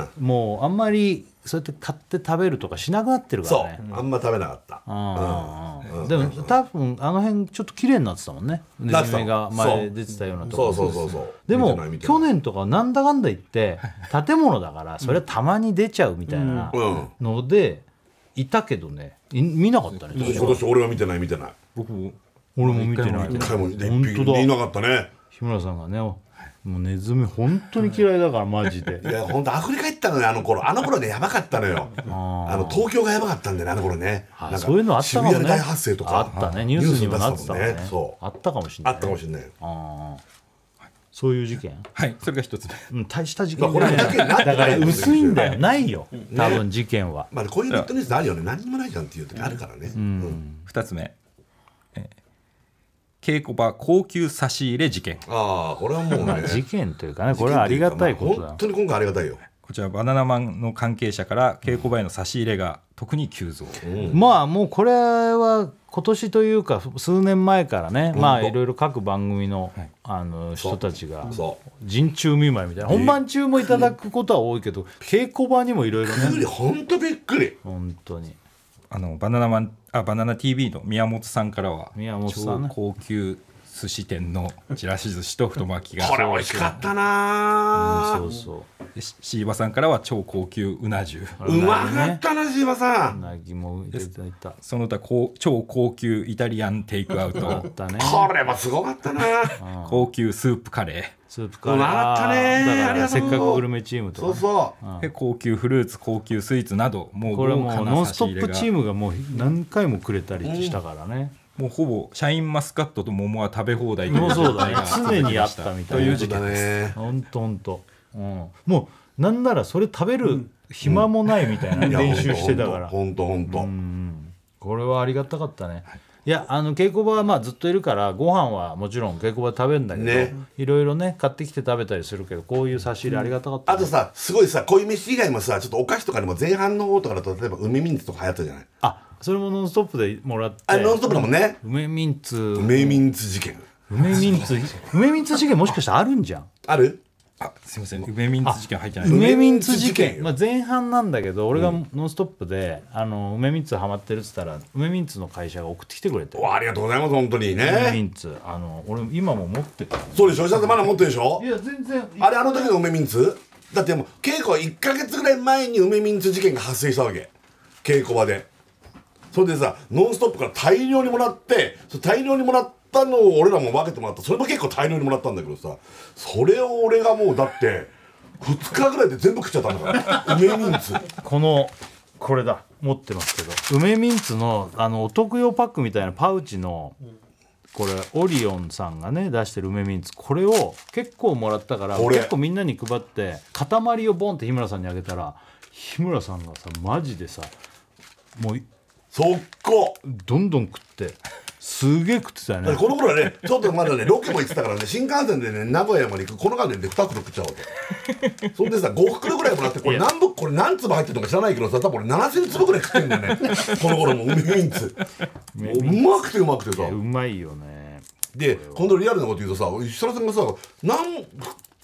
Speaker 1: あって
Speaker 2: う
Speaker 1: もうあんまりそうやって買って食べるとかしなくなってるか
Speaker 2: そ
Speaker 1: ら
Speaker 2: う
Speaker 1: ね
Speaker 2: あんま食べなかった
Speaker 1: うんでも多分あの辺ちょっと綺麗になってたもんねネ
Speaker 2: なってた
Speaker 1: ズミが
Speaker 2: そ
Speaker 1: 前
Speaker 2: う
Speaker 1: 出てたようなとこ
Speaker 2: そうそうそうそう
Speaker 1: で
Speaker 2: 見
Speaker 1: も
Speaker 2: てない見てない
Speaker 1: 去年とかなんだかんだ言 って建物だからそれはたまに出ちゃうみたいな
Speaker 2: うん
Speaker 1: のでいたけどねい見なかったね確か
Speaker 2: 今年俺は見てない見てない
Speaker 4: 僕も
Speaker 1: 俺も見てない
Speaker 2: 一回も一
Speaker 1: 本当
Speaker 2: 匹
Speaker 1: だ
Speaker 2: いなかったね
Speaker 1: 日村さんがねもうネズミ本当に嫌いだから マジで
Speaker 2: いや本当アフリカ行ったのねあの頃あの頃ねやばかったのよあの東京がやばかったんだよねあの頃ね
Speaker 1: あ
Speaker 2: なんか
Speaker 1: そういうのあったかもね
Speaker 2: 渋谷で大発生とか
Speaker 1: あったねニュースにもなってたもんね
Speaker 2: ニュースに出てたもんねそう
Speaker 1: あったかもしれな
Speaker 2: あ
Speaker 1: い
Speaker 2: ったかもしれない
Speaker 1: あーそういう事件
Speaker 4: はいそれが一つ目
Speaker 1: うん大した事件
Speaker 2: まあこれ
Speaker 1: じゃ
Speaker 2: だけになってな
Speaker 1: だ
Speaker 2: い
Speaker 1: から薄いんだよないよ多分事件は
Speaker 2: まあこういうネットニュースあるよね何にもないじゃんっていう時あるからねうん
Speaker 4: 二つ目、えー稽古場高級差し入れ事件
Speaker 2: ああこれはもう
Speaker 1: まあ
Speaker 2: ね
Speaker 1: 事件というかねこれはありがたいことだ
Speaker 2: 本当に今回ありがたいよ
Speaker 4: こちらバナナマンの関係者から稽古場への差し入れが特に急増、
Speaker 1: まあもうこれは今年というか数年前からねまあいろいろ各番組の
Speaker 4: はい
Speaker 1: あの人たちが
Speaker 2: そう
Speaker 1: 陣中見舞いみたいな本番中もいただくことは多いけど稽古場にもいろいろ
Speaker 2: びっく
Speaker 1: ね
Speaker 2: り本当びっくり
Speaker 1: 本当に
Speaker 4: あのバナナマンあバナナ TV の宮本さんからは
Speaker 1: 宮本さんね
Speaker 4: 超高級寿司店のちらし寿司と太巻きが
Speaker 2: これ美味しかったなあ
Speaker 1: そうそう
Speaker 4: でし椎葉さんからは超高級うな重
Speaker 1: そう
Speaker 2: まかったな柴さ
Speaker 1: うんなぎもいただいた
Speaker 4: その他高超高級イタリアンテイクアウ
Speaker 1: あっ
Speaker 4: ト
Speaker 1: たね
Speaker 2: これはすごかったな
Speaker 4: 高級スープカレ
Speaker 1: スープカレー
Speaker 2: うまかったね
Speaker 1: あーだか
Speaker 2: ありが
Speaker 1: ら
Speaker 2: とう
Speaker 1: せっかくグルメチームと
Speaker 2: そ
Speaker 1: かね
Speaker 2: うそ
Speaker 4: ーで高級フルーツ高級スイーツなどもう
Speaker 1: これ
Speaker 4: 豪
Speaker 1: も
Speaker 4: 華
Speaker 1: う「
Speaker 4: な
Speaker 1: ノン
Speaker 4: 差
Speaker 1: ス
Speaker 4: し
Speaker 1: ト
Speaker 4: 入
Speaker 1: ッ
Speaker 4: れ
Speaker 1: プ!」
Speaker 4: が
Speaker 1: チームがもう何回もくれたりしたからね、
Speaker 4: もうほぼシャインマスカットと桃は食べ放題とい
Speaker 1: もうそうだね
Speaker 4: 状態が
Speaker 1: 常にあったみたいな
Speaker 4: というう時
Speaker 2: そう
Speaker 4: 期
Speaker 2: だね
Speaker 1: ほんとほんと、うん、もうなんならそれ食べる暇もないみたいな、
Speaker 2: いや
Speaker 1: 練習してたから
Speaker 2: ほんとほんとほんと
Speaker 1: これはありがたかったね、い、やあの稽古場はまあずっといるからご飯はもちろん稽古場で食べるんだけど、
Speaker 2: ね
Speaker 1: いろいろね買ってきて食べたりするけどこういう差し入れありがたかった、
Speaker 2: あとさすごいさ濃い飯以外もさちょっとお菓子とかにも前半の方とかだと例えば梅ミンツとか流行ったじゃない
Speaker 1: あそれも「ノンストップ!」でもらって
Speaker 2: あれ「ノンストップ!」だもんね
Speaker 1: 梅ミンツ
Speaker 2: 梅ミンツ事件
Speaker 1: 梅ミンツ梅ミンツ事件もしかしたらあるんじゃん
Speaker 2: ある
Speaker 4: あすいません梅ミンツ事件入ってない
Speaker 1: 梅ミンツ
Speaker 2: 梅ミ
Speaker 1: 事
Speaker 2: ンツ事件
Speaker 1: 件、
Speaker 2: よ
Speaker 1: まあ、前半なんだけど俺が「ノンストップで」あの梅ミンツハマってるっつったら梅ミンツの会社が送ってきてくれて
Speaker 2: おありがとうございます本当に
Speaker 1: 梅ミ
Speaker 2: ね
Speaker 1: ンツあの俺今も持ってた
Speaker 2: そうでしょ下ってまだ持ってるでしょ
Speaker 1: いや全然
Speaker 2: あれあの時の梅ミンツだってもう稽古1か月ぐらい前に梅ミンツ事件が発生したわけ稽古場でそれでさ「ノンストップ!」から大量にもらってその大量にもらったのを俺らも分けてもらったそれも結構大量にもらったんだけどさそれを俺がもうだって2日ぐらいで全部食っちゃったんだから梅ミンツ
Speaker 1: このこれだ持ってますけど梅ミンツのあのお得用パックみたいなパウチのこれオリオンさんがね出してる梅ミンツこれを結構もらったから
Speaker 2: これ
Speaker 1: 結構みんなに配って塊をボンって日村さんにあげたら日村さんがさマジでさもう
Speaker 2: 速攻
Speaker 1: どんどん食ってすげえ食ってたよ
Speaker 2: だ
Speaker 1: ね
Speaker 2: からこの頃はねちょっとまだねロケも行ってたからね新幹線でね名古屋まで行くこの間でね2袋食っちゃおうとそれでさ5袋ぐらいもらってこれ何ぼこれ何粒入ってるのか知らないけどさ多分俺7000粒ぐらい食ってんだよねこの頃もう梅ミンツもううまくてうまくてさ
Speaker 1: うまいよね
Speaker 2: で今度リアルなこと言うとさ設楽さんがさ何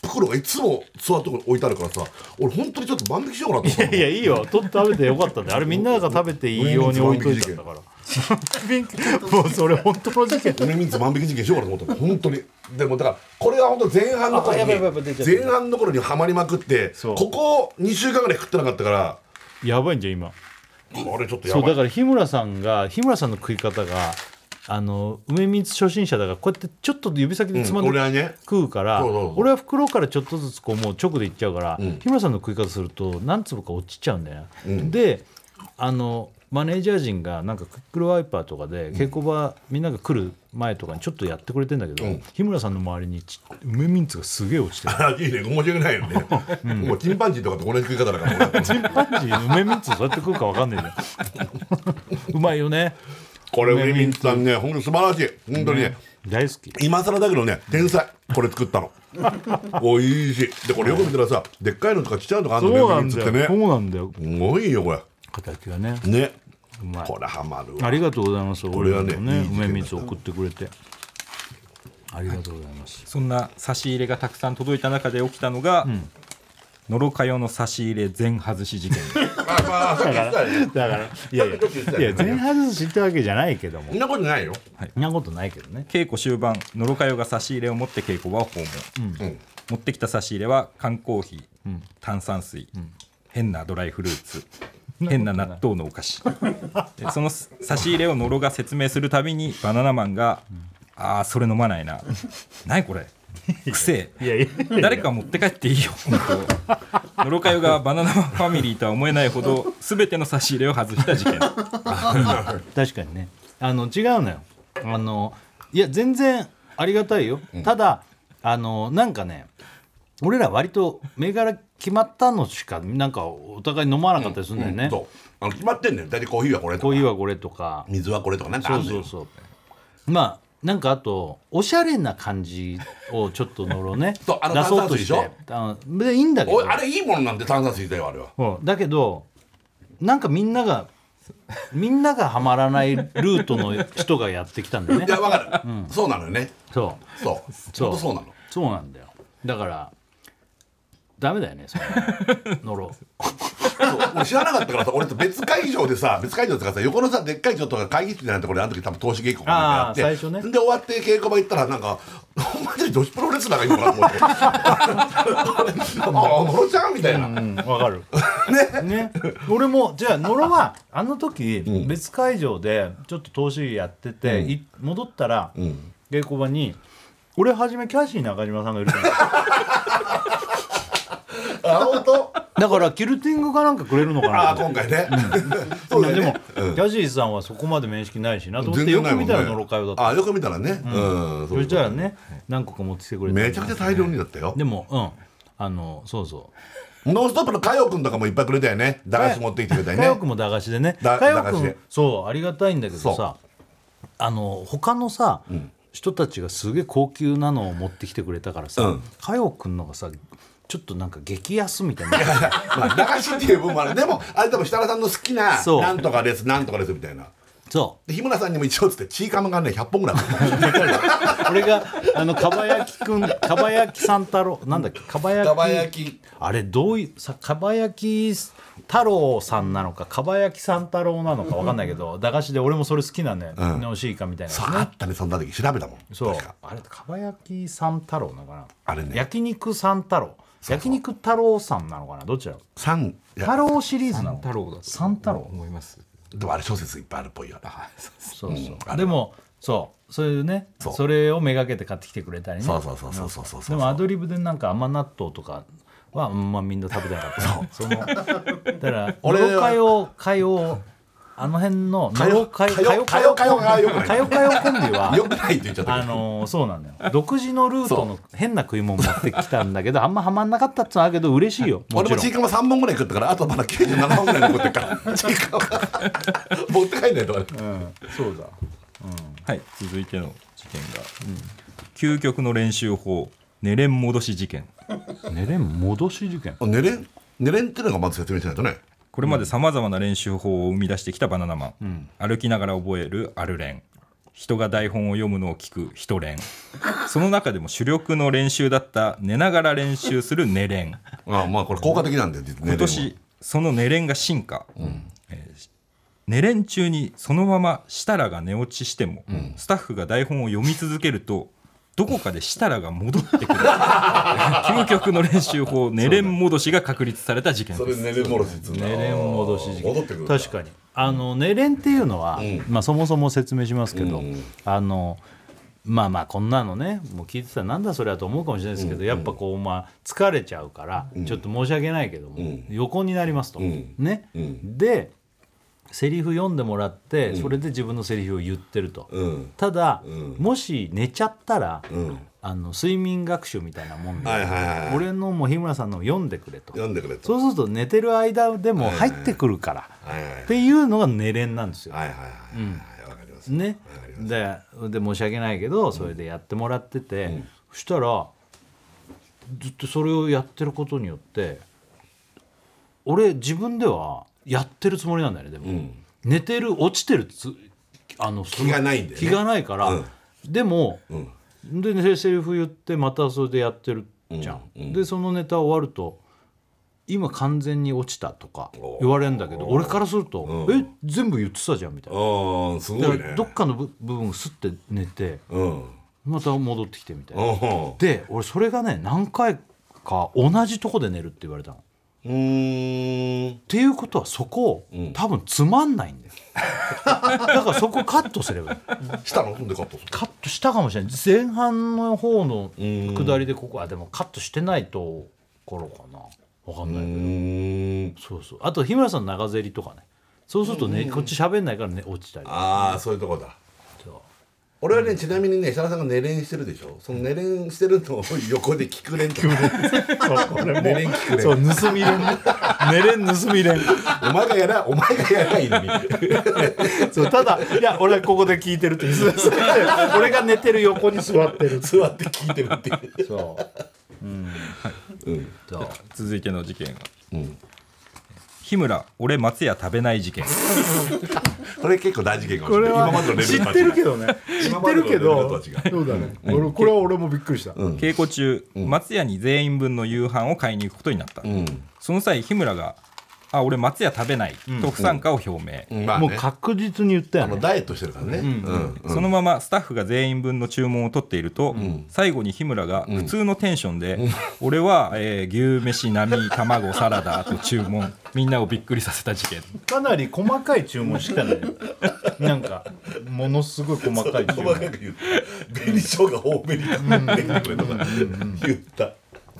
Speaker 2: 袋がいつも座るとこに置いてあるからさ俺本当にちょっと万引きしようかなと思ったの
Speaker 1: いやいいよ取って食べてよかったんであれみんなが食べていいように置いといたんだから もうそれ本当の事件
Speaker 2: 梅ミンツ万引き事件しようかなと思ったの本当にでもだからこれは本当前半の頃
Speaker 1: あやばいやばいやばい出ちゃった
Speaker 2: に前半の頃にはまりまくって
Speaker 1: そう
Speaker 2: ここ2週間ぐらい食ってなかったから
Speaker 1: やばいんじゃん今
Speaker 2: これちょっとや
Speaker 1: そう
Speaker 2: ば
Speaker 1: だ
Speaker 2: い
Speaker 1: から日村さんが日村さんの食い方があの梅蜜初心者だからこうやってちょっと指先でつまんで、
Speaker 2: うん俺はね
Speaker 1: 食うから
Speaker 2: そうそうそう
Speaker 1: 俺は袋からちょっとずつこうもう直でいっちゃうから、日村さんの食い方すると何粒か落ちちゃうんだよね、であのマネージャー陣がなんかクックルワイパーとかで稽古場みんなが来る前とかにちょっとやってくれてんだけど、
Speaker 2: うん
Speaker 1: 日村さんの周りにち梅ミンツがすげえ落ちてる
Speaker 2: あいいね申し訳ないよね、もうチンパンジーとかってこの食い方だから 俺
Speaker 1: チンパンジー梅ミンツどうやって食うか分かんないじゃん うまいよね
Speaker 2: これ梅ミンツさんね本当に素晴らしい本当にね、
Speaker 1: 大好き
Speaker 2: 今更だけどね天才これ作った のおいしいでこれよく見たらさでっかいのとかちっちゃいのとかあんの
Speaker 1: そうな
Speaker 2: 梅ミ
Speaker 1: ん
Speaker 2: ンツって
Speaker 1: だよ、
Speaker 2: ね
Speaker 1: そうなんだよ
Speaker 2: すごいよこ
Speaker 1: 形がね
Speaker 2: れね
Speaker 1: まい
Speaker 2: これハマるわ
Speaker 1: ありがとうございますこ
Speaker 2: れはねいい事件だ
Speaker 1: 梅蜜送ってくれてありがとうございます、
Speaker 4: そんな差し入れがたくさん届いた中で起きたのが、のろかよの差し入れ全外し事件
Speaker 2: まあまあさっき言ってたよね
Speaker 1: だからいやい
Speaker 2: さっきちょっと言ってた
Speaker 1: やい
Speaker 2: よ
Speaker 1: や全外しってわけじゃないけども
Speaker 2: そんなことないよ
Speaker 1: そんなことないけどね
Speaker 4: 稽古終盤のろかよが差し入れを持って稽古場を訪問、
Speaker 2: うん
Speaker 4: 持ってきた差し入れは缶コーヒー、炭酸水、変なドライフルーツ変な納豆のお菓子でその差し入れをのろが説明するたびにバナナマンが「ああそれ飲まないな何これくせえ
Speaker 1: いやいや
Speaker 4: 誰か持って帰っていいよ本当のろかよがバナナマンファミリーとは思えないほど全ての差し入れを外した事件
Speaker 1: 確かにねあの違うのよあのいや全然ありがたいよ、ただあのなんかね俺ら割と銘柄決まったのしかなんかお互い飲まなかったりするんだよね、
Speaker 2: そうあの決まってんだよ大体コーヒーはこれとか
Speaker 1: こういうはこれとか
Speaker 2: 水はこれとかなんかあん
Speaker 1: そう
Speaker 2: の
Speaker 1: そう
Speaker 2: よ
Speaker 1: そうまあなんかあとおしゃれな感じをちょっとのろね
Speaker 2: そうあの
Speaker 1: 出そ
Speaker 2: 炭酸
Speaker 1: うと
Speaker 2: 水で
Speaker 1: し
Speaker 2: しょ
Speaker 1: てあのでいいんだけ
Speaker 2: お
Speaker 1: ど
Speaker 2: いあれいいものなんで炭酸水だよあれは
Speaker 1: うんだけどなんかみんながみんながハマらないルートの人がやってきたんだよね
Speaker 2: いやわかる、そうなのよね
Speaker 1: そう
Speaker 2: そう
Speaker 1: そ
Speaker 2: そううそうなの
Speaker 1: そうなんだよだからダメだよねそののろ
Speaker 2: そう俺知らなかったからさ俺と別会場でさ別会場とかさ横のさでっかいちょっと会議室みたいなところであの時多分投資稽古かなんかやって
Speaker 1: あー最初ね
Speaker 2: で終わって稽古場行ったらなんか「お前たち女子プロレスラーがいるのかな?」と思って「ああのろ ちゃん」みたいな、
Speaker 1: うんわかるね俺もじゃあ野呂はあの時別会場でちょっと投資やってて、い戻ったら、稽古場に「俺はじめキャシー中島さんがいるじゃない
Speaker 2: あ本当
Speaker 1: だからキルティングかなんかくれるのかな
Speaker 2: ああ
Speaker 1: と思って
Speaker 2: 今回ね、 そうだよ
Speaker 1: でも
Speaker 2: ね、
Speaker 1: キャシーさんはそこまで面識ないしなと思って
Speaker 2: 全然
Speaker 1: よ
Speaker 2: ない
Speaker 1: く
Speaker 2: もん
Speaker 1: 見
Speaker 2: ね
Speaker 1: たら野呂会だった
Speaker 2: あよく見たらねうん、そ
Speaker 1: そうしたらね何個か持ってきてくれて
Speaker 2: めちゃくちゃ大量にだったよ
Speaker 1: でもうんあのそうそう
Speaker 2: 「ノンストップ!」の佳代君とかもいっぱいくれたよね駄菓子持ってきてくれたよ
Speaker 1: 佳代
Speaker 2: ね
Speaker 1: 君も駄菓子でね
Speaker 2: だ
Speaker 1: 佳代
Speaker 2: 駄菓子
Speaker 1: 君
Speaker 2: で
Speaker 1: そうありがたいんだけどさ
Speaker 2: そ
Speaker 1: あの他のさ、人たちがすげえ高級なのを持ってきてくれたから
Speaker 2: う
Speaker 1: さ
Speaker 2: ん
Speaker 1: 佳代君のがさちょっとなんか激安みたいな
Speaker 2: まあ、駄菓子っていう部分もあるでもあれ多分設楽さんの好きな「
Speaker 1: そう
Speaker 2: なんとかですなんとかです」みたいな
Speaker 1: そ
Speaker 2: で日村さんにも一応つってチーカムがね100本ぐらいあった
Speaker 1: う俺があのかば焼きくんかば焼き三太郎なんだっけかば焼
Speaker 2: か
Speaker 1: き
Speaker 2: ば焼き
Speaker 1: あれどういうさかば焼き太郎さんなのかかば焼き三太郎なのかわかんないけど駄菓子で俺もそれ好きなね、
Speaker 2: ん
Speaker 1: ねおしいかみたいな
Speaker 2: そうあったねそんな時調べたもん
Speaker 1: そう
Speaker 2: 確か
Speaker 1: あれかば焼き三太郎なのかな
Speaker 2: あれね
Speaker 1: 焼肉三太郎焼肉太郎さんなのかなどっちだろう
Speaker 2: 三い
Speaker 1: 太
Speaker 2: や
Speaker 1: 郎シリーズなの
Speaker 4: 太郎だ
Speaker 1: 三太郎
Speaker 4: 思います
Speaker 2: でもあれ小説いっぱいあるっぽいよな
Speaker 1: そうそう、
Speaker 2: うん
Speaker 1: でもそうそういうね
Speaker 2: そ
Speaker 1: そうれをめがけて買ってきてくれたりね
Speaker 2: そうそうそうそうそうそう
Speaker 1: でもアドリブでなんか甘納豆とかはあんまみんな食べてなかったそのだから
Speaker 2: 俺
Speaker 1: 野呂かよかよあの辺の
Speaker 2: かよ
Speaker 1: 野呂
Speaker 2: かよかよかよがよくない
Speaker 1: かよかよコンビは
Speaker 2: よくないって言っちゃった
Speaker 1: あ
Speaker 2: けど
Speaker 1: のーそうなん だよ独自のルートの変な食い物持ってきたんだけどあんまはまんなかったっつうのはあるけど嬉しいよも
Speaker 2: 俺
Speaker 1: ち
Speaker 2: も
Speaker 1: ろ
Speaker 2: チ
Speaker 1: ん
Speaker 2: ーカム3本ぐらい食ったからあとまだ97本ぐらい残ってる からチーカムが持って帰んないとあれ
Speaker 1: そうだ
Speaker 4: はい続いての事件が、究極の練習法寝れん戻し事件
Speaker 1: 寝れん戻し事件
Speaker 2: 寝れん寝れんっていうのがまず説明しないとね
Speaker 4: これまでさまざまな練習法を生み出してきたバナナマン、歩きながら覚えるアル練人が台本を読むのを聞く人練その中でも主力の練習だった寝ながら練習する寝練
Speaker 2: ああまあこれ効果的なんだよ実寝れ
Speaker 4: 今
Speaker 2: んは
Speaker 4: 年その寝練が進化、えー寝練中にそのまま設楽が寝落ちしても、スタッフが台本を読み続けるとどこかで設楽が戻ってくる 究極の練習法寝練戻しが確立された事件
Speaker 2: そ
Speaker 4: で
Speaker 2: れ
Speaker 4: す
Speaker 2: 寝れん戻しっつうんだ
Speaker 1: 寝れん戻し事件
Speaker 2: 戻ってくる
Speaker 1: 確かにあの寝れんっていうのは、まあ、そもそも説明しますけど、あのまあまあこんなのねもう聞いてたらなんだそれはと思うかもしれないですけど、やっぱこうまあ疲れちゃうから、ちょっと申し訳ないけども、横になりますと、
Speaker 2: ん
Speaker 1: ね、
Speaker 2: ん
Speaker 1: でセリフ読んでもらって、それで自分のセリフを言ってると、
Speaker 2: うん
Speaker 1: ただ、
Speaker 2: ん
Speaker 1: もし寝ちゃったら、
Speaker 2: ん
Speaker 1: あの睡眠学習みたいなもんで、
Speaker 2: はいはいはいはい
Speaker 1: 俺のも日村さんのも読んでくれと
Speaker 2: 読んでくれと
Speaker 1: そうすると寝てる間でも入ってくるから、
Speaker 2: はいはいはい
Speaker 1: っていうのが寝れんなんですよ。
Speaker 2: はいはいはいはいわかります
Speaker 1: ね、でで申し訳ないけどそれでやってもらってて、そしたらずっとそれをやってることによって俺自分ではやってるつもりなんだよねでも、寝てる落ちてるつあの気
Speaker 2: 気がないんだよね
Speaker 1: 気がないから、
Speaker 2: うん
Speaker 1: でも、でねセリフ言ってまたそれでやってるじゃん、でそのネタ終わると「今完全に落ちた」とか言われるんだけど俺からすると「え全部言ってたじゃん」みたいな。
Speaker 2: ああすご
Speaker 1: だか
Speaker 2: い
Speaker 1: ら
Speaker 2: ね
Speaker 1: どっかの部部分すって寝て
Speaker 2: うん
Speaker 1: また戻ってきてみたいな
Speaker 2: お
Speaker 1: で俺それがね何回か同じとこで寝るって言われたの
Speaker 2: うーん
Speaker 1: っていうことはそこ、
Speaker 2: うん
Speaker 1: 多分つまんないんだ よだからそこカットすればいい
Speaker 2: したのなんでカットする
Speaker 1: カットしたかもしれない前半の方の
Speaker 2: うん
Speaker 1: 下りでここあでもカットしてないところかな分かん
Speaker 2: う
Speaker 1: ないけど、
Speaker 2: ーん
Speaker 1: そうそうあと日村さんの長ゼリとかねそうするとね、こっち喋んないからね落ちたり
Speaker 2: ああそういうとこだ
Speaker 1: そう
Speaker 2: 俺はねちなみにね設楽さんが寝練してるでしょその寝練してるのを横で聞く練とか 寝練聞く練
Speaker 1: そう盗み練ね寝れん盗み練
Speaker 2: お前がやらお前がやらないのに
Speaker 1: そうただいや俺はここで聞いてるって言ってた 俺が寝てる横に座ってる
Speaker 2: 座って聞いてるっていう
Speaker 1: そううん
Speaker 2: うん
Speaker 1: そう
Speaker 4: 続いての事件は
Speaker 2: うん
Speaker 4: 日村俺松屋食べない事件
Speaker 2: これ結構大事件かも
Speaker 5: こ
Speaker 2: し
Speaker 5: れ
Speaker 2: れない
Speaker 5: は
Speaker 2: 今までのレベ
Speaker 5: 知
Speaker 2: ルとは違
Speaker 5: って
Speaker 2: う
Speaker 5: るけどね知
Speaker 2: 今
Speaker 5: っ
Speaker 2: ま
Speaker 5: て
Speaker 2: での
Speaker 5: るけど
Speaker 2: レベルとは違う
Speaker 5: そうだね俺これは俺もびっくりした
Speaker 2: うん
Speaker 4: 稽古中、松屋に全員分の夕飯を買いに行くことになった、
Speaker 2: うん
Speaker 4: その際日村が「あ俺松屋食べない」と不参加を表明、
Speaker 2: うんまあ
Speaker 1: も
Speaker 2: ね
Speaker 1: う確実に言ったよ
Speaker 2: あの
Speaker 1: ね
Speaker 2: ダイエットしてるからねうん
Speaker 4: そのままスタッフが全員分の注文を取っていると、最後に日村が普通のテンションで「 俺は、えー牛飯並み卵サラダ」と注 文みんなをびっくりさせた事件
Speaker 1: かなり細かい注文してたのよなんかものすごい細かい注
Speaker 2: 細
Speaker 1: 文
Speaker 2: かく言った紅生姜多めに食ってくれとか言った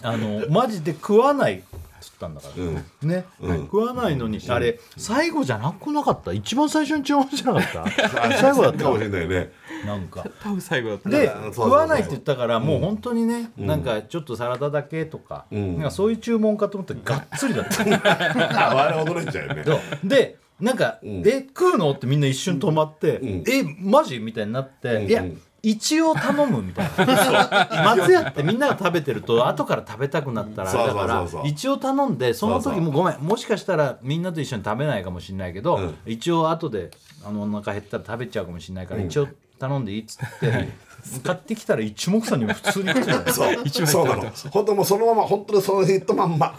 Speaker 1: あのマジで食わないっつったんだから、
Speaker 2: うん
Speaker 1: ね、食わないのに、あれ最後じゃなくなかった一番最初に注文してなか った最後だっ
Speaker 2: かもしれ
Speaker 1: た
Speaker 2: ない ね
Speaker 1: なんか
Speaker 4: 多分最後だった
Speaker 1: で
Speaker 2: そうそうそう
Speaker 1: 食わないって言ったからもう本当にね、なんかちょっとサラダだけとか,、
Speaker 2: ん
Speaker 1: なんかそういう注文かと思ったらがっつりだった
Speaker 2: あれ驚いちゃうよね
Speaker 1: そうでなんか「
Speaker 2: ん
Speaker 1: え食うの?」ってみんな一瞬止まって「
Speaker 2: ん
Speaker 1: えマジ?」みたいになって「
Speaker 2: ん
Speaker 1: いや一応頼む」みたい な松屋ってみんなが食べてると後から食べたくなったら
Speaker 2: そうそうそ
Speaker 1: だ
Speaker 2: うそう
Speaker 1: から一応頼んでその
Speaker 2: そうそ
Speaker 1: 時
Speaker 2: う
Speaker 1: もごめんもしかしたらみんなと一緒に食べないかもしれないけど、
Speaker 2: ん
Speaker 1: 一応後であのお腹減ったら食べちゃうかもしれないから、一応頼んでいいっつって買ってきたら一目散に普通に食ってた
Speaker 2: そうそうなの本当もうそのまま本当にそのヒットまんま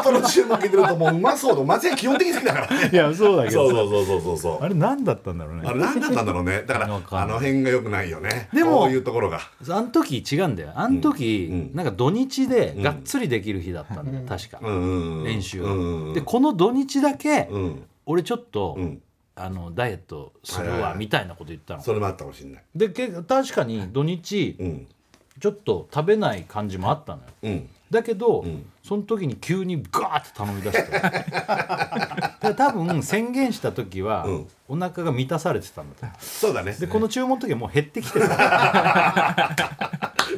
Speaker 2: 人の注文受けてるともううまそうと松屋基本的に好きだからね
Speaker 1: いやそうだけ
Speaker 2: そう
Speaker 1: ど
Speaker 2: そうそうそうそう
Speaker 1: あれ何だったんだろうね
Speaker 2: あれ何だったんだろうねだから
Speaker 1: わか
Speaker 2: あ
Speaker 1: んない
Speaker 2: の辺が良くないよね
Speaker 1: でも
Speaker 2: こういうところが
Speaker 1: あの時違うんだよあの時、
Speaker 2: うん
Speaker 1: なんか土日でがっつりできる日だったんだよ、確か、
Speaker 2: うんうんうん
Speaker 1: 練習
Speaker 2: うんうんう
Speaker 1: を
Speaker 2: ん
Speaker 1: でこの土日だけ、
Speaker 2: うん
Speaker 1: 俺ちょっと、
Speaker 2: うん
Speaker 1: あのダイエットす
Speaker 2: は
Speaker 1: る
Speaker 2: いはい
Speaker 1: わ
Speaker 2: はい
Speaker 1: みたいなこと言ったの、
Speaker 2: それもあったかもしれない
Speaker 1: でけ確かに土日、
Speaker 2: うん
Speaker 1: ちょっと食べない感じもあったのよ
Speaker 2: うん
Speaker 1: だけど、
Speaker 2: ん
Speaker 1: その時に急にガーって頼み出し てだから多分宣言した時は、お腹が満たされてたんだと思
Speaker 2: そうだね
Speaker 1: うでこの注文の時はもう減ってきてた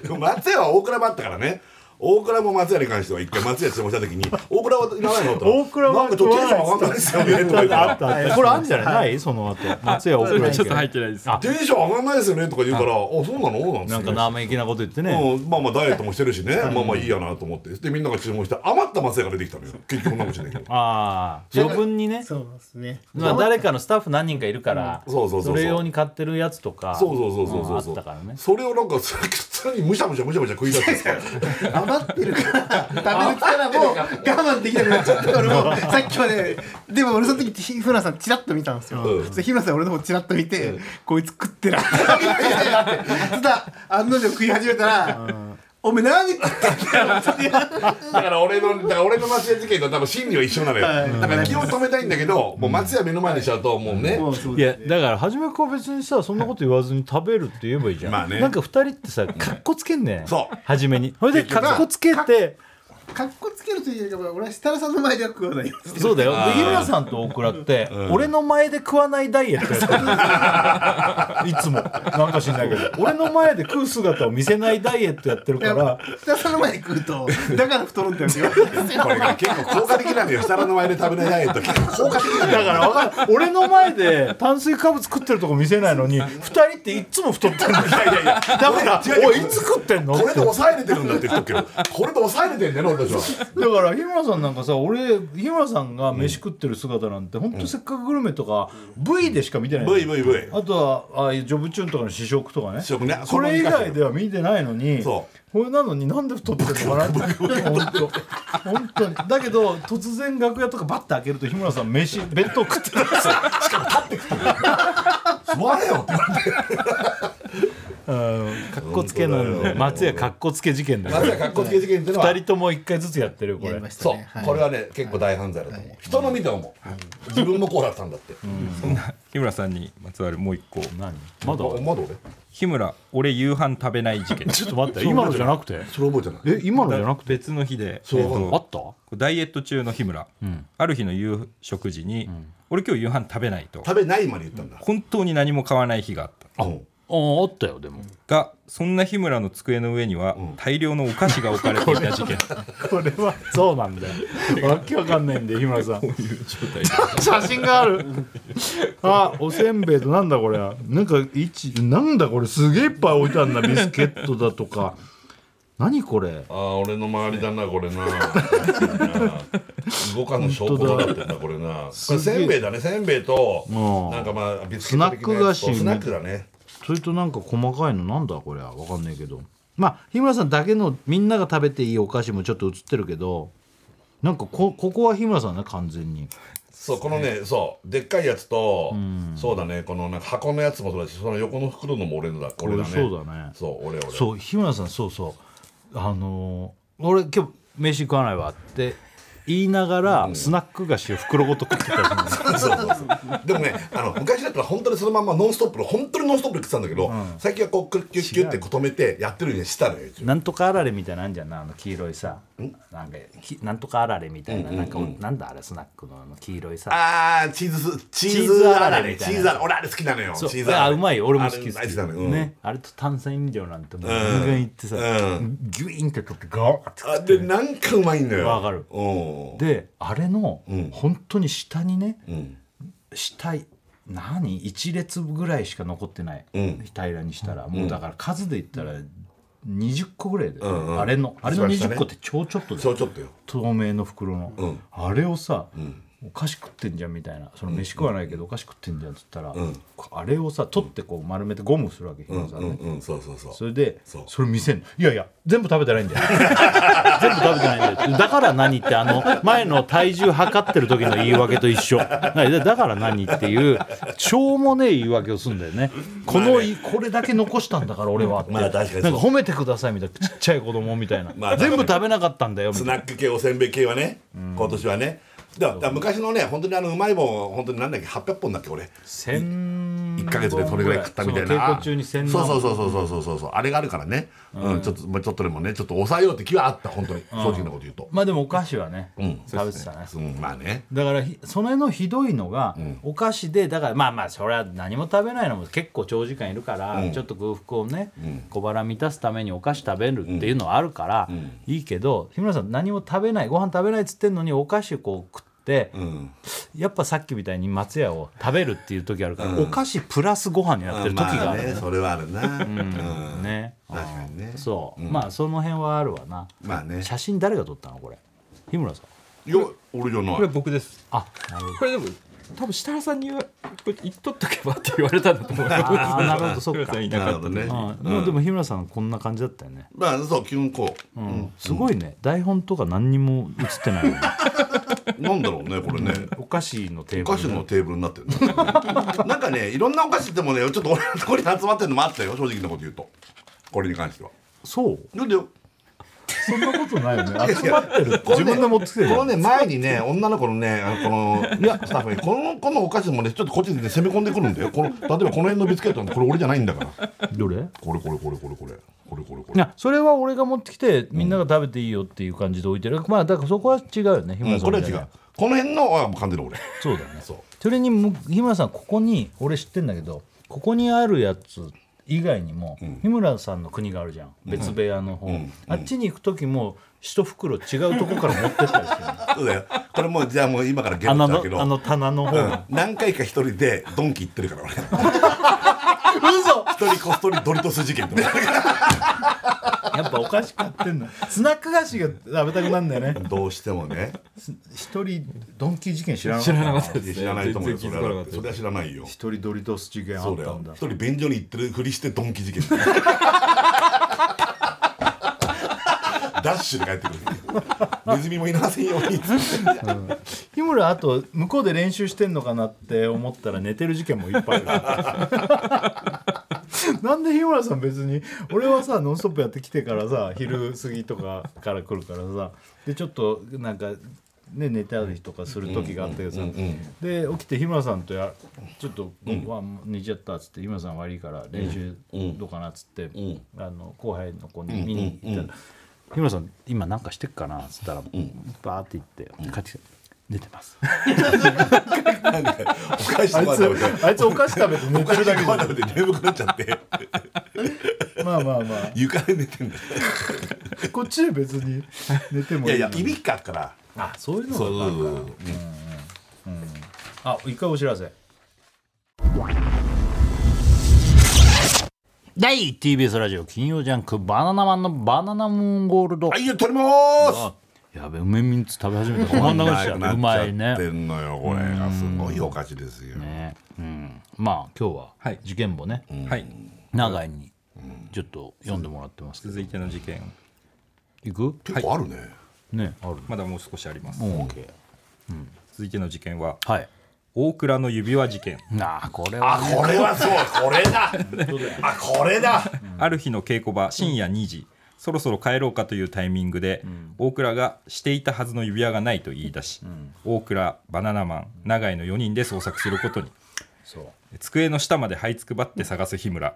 Speaker 2: でも松屋は大倉もあったからね大倉も松屋に関しては一回松屋注文した時に「大倉はいらないの?」と
Speaker 5: 大倉は
Speaker 2: なんかちょっとテンション上がんないですよね」とか言ったら
Speaker 1: これあんじゃない、ないその後松屋送
Speaker 4: そ
Speaker 1: ら
Speaker 4: れ
Speaker 1: れ
Speaker 4: ちょっと入ってないです
Speaker 2: 「
Speaker 1: あ
Speaker 2: テンション上がんないですよね」とか言うから「あそうなの?」なんつって
Speaker 1: なんか生意気なこと言ってね、
Speaker 2: うん、まあまあダイエットもしてるしね、まあまあいいやなと思ってでみんなが注文して余った松屋が出てきたのよ結局なんかもしれないけど
Speaker 1: ああ余分にね
Speaker 3: そうですね
Speaker 1: まあ誰かのスタッフ何人かいるから、
Speaker 2: うんそうそうそうそう
Speaker 1: れ用に買ってるやつとか
Speaker 2: そうそうそうそうそうそう
Speaker 1: んあったからね
Speaker 2: それをなんか 普通にむしゃむしゃむしゃむしゃ食い出してさ
Speaker 5: 余ってるから食べるからもう我慢できなくなっちゃって俺もさっきまででも俺その時日村さんチラッと見たんですよ、
Speaker 2: うん
Speaker 5: そしたら日村さん俺の方チラッと見て、こいつ食ってないそしたら案の定食い始めたら、おめえ何食ってんだよ
Speaker 2: だから俺のだから俺の松屋事件と多分心理は一緒なのよ、
Speaker 5: はい
Speaker 2: だから気を止めたいんだけど、もう松屋目の前にしちゃうともうね、
Speaker 5: もうそう
Speaker 1: い
Speaker 5: で
Speaker 1: やだから初めから別にさそんなこと言わずに食べるって言えばいいじゃん、
Speaker 2: まあね
Speaker 1: なんか二人ってさかっこつけんね
Speaker 2: そう
Speaker 1: 初めにそれで
Speaker 2: 結局
Speaker 1: かっこつけて
Speaker 5: すかっこつけるというよりは俺は設楽さんの前では食わないよ
Speaker 1: そうだよで日村さんと大倉って、俺の前で食わないダイエットや ってるいつもなんか知んないけど俺の前で食う姿を見せないダイエットやってるか
Speaker 5: やっぱ
Speaker 1: ら
Speaker 5: 設楽さんの前で食うとだから太るんだよ
Speaker 2: これが結構効果的なのよ設楽の前で食べないダイエット結構効果的なの
Speaker 1: だ
Speaker 2: よ
Speaker 1: からわかる 俺の前で炭水化物食ってるとこ見せないのに2人 っていっつも太ってるんだよ
Speaker 2: いやいや
Speaker 1: だから
Speaker 2: 違う違う
Speaker 1: おいいつ食ってんのっ
Speaker 2: こ
Speaker 1: て
Speaker 2: れで抑えれてるんだって言っとくけどこれで抑えれてんね俺たちは
Speaker 1: だから日村さんなんかさ俺日村さんが飯食ってる姿なんて本当せっかくグルメとか V でしか見てないの
Speaker 2: ブイブイブイ
Speaker 1: あとはああいうジョブチューンとかの試食とかね
Speaker 2: 試食ね
Speaker 1: それ以外では見てないのに
Speaker 2: そ
Speaker 1: これなのになんで太ってるのかなって 本当本当にだけど突然楽屋とかバッて開けると日村さん飯弁当食ってたんですよ
Speaker 2: 座れよって言われて
Speaker 1: うんかっこつけなの松屋かっこつけ事件だ
Speaker 2: まずは格好つけ事件っていうのは
Speaker 1: 2人とも1回ずつやってるよこ
Speaker 3: や
Speaker 1: れ
Speaker 3: りました
Speaker 2: そう
Speaker 3: ねはい
Speaker 2: これはね結構大犯罪だと思う人の見て思う自分もこうだったんだって
Speaker 4: そんな日村さんにまつわるもう一個
Speaker 1: 何まだ
Speaker 2: まだ俺
Speaker 4: 日村俺夕飯食べない事件
Speaker 1: ちょっと待って今のじゃなくて
Speaker 2: それ覚えてない
Speaker 1: え今のじゃなくて
Speaker 4: 別の日で
Speaker 2: そう
Speaker 4: えっと
Speaker 1: あった
Speaker 4: ダイエット中の日村、ある日の夕食時に、俺今日夕飯食べないと
Speaker 2: 食べないまで言ったんだ
Speaker 4: 本当に何も買わない日があった
Speaker 2: うん
Speaker 1: ああったよでも
Speaker 4: がそんな日村の机の上には大量のお菓子が置かれていた事件
Speaker 1: これはそうなんだよ わけわかんないんで日村さん写真があるあおせんべいとなんだこれなんか一なんだこれすげえいっぱい置いてあんなビスケットだとか何これ
Speaker 2: ああ俺の周りだなこれな 動かぬ証拠だなってんだこれなこれせんべいだねせんべいと
Speaker 1: ん
Speaker 2: なんかまあビスケット的なやつと
Speaker 1: ス
Speaker 2: ス
Speaker 1: ナ
Speaker 2: ナ
Speaker 1: ッ
Speaker 2: ッ
Speaker 1: ク
Speaker 2: クだね
Speaker 1: それとなんか細かいのなんだこれわかんないけどまあ日村さんだけのみんなが食べていいお菓子もちょっと映ってるけどなんかこここは日村さんね完全に
Speaker 2: そうこのねそうでっかいやつとそうだねこのなんか箱のやつもそうだしその横の袋のも俺のだこれだね
Speaker 1: 俺そうだね
Speaker 2: そう俺俺
Speaker 1: そう日村さんそうそうあのー俺今日飯食わないわって言いながら、スナック菓子を袋ごと食ってたじゃないですか
Speaker 2: でもねあの昔だったら本当にそのまんまノンストップの本当にノンストップで食ってたんだけど、最近はこうクルッキュッキュッってこう止めてやってるようにしたのよ一応
Speaker 1: なんとかあられみたいなのあんじゃんなあの黄色いさなんかきなんとかあられみたいな,、なんかなんだあれスナックのあの黄色いさ
Speaker 2: あーチーズスチー
Speaker 1: チーズ
Speaker 2: ズ
Speaker 1: あ
Speaker 2: あ
Speaker 1: ら
Speaker 2: ら
Speaker 1: れ
Speaker 2: れ
Speaker 1: みた
Speaker 2: チ
Speaker 1: いな
Speaker 2: ーズあられ俺あれ好きなのよチ
Speaker 1: そう
Speaker 2: ーズあら
Speaker 1: あ
Speaker 2: れ
Speaker 1: うまいよ俺も好きです
Speaker 2: あれ大好きなのよ、うん
Speaker 1: ね、あれと炭酸飲料なんてもうガンガンいってさ、
Speaker 2: うん
Speaker 1: ギュインって取ってガーって
Speaker 2: あでなんかうまいんだよ
Speaker 1: わかる
Speaker 2: うん
Speaker 1: であれの、
Speaker 2: ん
Speaker 1: 本当に下にね
Speaker 2: うん
Speaker 1: 下い何一列ぐらいしか残ってない、
Speaker 2: ん
Speaker 1: 平らにしたら、もうだから数で言ったら20個ぐらいで、
Speaker 2: んうん
Speaker 1: あれのあれの
Speaker 2: そうでしたね
Speaker 1: 20個って超ちょっとで、
Speaker 2: そうちょっとよ
Speaker 1: 透明の袋の、
Speaker 2: ん
Speaker 1: あれをさ、お菓子食ってんじゃんみたいなその飯食わないけどお菓子食ってんじゃんっつったら、
Speaker 2: ん
Speaker 1: あれをさ取ってこう丸めてゴムするわけ、日
Speaker 2: うん
Speaker 1: 村さんね
Speaker 2: うんうんそうそうそう
Speaker 1: それで
Speaker 2: そう
Speaker 1: それ見せんのいやいや全部食べてない んだよ全部食べてないんだよだから何ってあの前の体重測ってる時の言い訳と一緒はいだだから何っていうしょうもねえ言い訳をするんだよねこの、これだけ残したんだから俺はって、
Speaker 2: まあ確かに
Speaker 1: な
Speaker 2: そうん
Speaker 1: か褒めてくださいみたいなちっちゃい子供みたいな、
Speaker 2: まあ
Speaker 1: 全部食べなかったんだよみた
Speaker 2: ス
Speaker 1: いな
Speaker 2: ナック系おせんべい系はね、今年はねだからだから昔のね本当にあのうまいもん本当になんだっけ800本だっけ俺
Speaker 1: 千
Speaker 2: 1か月でそれぐらい食ったみたいな
Speaker 1: その稽古中に千
Speaker 2: そうそうそうそうそうそうそうそうあれがあるからね、うんちょっとまあちょっとでもねちょっと抑えようって気はあった本当に正直なこと言うと、
Speaker 1: まあでもお菓子はね、食べてたね
Speaker 2: うん、まあね
Speaker 1: だからひそれのひどいのが、お菓子でだからまあまあそれは何も食べないのも結構長時間いるから、ちょっと空腹をね、小腹満たすためにお菓子食べるっていうのはあるから、いいけど日村さん何も食べないご飯食べないっつってんのにお菓子をこう食って、
Speaker 2: うん
Speaker 1: やっぱさっきみたいに松屋を食べるっていう時あるから、お菓子プラスご飯になってる時がある
Speaker 2: まあねそれはあるな、うん
Speaker 1: ね,あー、
Speaker 2: 確かにね
Speaker 1: そう、まあその辺はあるわな、
Speaker 2: まあね
Speaker 1: 写真誰が撮ったのこれ日村さん
Speaker 2: よ俺じゃな
Speaker 4: これ
Speaker 2: い
Speaker 4: 僕です
Speaker 1: あなるほど
Speaker 4: これでも多分設楽さんに言わこれ言っとっとけばって言われたんだと思います
Speaker 1: あーなるほどそっか
Speaker 4: 日村さんいな
Speaker 2: な
Speaker 4: か
Speaker 2: る
Speaker 4: った
Speaker 2: ほどね、
Speaker 1: うんでもでも日村さんこんな感じだったよね
Speaker 2: まあそう基本こう、
Speaker 1: すごいね、台本とか何にも映ってないよね
Speaker 2: なんだろうねこれね、
Speaker 1: お菓子のテー
Speaker 2: お
Speaker 1: ブ
Speaker 2: 菓
Speaker 1: ル
Speaker 2: 子
Speaker 1: ね
Speaker 2: のテーブルになってるね なんかねいろんなお菓子でもねちょっと俺のところに集まってるのもあったよ正直なこと言うとこれに関しては
Speaker 1: そう
Speaker 2: なんでよ
Speaker 1: そんなこと ないよね集まってる 自分で持ってきてる
Speaker 2: このね前にね女の子のねあのこのいやスタッフにこのこのお菓子もねちょっとこっちで、ね、攻め込んでくるんだよこの例えばこの辺のビスケットなんてこれ俺じゃないんだから
Speaker 1: どれ
Speaker 2: これこれこれこれこれこれこれこ
Speaker 1: い
Speaker 2: れ
Speaker 1: やそれは俺が持ってきてみんなが食べていいよっていう感じで置いてる、まあだからそこは違うよね日
Speaker 2: う
Speaker 1: 村
Speaker 2: んこれはい
Speaker 1: さんみた
Speaker 2: 違
Speaker 1: な、
Speaker 2: うこの辺のあもう完全に俺
Speaker 1: そうだよね
Speaker 2: そう
Speaker 1: それにむ日村さんここに俺知ってんだけどここにあるやつ以外にも、日村さんの国があるじゃん別部屋の方、あっちに行く時も一袋違うとこから持って ったりしてるの
Speaker 2: そうだよこれもうじゃあもう今からゲ
Speaker 1: あ
Speaker 2: ッ
Speaker 1: の
Speaker 2: トだけ
Speaker 1: あの
Speaker 2: ど
Speaker 1: 棚の方に、
Speaker 2: うん何回か一人でドンキ行ってるから俺
Speaker 3: 嘘
Speaker 2: 一人こっそりドリトス事件とか
Speaker 1: やっぱお菓子買ってんのスナック菓子が食べたくなんだよね
Speaker 2: どうしてもね
Speaker 1: 一人ドンキー事件知らな
Speaker 4: 知
Speaker 1: かっ
Speaker 4: ら
Speaker 1: た
Speaker 4: なか ったです
Speaker 2: 知らないと思うよそれ
Speaker 4: 全然気づかなか
Speaker 2: は
Speaker 4: った
Speaker 2: それは知らないよ
Speaker 1: 一人ドリトス事件あ
Speaker 2: そう
Speaker 1: っ
Speaker 2: だ
Speaker 1: た
Speaker 2: よ
Speaker 1: んだ
Speaker 2: 一人便所に行ってるふりしてドンキ事 件ダッシュで帰ってくるネズミもいなせんように
Speaker 1: 日村あと向こうで 練習してんのかなって思ったら寝てる事件もいっぱいあるなんで日村さん別に俺はさ「ノンストップ!」やってきてからさ昼過ぎとかから来るからさでちょっとなんか。ね、寝たりとかする時があったけどさ、で起きて日村さんとやちょっと「わもう寝ちゃった」っつって「日村さん悪いから練習どうかな」っつって、あの後輩の子に見に行ったら「日村さん今なんかしてっかな」っつったらバーって行って帰ってきて「寝てます」
Speaker 2: お返しとか食べて
Speaker 1: あいつお菓子食べて寝
Speaker 2: お
Speaker 1: て
Speaker 2: 返
Speaker 1: る
Speaker 2: し
Speaker 1: だけ
Speaker 2: とか食べて眠くなっちゃって
Speaker 1: まあまあまあ
Speaker 2: 床で寝てんだよ
Speaker 1: こっちで別に寝ても
Speaker 2: いやいやいびきかっから
Speaker 1: あそういうの
Speaker 2: そう
Speaker 1: が
Speaker 2: そうそう
Speaker 1: あ一回お知らせ第 TBS ラジオ金曜ジャンク「バナナマンのバナナムーンゴールド」
Speaker 2: はいよ取ります
Speaker 1: やべ梅ミンツ食べ始め た止まんなくなっちゃううまい
Speaker 2: なっ
Speaker 1: ね
Speaker 2: ちゃってんのよこれがすごいお菓子ですよ
Speaker 1: ねうんまあ今日は
Speaker 4: はい
Speaker 1: 事件簿ね、
Speaker 4: はい
Speaker 1: 長いにちょっと読んでもらってますけど
Speaker 4: 続いての事件
Speaker 1: いく
Speaker 2: 結構あるね
Speaker 1: ねある
Speaker 4: まだもう少しあります、
Speaker 1: オーケ
Speaker 4: 続いての事件は
Speaker 1: ーはい
Speaker 4: 大倉の指輪事件、
Speaker 1: あーこれ
Speaker 2: あ
Speaker 1: は
Speaker 2: これは そうこれだあこれだ
Speaker 4: ある日の稽古場深夜2時、そろそろ帰ろうかというタイミングで、大倉がしていたはずの指輪がないと言い出し、大倉バナナマン永井の4人で捜索することに
Speaker 1: そう
Speaker 4: 机の下まで這いつくばって探す日村、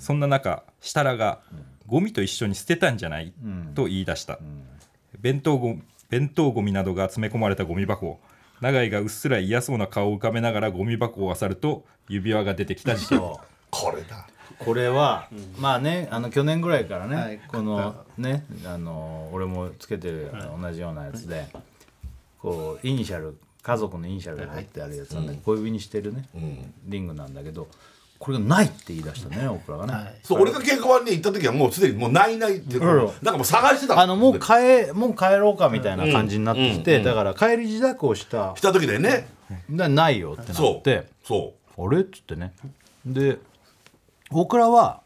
Speaker 4: そんな中設楽がゴミと一緒に捨てたんじゃない、と言い出した、弁当ご弁当ゴミなどが詰め込まれたゴミ箱を永井がうっすら嫌そうな顔を浮かべながらゴミ箱を漁ると指輪が出てきた事件
Speaker 1: そう
Speaker 2: これだ
Speaker 1: これは、まあねあの去年ぐらいからね、
Speaker 5: はい
Speaker 1: このねあの俺もつけてるあの同じようなやつで、こうイニシャル家族のイニシャルが入ってあるやつなんだけど小指にしてるね、リングなんだけどこれがないって言い出したねオクラがね、
Speaker 2: そう俺が稽古場に行った時はもうすでにもうないないって
Speaker 1: ん
Speaker 2: なんかもう探してた
Speaker 1: あのもう帰もう帰ろうかみたいな感じになってきて、だから帰り自宅をした
Speaker 2: した時だよね
Speaker 1: なないよってなっ
Speaker 2: そう
Speaker 1: て
Speaker 2: そ
Speaker 1: あれっつってねでオクラは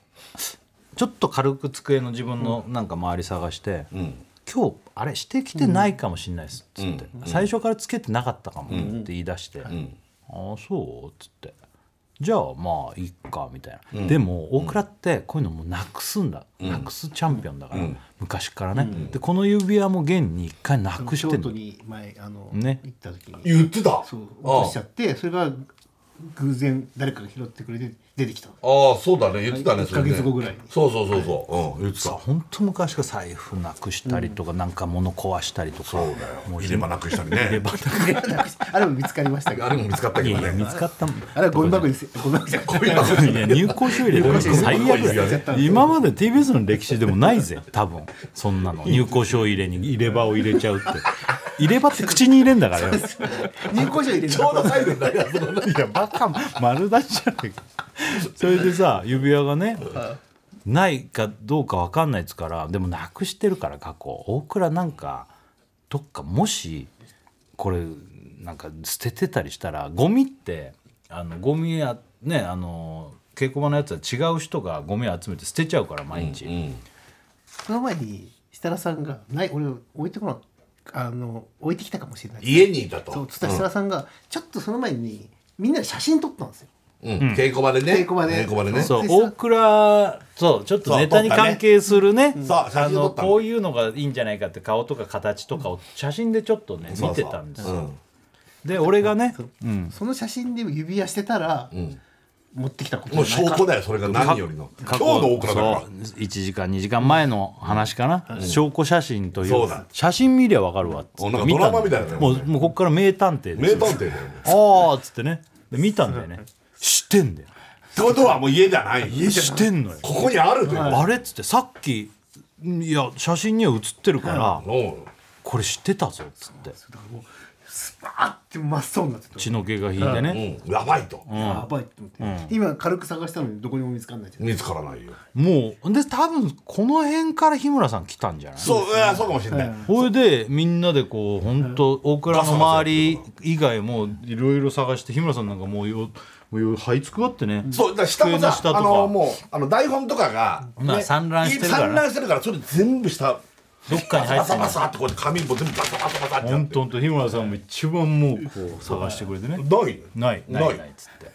Speaker 1: ちょっと軽く机の自分のなんか周り探して、今日あれしてきてないかもしれないですっつって、最初からつけてなかったかもって言い出して、ああそうっつってじゃあまあいっかみたいな、でも大倉ってこういうのもうなくすんだ、なくすチャンピオンだから、昔からね、でこの指輪も現に一回なくし
Speaker 5: 京
Speaker 1: てん
Speaker 5: 都
Speaker 1: の
Speaker 5: に前あの、
Speaker 1: ね
Speaker 5: 行った時
Speaker 2: う
Speaker 5: に
Speaker 2: 言ってたあ
Speaker 5: そう落としち
Speaker 2: あ
Speaker 5: ゃってそれが偶然誰かが拾ってくれて出てきた
Speaker 2: ああそうだね言ってたね
Speaker 5: 一
Speaker 2: それね
Speaker 5: ヶ月後ぐらいに
Speaker 2: そうそうそうそううん言ってた
Speaker 1: 本当昔から財布なくしたりとか、なんか物壊したりとか
Speaker 2: そうだよ
Speaker 1: もう
Speaker 2: 入れ歯なくしたりね入れ歯
Speaker 5: あれも見つかりましたけど
Speaker 2: あれも見つかった
Speaker 1: い
Speaker 2: けど
Speaker 1: やいや見
Speaker 2: ね
Speaker 1: つかったもん
Speaker 5: あれはゴミ箱ですゴミ箱じゃない
Speaker 2: こういうのが
Speaker 1: いや入校証入れ
Speaker 5: 入校証
Speaker 1: 最悪
Speaker 2: 入れ
Speaker 1: だよ今まで TBS の歴史でもないぜ多分そんなの入校証入れに入れ歯を入れちゃうって入れ歯って口に入れんだからよ
Speaker 5: 入校者入れる
Speaker 2: ちょうど入るんだよ
Speaker 1: いやバカ丸出しじゃねえかそれでさ指輪がねないかどうか分かんないっつからでもなくしてるから過去大倉なんかどっかもしこれなんか捨ててたりしたらゴミってあのゴミやねあの稽古場のやつは違う人がゴミ集めて捨てちゃうから毎日、
Speaker 5: その前に設楽さんが「ない俺置いてこなあの置いてきたかもしれない」
Speaker 2: 家にいたと
Speaker 5: そうつったら設楽さんがちょっとその前にみんなで写真撮ったんですよ
Speaker 2: うん稽古場でね
Speaker 5: 稽古場で
Speaker 2: 稽古場でね
Speaker 1: そう
Speaker 5: でさ
Speaker 1: 大倉そうちょっとネタに関係するね
Speaker 2: そう撮ったねそう
Speaker 1: あ
Speaker 2: 写真撮
Speaker 1: の
Speaker 2: ったの
Speaker 1: こういうのがいいんじゃないかって顔とか形とかを写真でちょっとね見てたんです
Speaker 2: そうそう
Speaker 1: よ
Speaker 2: うん
Speaker 1: で俺がね
Speaker 5: そうその写真で指輪してたら、持ってきたこと
Speaker 2: もう
Speaker 5: じゃない
Speaker 2: 証
Speaker 5: か
Speaker 2: 拠だよそれが何よりの今
Speaker 1: 過
Speaker 2: 日
Speaker 1: 去
Speaker 2: の大倉だから
Speaker 1: そう1時間2時間前の話かな、証拠写真とい
Speaker 2: そううだ
Speaker 1: 写真見りゃ分かるわっつって
Speaker 2: おなんかドラマ
Speaker 1: 見たんだ
Speaker 2: みたいだね
Speaker 1: もうもうこっから名探偵で
Speaker 2: 名
Speaker 1: すよ
Speaker 2: 探偵だよね
Speaker 1: ああっつってねで見たんだよね知ってんだよ
Speaker 2: ってことはもう家じゃない
Speaker 1: 知ってんのよ
Speaker 2: ここにあるという
Speaker 1: あれっつってさっきいや写真には写ってるから、
Speaker 2: の
Speaker 1: これ知ってたぞっつって
Speaker 5: スパーって真っ青になってた
Speaker 1: 血の気が引いてね、
Speaker 2: うんやばいと
Speaker 5: やばいって思って、今軽く探したのにどこにも見つかんないじゃん
Speaker 2: 見つからないよ
Speaker 1: もうで多分この辺から日村さん来たんじゃない
Speaker 2: そういやそうかもしれない
Speaker 1: ほいでみんなでこう本当大倉の周り以外もいろいろ探して日村さんなんかもうよもうよはいつくばってね
Speaker 2: そうだから下も
Speaker 1: 机の
Speaker 2: さ
Speaker 1: 下とか
Speaker 2: あのもうあの台本とかが
Speaker 1: まあ
Speaker 2: ね
Speaker 1: 散乱してるから
Speaker 2: 散乱してるからそれ全部下
Speaker 1: どっかに入
Speaker 2: バ
Speaker 1: って
Speaker 2: サ
Speaker 1: ま
Speaker 2: バ
Speaker 1: す
Speaker 2: サってこうやって紙も全部バサバサバサってや
Speaker 1: 本
Speaker 2: って
Speaker 1: 当本当日村さんも一番もうこう探してくれてね
Speaker 2: ない
Speaker 1: ないないないっつって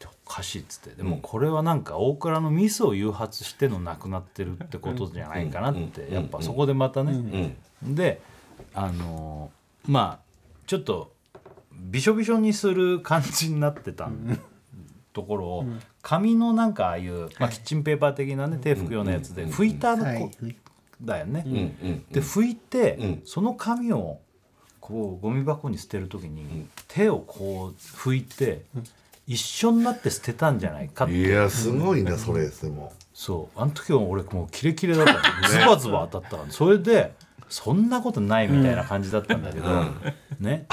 Speaker 1: どっかしいっつってでもこれはなんか大倉のミスを誘発してのなくなってるってことじゃないかなってやっぱそこでまたねであのーまあちょっとびしょびしょにする感じになってたところを紙のなんかああいうまあキッチンペーパー的なね手拭くようなやつで拭いたのこ
Speaker 5: はい
Speaker 1: だよね。
Speaker 2: うん
Speaker 1: で拭いて、
Speaker 2: ん
Speaker 1: その紙をこうゴミ箱に捨てる時に、手をこう拭いて、一緒になって捨てたんじゃないかって
Speaker 2: いやすごいなそれでも
Speaker 1: そうあの時は俺もうキレキレだった のズバズバ当たったのそれでそんなことないみたいな感じだったんだけど、ね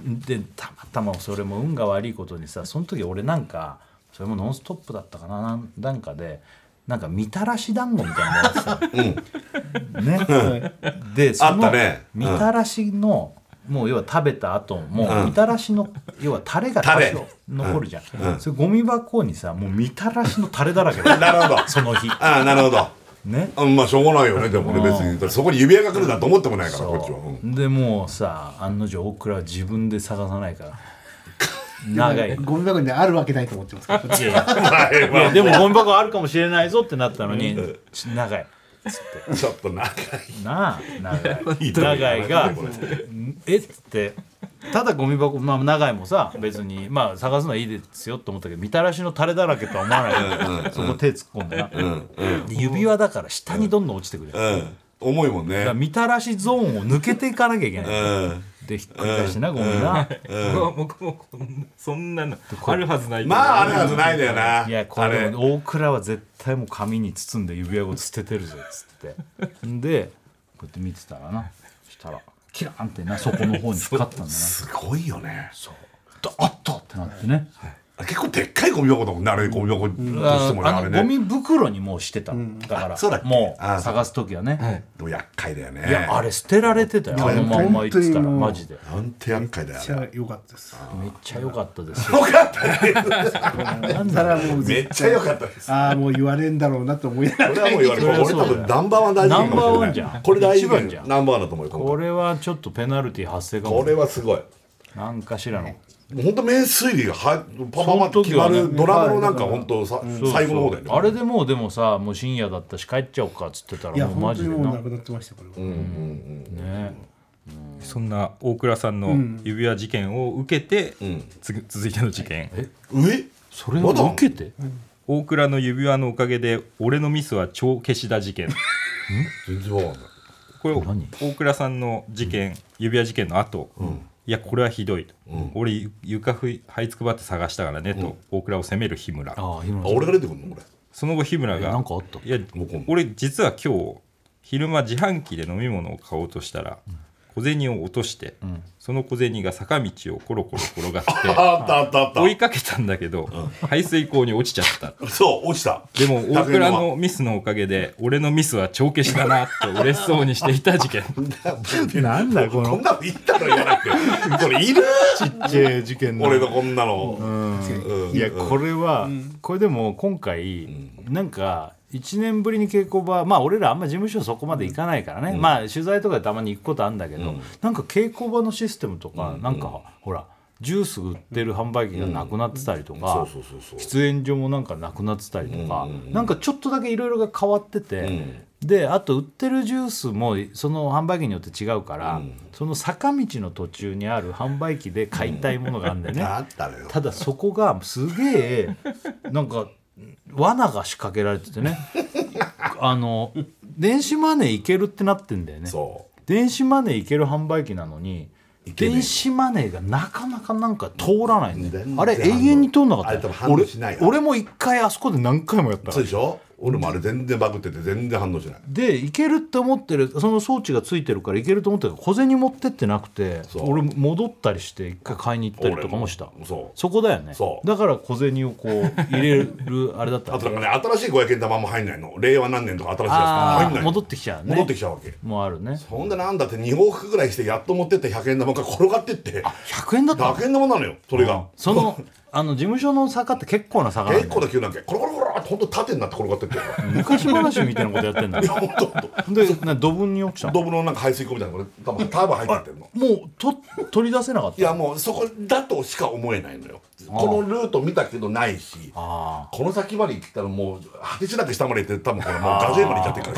Speaker 1: でたまたまそれも運が悪いことにさその時俺なんかそれも「ノンストップ!」だったかななんなんかでなんかみたらし団子みたいなのがあってさ、ね、でそ
Speaker 2: あっ
Speaker 1: の
Speaker 2: たねうん
Speaker 1: みたらしの、もう要は食べた後も
Speaker 2: うん
Speaker 1: みたらしの要はタレが
Speaker 2: タレ
Speaker 1: 多少残るじゃん、それゴミ箱にさもうみたらしのタレだらけ だよ
Speaker 2: なるほど
Speaker 1: その日
Speaker 2: ああなるほど
Speaker 1: ね
Speaker 2: あまあしょうがないよねでもね別にだってそこに指輪が来るなんて思ってもないからこっちは うん
Speaker 1: でもうさ案の定大倉は自分で探さない から長いい
Speaker 5: ゴミ箱にあるわけないと思ってますか
Speaker 1: や
Speaker 5: ら。
Speaker 1: いや いやでもゴミ箱あるかもしれないぞってなったのにち長い
Speaker 2: ちょっと長い
Speaker 1: なあ長 い長いが「えっ?」つってただゴミ箱まあ長いもさ別にまあ探すのはいいですよと思ったけどみたらしのタレだらけとは思わないからそこ手突っ込んでなで指輪だから下にどんどん落ちてくるだか
Speaker 2: うん重いもんね
Speaker 1: らみたらしゾーンを抜けていかなきゃいけない
Speaker 2: うん
Speaker 1: でひっくり返してなゴミな。
Speaker 4: うわ 僕もこんなそんなのあるはずない
Speaker 2: まああるはずないんだよない
Speaker 1: やこれでも大倉は絶対もう紙に包んで指輪ごと捨ててるぞっつってんでこうやって見てたらなそしたらキラーンってなそこの方に光ったんだなそ
Speaker 2: すごいよね
Speaker 1: うあったってなってね
Speaker 2: 結構でっかいゴミ箱だもんねあれゴミ箱としてもね
Speaker 1: あ
Speaker 2: あれ
Speaker 1: のゴ
Speaker 2: ね
Speaker 1: ミ袋にもうしてたのだから
Speaker 2: そうだっけ
Speaker 1: もう
Speaker 2: あそう
Speaker 1: 探す時はね
Speaker 2: でも厄介だよね
Speaker 1: いやあれ捨てられてたよあのまんま言ってたら
Speaker 5: 本当にもう
Speaker 1: マジで
Speaker 2: なんて厄介だよあ
Speaker 5: め
Speaker 2: れ
Speaker 5: っちゃ良かったです。
Speaker 1: めっちゃ良かったですよ
Speaker 5: だからもう
Speaker 2: めっちゃ良かったです。
Speaker 5: ああもう言われんだろうなと思いな
Speaker 2: こ
Speaker 5: が
Speaker 2: れはもう言われる。
Speaker 1: そりゃ
Speaker 2: 俺
Speaker 1: そうだよ
Speaker 2: 多分ナンバーワン大事件かもしれない。
Speaker 1: ナンバーワンじゃん
Speaker 2: これ大事
Speaker 1: 一番じゃ
Speaker 2: 件
Speaker 1: ん
Speaker 2: ナンバーワンだと思うよ。
Speaker 1: こ
Speaker 2: こ
Speaker 1: れはちょっとペナルティ発生か
Speaker 2: れこ
Speaker 1: も
Speaker 2: れはすごい。
Speaker 1: なんかしらの
Speaker 2: もう本当名推理がはパパパって決ま
Speaker 1: その時は
Speaker 2: る
Speaker 1: ね
Speaker 2: ドラムのなんか本当さ最後の方だよね。
Speaker 1: あれでもうでもさもう深夜だったし帰っちゃおうかっつってた
Speaker 5: らいや
Speaker 1: らもうマ
Speaker 5: 本当
Speaker 1: ジ
Speaker 5: に
Speaker 1: で
Speaker 5: も
Speaker 1: な
Speaker 5: うなくなってましたこれは。
Speaker 1: ね
Speaker 4: そんな大倉さんの指輪事件を受けて、
Speaker 2: ん
Speaker 4: つ続いての事件
Speaker 2: え？
Speaker 1: それを
Speaker 2: まだ
Speaker 1: 受けて
Speaker 4: 大倉の指輪のおかげで俺のミスは帳消しだ事件
Speaker 2: 全然わかんない。
Speaker 4: これ
Speaker 1: 何
Speaker 4: 大倉さんの事件、指輪事件の後、いやこれはひどいと、俺床ふい這いつくばって探したからねと、大倉を責める日村
Speaker 1: ああ日村
Speaker 2: あ
Speaker 1: さん
Speaker 2: 俺が出てくるのこれ。
Speaker 4: その後日村
Speaker 1: え
Speaker 4: が
Speaker 1: なんかあった
Speaker 4: いや
Speaker 2: 僕も
Speaker 4: 俺実は今日昼間自販機で飲み物を買おうとしたら、小銭を落として、その小銭が坂道をコロコロ転がって
Speaker 2: あったあったあっ
Speaker 4: 追いかけたんだけど、排水溝に落ちちゃった
Speaker 2: た。そう落ちた。
Speaker 4: でも大倉
Speaker 2: 100円
Speaker 4: のミスのおかげで俺のミスは帳消しだなと嬉しそうにしていた事 件
Speaker 1: なんだこ
Speaker 2: は。こ
Speaker 1: の
Speaker 2: んなのいったのいらなくて。これいる？
Speaker 1: J 事件
Speaker 2: 俺のこんなの。
Speaker 1: うんいやこれはこれでも今回なんか1年ぶりに稽古場まあ俺らあんま事務所そこまで行かないからねまあ取材とかでたまに行くことあるんだけどなんか稽古場のシステムとかなんかほらジュース売ってる販売機がなくなってたりとか
Speaker 2: そうそうそうそう。
Speaker 1: 喫煙所もなんかなくなってたりとか、なんかちょっとだけいろいろが変わってて、であと売ってるジュースもその販売機によって違うから、その坂道の途中にある販売機で買いたいものがあるんだよね、
Speaker 2: あったのよ。
Speaker 1: ただそこがすげえなんか罠が仕掛けられててねあの電子マネーいけるってなってんだよね
Speaker 2: そ
Speaker 1: 電子マネーいける販売機なのに
Speaker 2: けねえ
Speaker 1: 電子マネーがなかなかなんか通らないんだ
Speaker 2: 全
Speaker 1: よ
Speaker 2: 然
Speaker 1: あれ永遠に通んなか
Speaker 2: あれ
Speaker 1: っ
Speaker 2: 多
Speaker 1: た
Speaker 2: 分
Speaker 1: よ
Speaker 2: 反応しないよ
Speaker 1: 俺俺も一回あそこで何回もやった
Speaker 2: う。そうでしょ？俺もあれ全然バグってて全然反応しない。
Speaker 1: でいけるって思ってるその装置がついてるからいけると思ってるけど小銭持ってってなくて
Speaker 2: そう
Speaker 1: 俺戻ったりして一回買いに行ったりとかもした
Speaker 2: 俺もそう
Speaker 1: こだよね
Speaker 2: そう
Speaker 1: だから小銭をこう入れ るあれだった
Speaker 2: あ
Speaker 1: の
Speaker 2: となんかね新しい500円玉も入んないの令和何年とか新しいやつ
Speaker 1: あー
Speaker 2: 入んない
Speaker 1: 戻ってきちゃうね
Speaker 2: 戻ってきちゃうわけ
Speaker 1: もあるね
Speaker 2: ほんでなんだって2往復ぐらいしてやっと持ってって100円玉が転がってって
Speaker 1: 100円だったの
Speaker 2: 100円玉なのよそれが
Speaker 1: そのあの事務所の坂って結構な坂なんだ
Speaker 2: 結
Speaker 1: よ
Speaker 2: 構な急なんけコロコロコローって本当縦になって転が ってって
Speaker 1: 昔話みたいなことやってんだ
Speaker 2: いや本当本
Speaker 1: でなドブに落ちた
Speaker 2: 当
Speaker 1: の
Speaker 2: ドブのなんか排水溝みたいなのこれ多分多分入ってってるの
Speaker 1: もうと取り出せなかっ
Speaker 2: い
Speaker 1: た
Speaker 2: やもうそこだとしか思えないのよこのルート見たけどないし
Speaker 1: あ
Speaker 2: この先まで行ったらもう果てしなく下まで行って多分これもうガジョイまで行っちゃってるか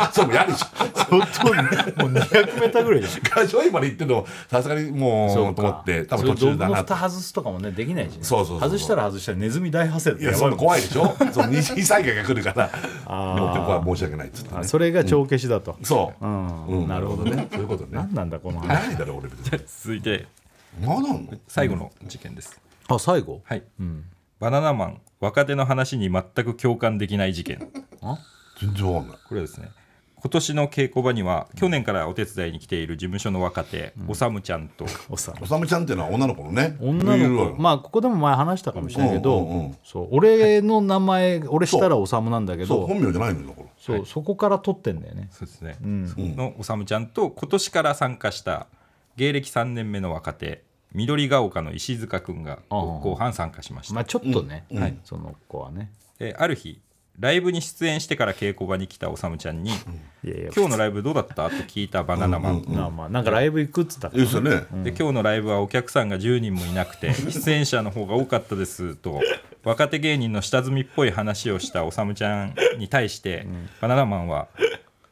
Speaker 2: らそれもやるし
Speaker 1: あ本当にもう200メーターぐらいじゃん
Speaker 2: ガジョイまで行ってるのさすがにもうと思って多
Speaker 1: 多
Speaker 2: 分
Speaker 1: 分
Speaker 2: 途
Speaker 1: 途
Speaker 2: 中
Speaker 1: 中
Speaker 2: だ
Speaker 1: だ
Speaker 2: な
Speaker 1: な
Speaker 2: と
Speaker 1: 蓋外すとかもねできないしね
Speaker 2: そうそうそうそう
Speaker 1: 外したら外したらネズミ大発生だ
Speaker 2: い
Speaker 1: って
Speaker 2: や
Speaker 1: や
Speaker 2: そ
Speaker 1: ば
Speaker 2: ん
Speaker 1: い
Speaker 2: な
Speaker 1: もん
Speaker 2: 怖いでしょその二次災害が来るからもうここは申し訳ないっつってね
Speaker 1: あそれが帳消しだと
Speaker 2: そう、
Speaker 1: うん、
Speaker 2: うん
Speaker 1: なるほどね
Speaker 2: そういうことね
Speaker 1: 何なんだこの話
Speaker 2: 何だろう俺別に
Speaker 4: 続いて
Speaker 2: 何なの
Speaker 4: 最後の事件です、
Speaker 1: あ最後
Speaker 4: はい、バナナマン若手の話に全く共感できない事件
Speaker 2: 全然わかんない
Speaker 4: これはですね今年の稽古場には去年からお手伝いに来ている事務所の若手、おさむちゃん と
Speaker 1: おさ
Speaker 2: おさむちゃんっていうのは女の子のね
Speaker 1: 女
Speaker 2: いる
Speaker 1: の
Speaker 2: よ
Speaker 1: 子まあここでも前話したかもしれないけど、
Speaker 2: うんうんうん
Speaker 1: そう俺の名前俺したらおさむなんだけ
Speaker 2: そう
Speaker 1: ど
Speaker 2: 本名じゃないのよだから
Speaker 1: そう、そこから取ってんだよね
Speaker 4: そうですね、そのおさむちゃんと今年から参加した芸歴3年目の若手緑ヶ丘の石塚君が
Speaker 1: ああ
Speaker 4: 後半参加しました
Speaker 1: まあちょっとね、
Speaker 2: ん
Speaker 1: はい、その子はね
Speaker 4: えーある日ライブに出演してから稽古場に来たおさむちゃんに「
Speaker 1: いやいや
Speaker 4: 今日のライブどうだった?」と聞いたバナナマン、
Speaker 1: まあまあなんかライブ行くっつったから
Speaker 2: いいですよね
Speaker 4: で今日のライブはお客さんが10人もいな くて出演者の方が多かったですと若手芸人の下積みっぽい話をしたおさむちゃんに対して、バナナマンは「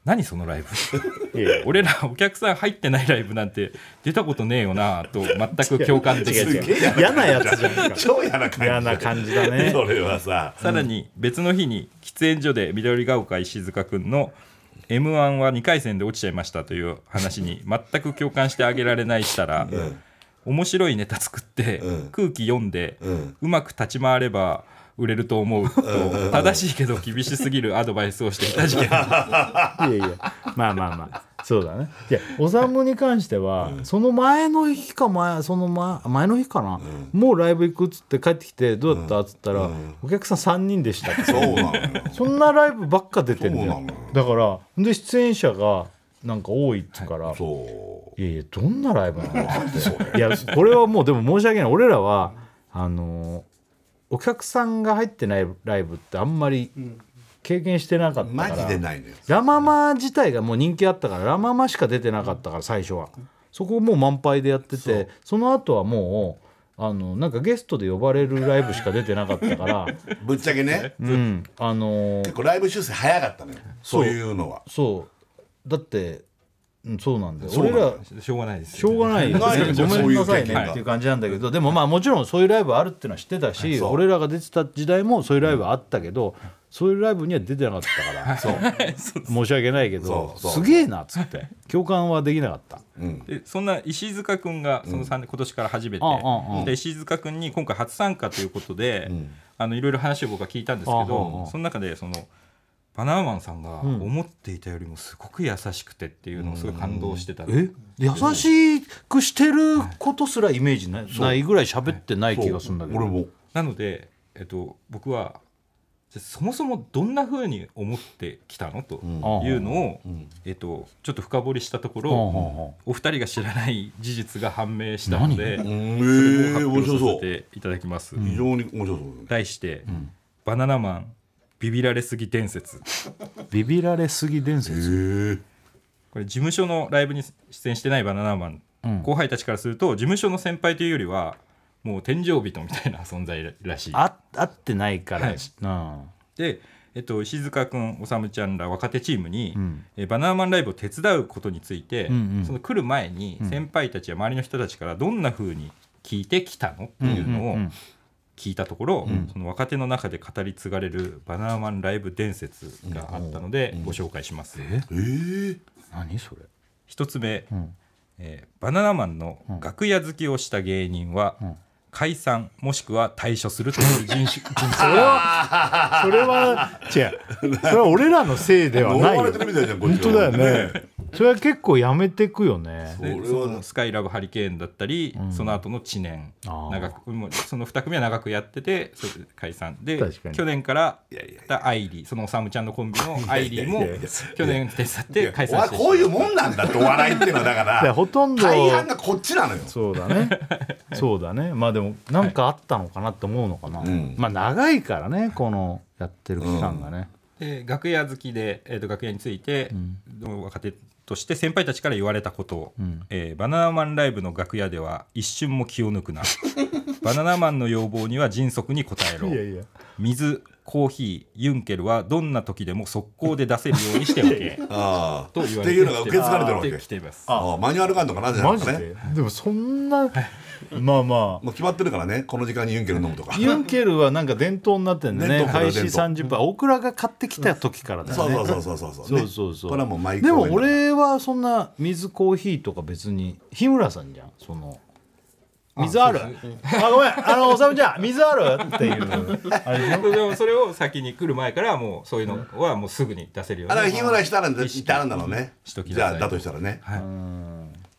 Speaker 4: 何その ライブ俺らお客さん入ってないライブなんて出たことねえよな」と全く共感でき
Speaker 1: 違う
Speaker 4: ず
Speaker 1: 違う嫌なやつじゃんか
Speaker 2: 超嫌な感じ
Speaker 1: 嫌な感じだね
Speaker 2: それはさ
Speaker 4: さらに別の日に喫煙所で緑ヶ丘石塚君の m 1は2回戦で落ちちゃいましたという話に全く共感してあげられないしたら、面白いネタ作って、
Speaker 2: うん
Speaker 4: 空気読んで、うんまく立ち回れば売れると思うと正しいけど厳しすぎるアドバイスをしてきた事件
Speaker 1: いやいやまあまあまあそうだねいやおさむに関しては、その前の日か前その前前の日かな、もうライブ行くっつって帰ってきてどうだったっつったら、お客さん3人でしたって
Speaker 2: そうなのよ
Speaker 1: そんなライブばっか出てんだ
Speaker 2: そう
Speaker 1: よ
Speaker 2: な
Speaker 1: だからで出演者がなんか多いっつうから、い、
Speaker 2: そう
Speaker 1: やいやどんなライブな のっていやこれはもうでも申し訳ない俺らはあのーお客さんが入ってないライブってあんまり経験してなかったか
Speaker 2: マ
Speaker 1: ら、
Speaker 2: ジでないのよ
Speaker 1: ラ・ママ自体がもう人気あったからラ・ママしか出てなかったから最初はそこをもう満杯でやっててその後はもうあのなんかゲストで呼ばれるライブしか出てなかっ たから、
Speaker 2: ぶっちゃけね
Speaker 1: うん、あのー
Speaker 2: 結構ライブ修正早かったのよ
Speaker 1: そう
Speaker 2: そういうのは
Speaker 1: そうだってうんそうなんだよ
Speaker 2: そう
Speaker 1: 俺
Speaker 2: なんだよ
Speaker 1: ら
Speaker 4: しょうがないです
Speaker 1: しょうがないよ
Speaker 2: ないよ
Speaker 1: ごめんなさい
Speaker 2: そういう経験
Speaker 1: ね
Speaker 2: が
Speaker 1: っていう感じなんだけどでもまあもちろんそういうライブあるっていうのは知ってたし俺らが出てた時代もそういうライブあったけどそういうライブには出てなか ったから申し訳ないけど
Speaker 2: そうそう
Speaker 1: すげえなっつって共感はできなかった。
Speaker 4: でそんな石塚君がその3年、今年から初めて、
Speaker 1: うんうんうん
Speaker 4: で石塚君に今回初参加ということで、あのいろいろ話を僕は聞いたんですけど、
Speaker 1: うんうんうん
Speaker 4: その中でそのバナナマンさんが思っていたよりもすごく優しくてっていうのをすごい感動してた、
Speaker 1: え優しくしてることすらイメージない,、ないぐらい喋ってない
Speaker 2: そう
Speaker 1: 気がするんだけど
Speaker 2: 俺も
Speaker 4: なので、えっと、僕はじゃあそもそもどんなふうに思ってきたのというのを、えっと、ちょっと深掘りしたところ、お二人が知らない事実が判明したので
Speaker 2: う
Speaker 4: それを
Speaker 2: んえ
Speaker 4: 発
Speaker 2: ー面
Speaker 4: 表
Speaker 2: 白
Speaker 4: さ
Speaker 2: そ
Speaker 4: せ
Speaker 2: う
Speaker 4: ていただきます。
Speaker 2: 非常に面白そうだね
Speaker 4: 題して、バナナマンビビられすぎ伝説
Speaker 1: ビビられすぎ伝説、
Speaker 2: へ
Speaker 4: これ事務所のライブに出演してないバナナマン、後輩たちからすると事務所の先輩というよりはもう天井人みたいな存在らしい
Speaker 1: あ合ってないから、
Speaker 4: はい
Speaker 1: うん
Speaker 4: で、えっと、石塚君おさむちゃんら若手チームに、えバナナマンライブを手伝うことについて、その来る前に先輩たちや周りの人たちからどんなふうに聞いてきたのっていうのを聞いたところ、その若手の中で語り継がれるバナナマンライブ伝説があったのでご紹介します。
Speaker 2: えー
Speaker 1: 何それ
Speaker 4: 一つ目、えーバナナマンの楽屋好きをした芸人は、解散もしくは退所するという人種人 種
Speaker 6: それは違うそれは俺らのせいでは
Speaker 2: 呪
Speaker 6: ないよ
Speaker 2: われてるみたいじゃんこっ
Speaker 6: 本
Speaker 2: ちは
Speaker 6: 当だよね
Speaker 1: それは結構やめてくよね
Speaker 4: で
Speaker 2: 俺は
Speaker 4: そのスカイラブハリケーンだったり、その後の知念
Speaker 1: あー
Speaker 4: 長くもうその2組は長くやっててそれで解散で
Speaker 1: 確かに
Speaker 4: 去年からやったアイリーそのおさむちゃんのコンビのアイリーも去年手伝って解
Speaker 2: お
Speaker 4: 散
Speaker 2: 前
Speaker 4: して
Speaker 2: こういうもんなんだってお笑いっていうのはだか
Speaker 6: いや
Speaker 2: ら
Speaker 6: ほとんど
Speaker 2: 大半がこっちなのよ
Speaker 1: そうだねそうだねまあでもなんかあったのかなって思うのかな、
Speaker 2: ん
Speaker 1: まあ長いからねこのやってる期間がね、
Speaker 4: で楽屋好きで、えー、と楽屋について、若手として先輩たちから言われたことを、えーバナナマンライブの楽屋では一瞬も気を抜くなバナナマンの要望には迅速に応えろ
Speaker 6: いやいや
Speaker 4: 水コーヒーユンケルはどんな時でも速攻で出せるようにしておけ
Speaker 2: ああ
Speaker 4: と言わ
Speaker 2: って
Speaker 4: れてきて
Speaker 2: いうのが受け継がれてるわ
Speaker 4: で
Speaker 2: け
Speaker 4: きています
Speaker 2: ああマニュアルがあるのかなじゃな
Speaker 6: マ
Speaker 2: い
Speaker 6: ジ
Speaker 2: ですか
Speaker 6: で
Speaker 2: ね
Speaker 6: でもそんなまあまあ
Speaker 2: もう決まってるからねこの時間にユンケル飲むとか
Speaker 1: ユンケルはなんか伝統になってんだ
Speaker 2: 伝
Speaker 1: ね
Speaker 2: 統から
Speaker 1: 開
Speaker 2: 伝
Speaker 1: 始
Speaker 2: 統
Speaker 1: 30分大倉が買ってきた時からだ
Speaker 2: そ
Speaker 1: よ
Speaker 2: う
Speaker 1: ね
Speaker 2: そうそうそうそうそう、
Speaker 1: そ
Speaker 2: ね、
Speaker 1: うそうそう
Speaker 2: これはもう毎
Speaker 1: で
Speaker 2: 回
Speaker 1: も俺はそんな水コーヒーとか別に日村さんじゃんその水あるあ,、ごめんあのおさむちゃん水あるっていうあれでしょ
Speaker 4: でもそれを先に来る前からもうそういうのはもうすぐに出せるよう
Speaker 2: あ
Speaker 4: に
Speaker 2: だから日村したらってあるんだろうね
Speaker 4: しときな
Speaker 2: じ
Speaker 4: さい
Speaker 2: ゃあだとしたらね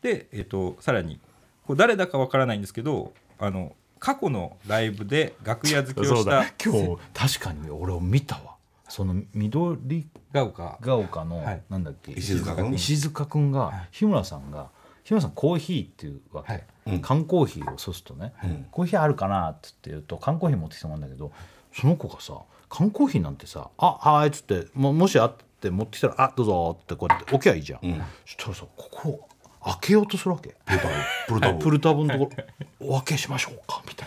Speaker 4: で、えっとさらにこう誰だかわからないんですけどあの過去のライブで楽屋付きを
Speaker 6: そ
Speaker 4: し
Speaker 6: うだ
Speaker 4: た
Speaker 1: 今日確かに俺を見たわその緑
Speaker 4: が丘
Speaker 1: が丘の、
Speaker 4: はい
Speaker 1: なんだっけ
Speaker 2: 石塚君
Speaker 1: 石塚君が、日村さんが日村さんコーヒーっていうわけ、
Speaker 4: はい
Speaker 1: 缶コーヒーをそうするとね、コーヒーあるかなって言うと缶コーヒー持ってきてもらうんだけどその子がさ缶コーヒーなんてさ「あはーい」っつってももしあって持ってきたら「あどうぞ」ってこうやって置きゃいいじゃん、そしたらさここを開けようとするわけ
Speaker 2: プルタブ
Speaker 1: プルタブのところお開けしましょうかみた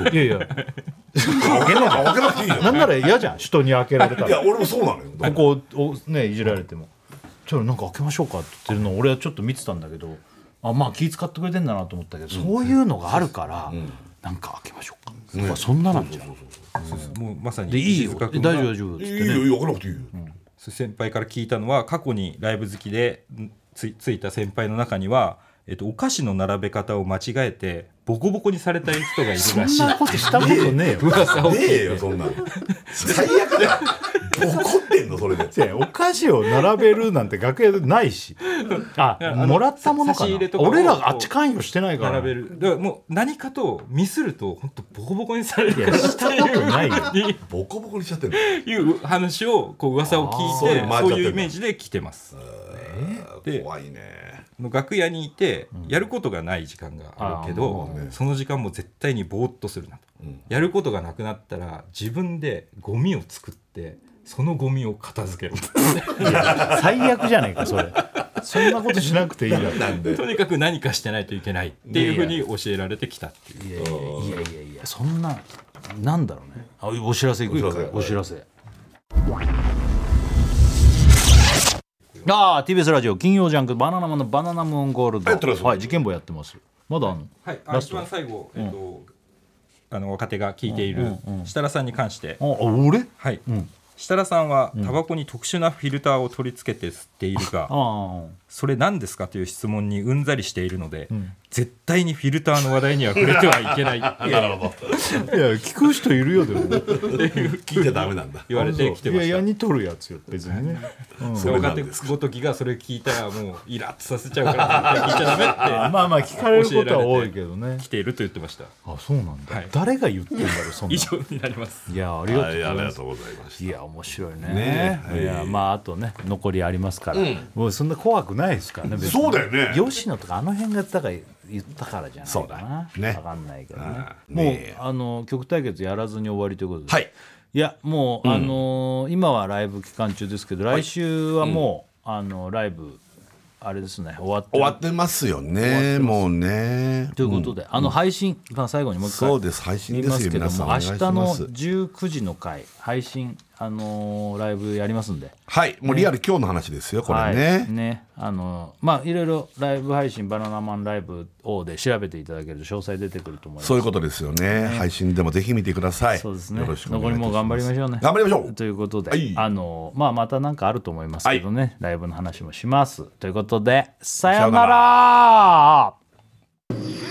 Speaker 1: いないやいや
Speaker 2: 開けなきゃ開けなくていいよ
Speaker 1: なんなら嫌じゃん人に開けられたら
Speaker 2: いや俺もそうなのよだから
Speaker 1: ここをねいじられても「じゃあなんか開けましょうか」って言ってるのを俺はちょっと見てたんだけどあまあ気使ってくれてんだなと思ったけど、そういうのがあるから、なんか開けましょうか、まあそんななんじゃん
Speaker 4: もうまさに
Speaker 1: でいい
Speaker 4: 石
Speaker 1: よ
Speaker 4: 塚
Speaker 1: 大
Speaker 4: 君
Speaker 1: 丈
Speaker 4: が
Speaker 1: 夫大丈夫っつ
Speaker 2: い
Speaker 1: って
Speaker 2: いよいいよ開けなくていいよ
Speaker 4: 先輩から聞いたのは過去にライブ好きでんつついた先輩の中には、えっと、お菓子の並べ方を間違えてボコボコにされた人がいるらしい
Speaker 1: そんなことしたことねえよ
Speaker 4: 噂を
Speaker 2: ねえよそんなの最悪だよ怒ってんのそれで
Speaker 6: じゃあお菓子を並べるなんて楽屋でないし
Speaker 1: あもらったものか
Speaker 4: 差し
Speaker 1: な
Speaker 4: 入れとかを
Speaker 1: 俺らあっち関与してないから
Speaker 4: 並べるだからもう何かとミスると本当ボコボコにされるらしい
Speaker 1: したことないよ
Speaker 4: に
Speaker 2: ボコボコにしちゃってる
Speaker 4: いう話をこう噂を聞いて
Speaker 2: あー
Speaker 4: そう
Speaker 2: そう
Speaker 4: い
Speaker 2: いうう
Speaker 4: イメージで来てますで
Speaker 2: 怖いね
Speaker 4: の楽屋にいてやることがない時間があるけど、
Speaker 2: あーまあね
Speaker 4: その時間も絶対にぼーっとするなと、
Speaker 2: うん
Speaker 4: やることがなくなったら自分でゴミを作ってそのゴミを片付ける
Speaker 1: 最悪じゃないかそれそんなことしなくていいだろ
Speaker 2: なん で
Speaker 4: とにかく何かしてないといけないっていうふうに教えられてきたっていう
Speaker 1: いやいやいやいやいやそんななんだろうねあお知らせいくよ
Speaker 2: お知らせ
Speaker 1: お知らせああ TBS ラジオ金曜ジャンク「バナナマンのバナナムーンゴールド
Speaker 2: やってま」す
Speaker 1: はい事件簿やってますまだあんの
Speaker 4: はい、あ
Speaker 1: ラス
Speaker 4: 一
Speaker 1: ト
Speaker 4: 番最後、えっとあの若手が聞いている設楽さんに関して、
Speaker 1: ああ俺
Speaker 4: はい設楽さんはタバコに特殊なフィルターを取り付けて吸っているが、
Speaker 1: あ
Speaker 4: それ何ですかという質問にうんざりしているので、絶対にフィルターの話題には触れてはい けない
Speaker 2: なるほど
Speaker 6: いや聞く人いるよで も
Speaker 2: 聞いちゃダメなん だ
Speaker 4: 言われてきてま
Speaker 6: い
Speaker 4: し
Speaker 6: やいや
Speaker 4: た。
Speaker 6: にとるやつよ別にね
Speaker 2: それ
Speaker 4: 若
Speaker 2: なん
Speaker 4: 手
Speaker 2: ですか
Speaker 4: ごときがそれ聞いたらもうイラッとさせちゃうから絶対聞いちゃ ダメって
Speaker 6: まあまあ聞かれることは多いけどね
Speaker 4: 来ていると言ってました。
Speaker 1: あそうなんだ、
Speaker 4: はい
Speaker 1: 誰が言ってんだろうそんな
Speaker 4: 以
Speaker 1: い
Speaker 4: 上になります。
Speaker 1: やありがとうご
Speaker 2: は
Speaker 1: ざい
Speaker 2: いあり
Speaker 1: ます
Speaker 2: がとうございまし
Speaker 1: いや面白いね
Speaker 2: ねえ
Speaker 1: いや
Speaker 2: はい
Speaker 1: まああとね残りありますから、
Speaker 6: もうそんな怖くないですからね
Speaker 2: た
Speaker 6: 別に
Speaker 2: そうだよね
Speaker 1: 吉野とかあの辺がだから言ったからじゃない
Speaker 2: そう
Speaker 1: か
Speaker 2: だ
Speaker 1: な、
Speaker 2: ね
Speaker 1: 分かんないけどね
Speaker 2: うん
Speaker 1: もう、
Speaker 2: ねえ
Speaker 1: あの曲対決やらずに終わりということで
Speaker 2: はい
Speaker 1: いやもう、あのー今はライブ期間中ですけど来週はもう、あのライブあれですね終わって
Speaker 2: 終わってますよねもうね
Speaker 1: ということで、あの配信、まあ、最後にもう一回
Speaker 2: そうです配信
Speaker 1: 言い
Speaker 2: で
Speaker 1: ますす
Speaker 2: よ
Speaker 1: けど
Speaker 2: 皆
Speaker 1: も
Speaker 2: さんお
Speaker 1: 明
Speaker 2: 願い
Speaker 1: 日
Speaker 2: し
Speaker 1: の
Speaker 2: ます
Speaker 1: 19時の回配信、あのーライブやりますんで。
Speaker 2: はいもうリアル今日の話ですよこれ
Speaker 1: はい、
Speaker 2: ね
Speaker 1: ねあのまあいろいろライブ配信「バナナマンライブ」をで調べていただけると詳細出てくると思います
Speaker 2: そういうことですよね配信でもぜひ見てください
Speaker 1: そうですね
Speaker 2: よろしくお
Speaker 1: 残
Speaker 2: 願いいた
Speaker 1: りも
Speaker 2: し
Speaker 1: 頑張
Speaker 2: ま
Speaker 1: り
Speaker 2: す
Speaker 1: ましょうね
Speaker 2: 頑張りましょう
Speaker 1: ということで、
Speaker 2: はい
Speaker 1: あのまあまた何かあると思いますけどね、ライブの話もしますということでさような
Speaker 2: さような
Speaker 1: ら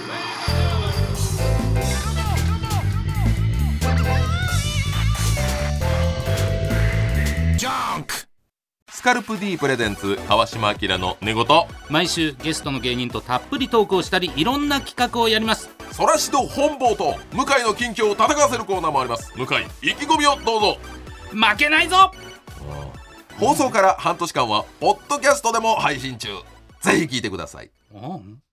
Speaker 7: スカルプ D プレゼンツ川島明の寝言
Speaker 8: 毎週ゲストの芸人とたっぷりトークをしたりいろんな企画をやります
Speaker 7: そらしど本坊と向井の近況を戦わせるコーナーもあります向井意気込みをどうぞ
Speaker 8: 負けないぞ
Speaker 7: 放送から半年間はポッドキャストでも配信中ぜひ聞いてください
Speaker 8: うん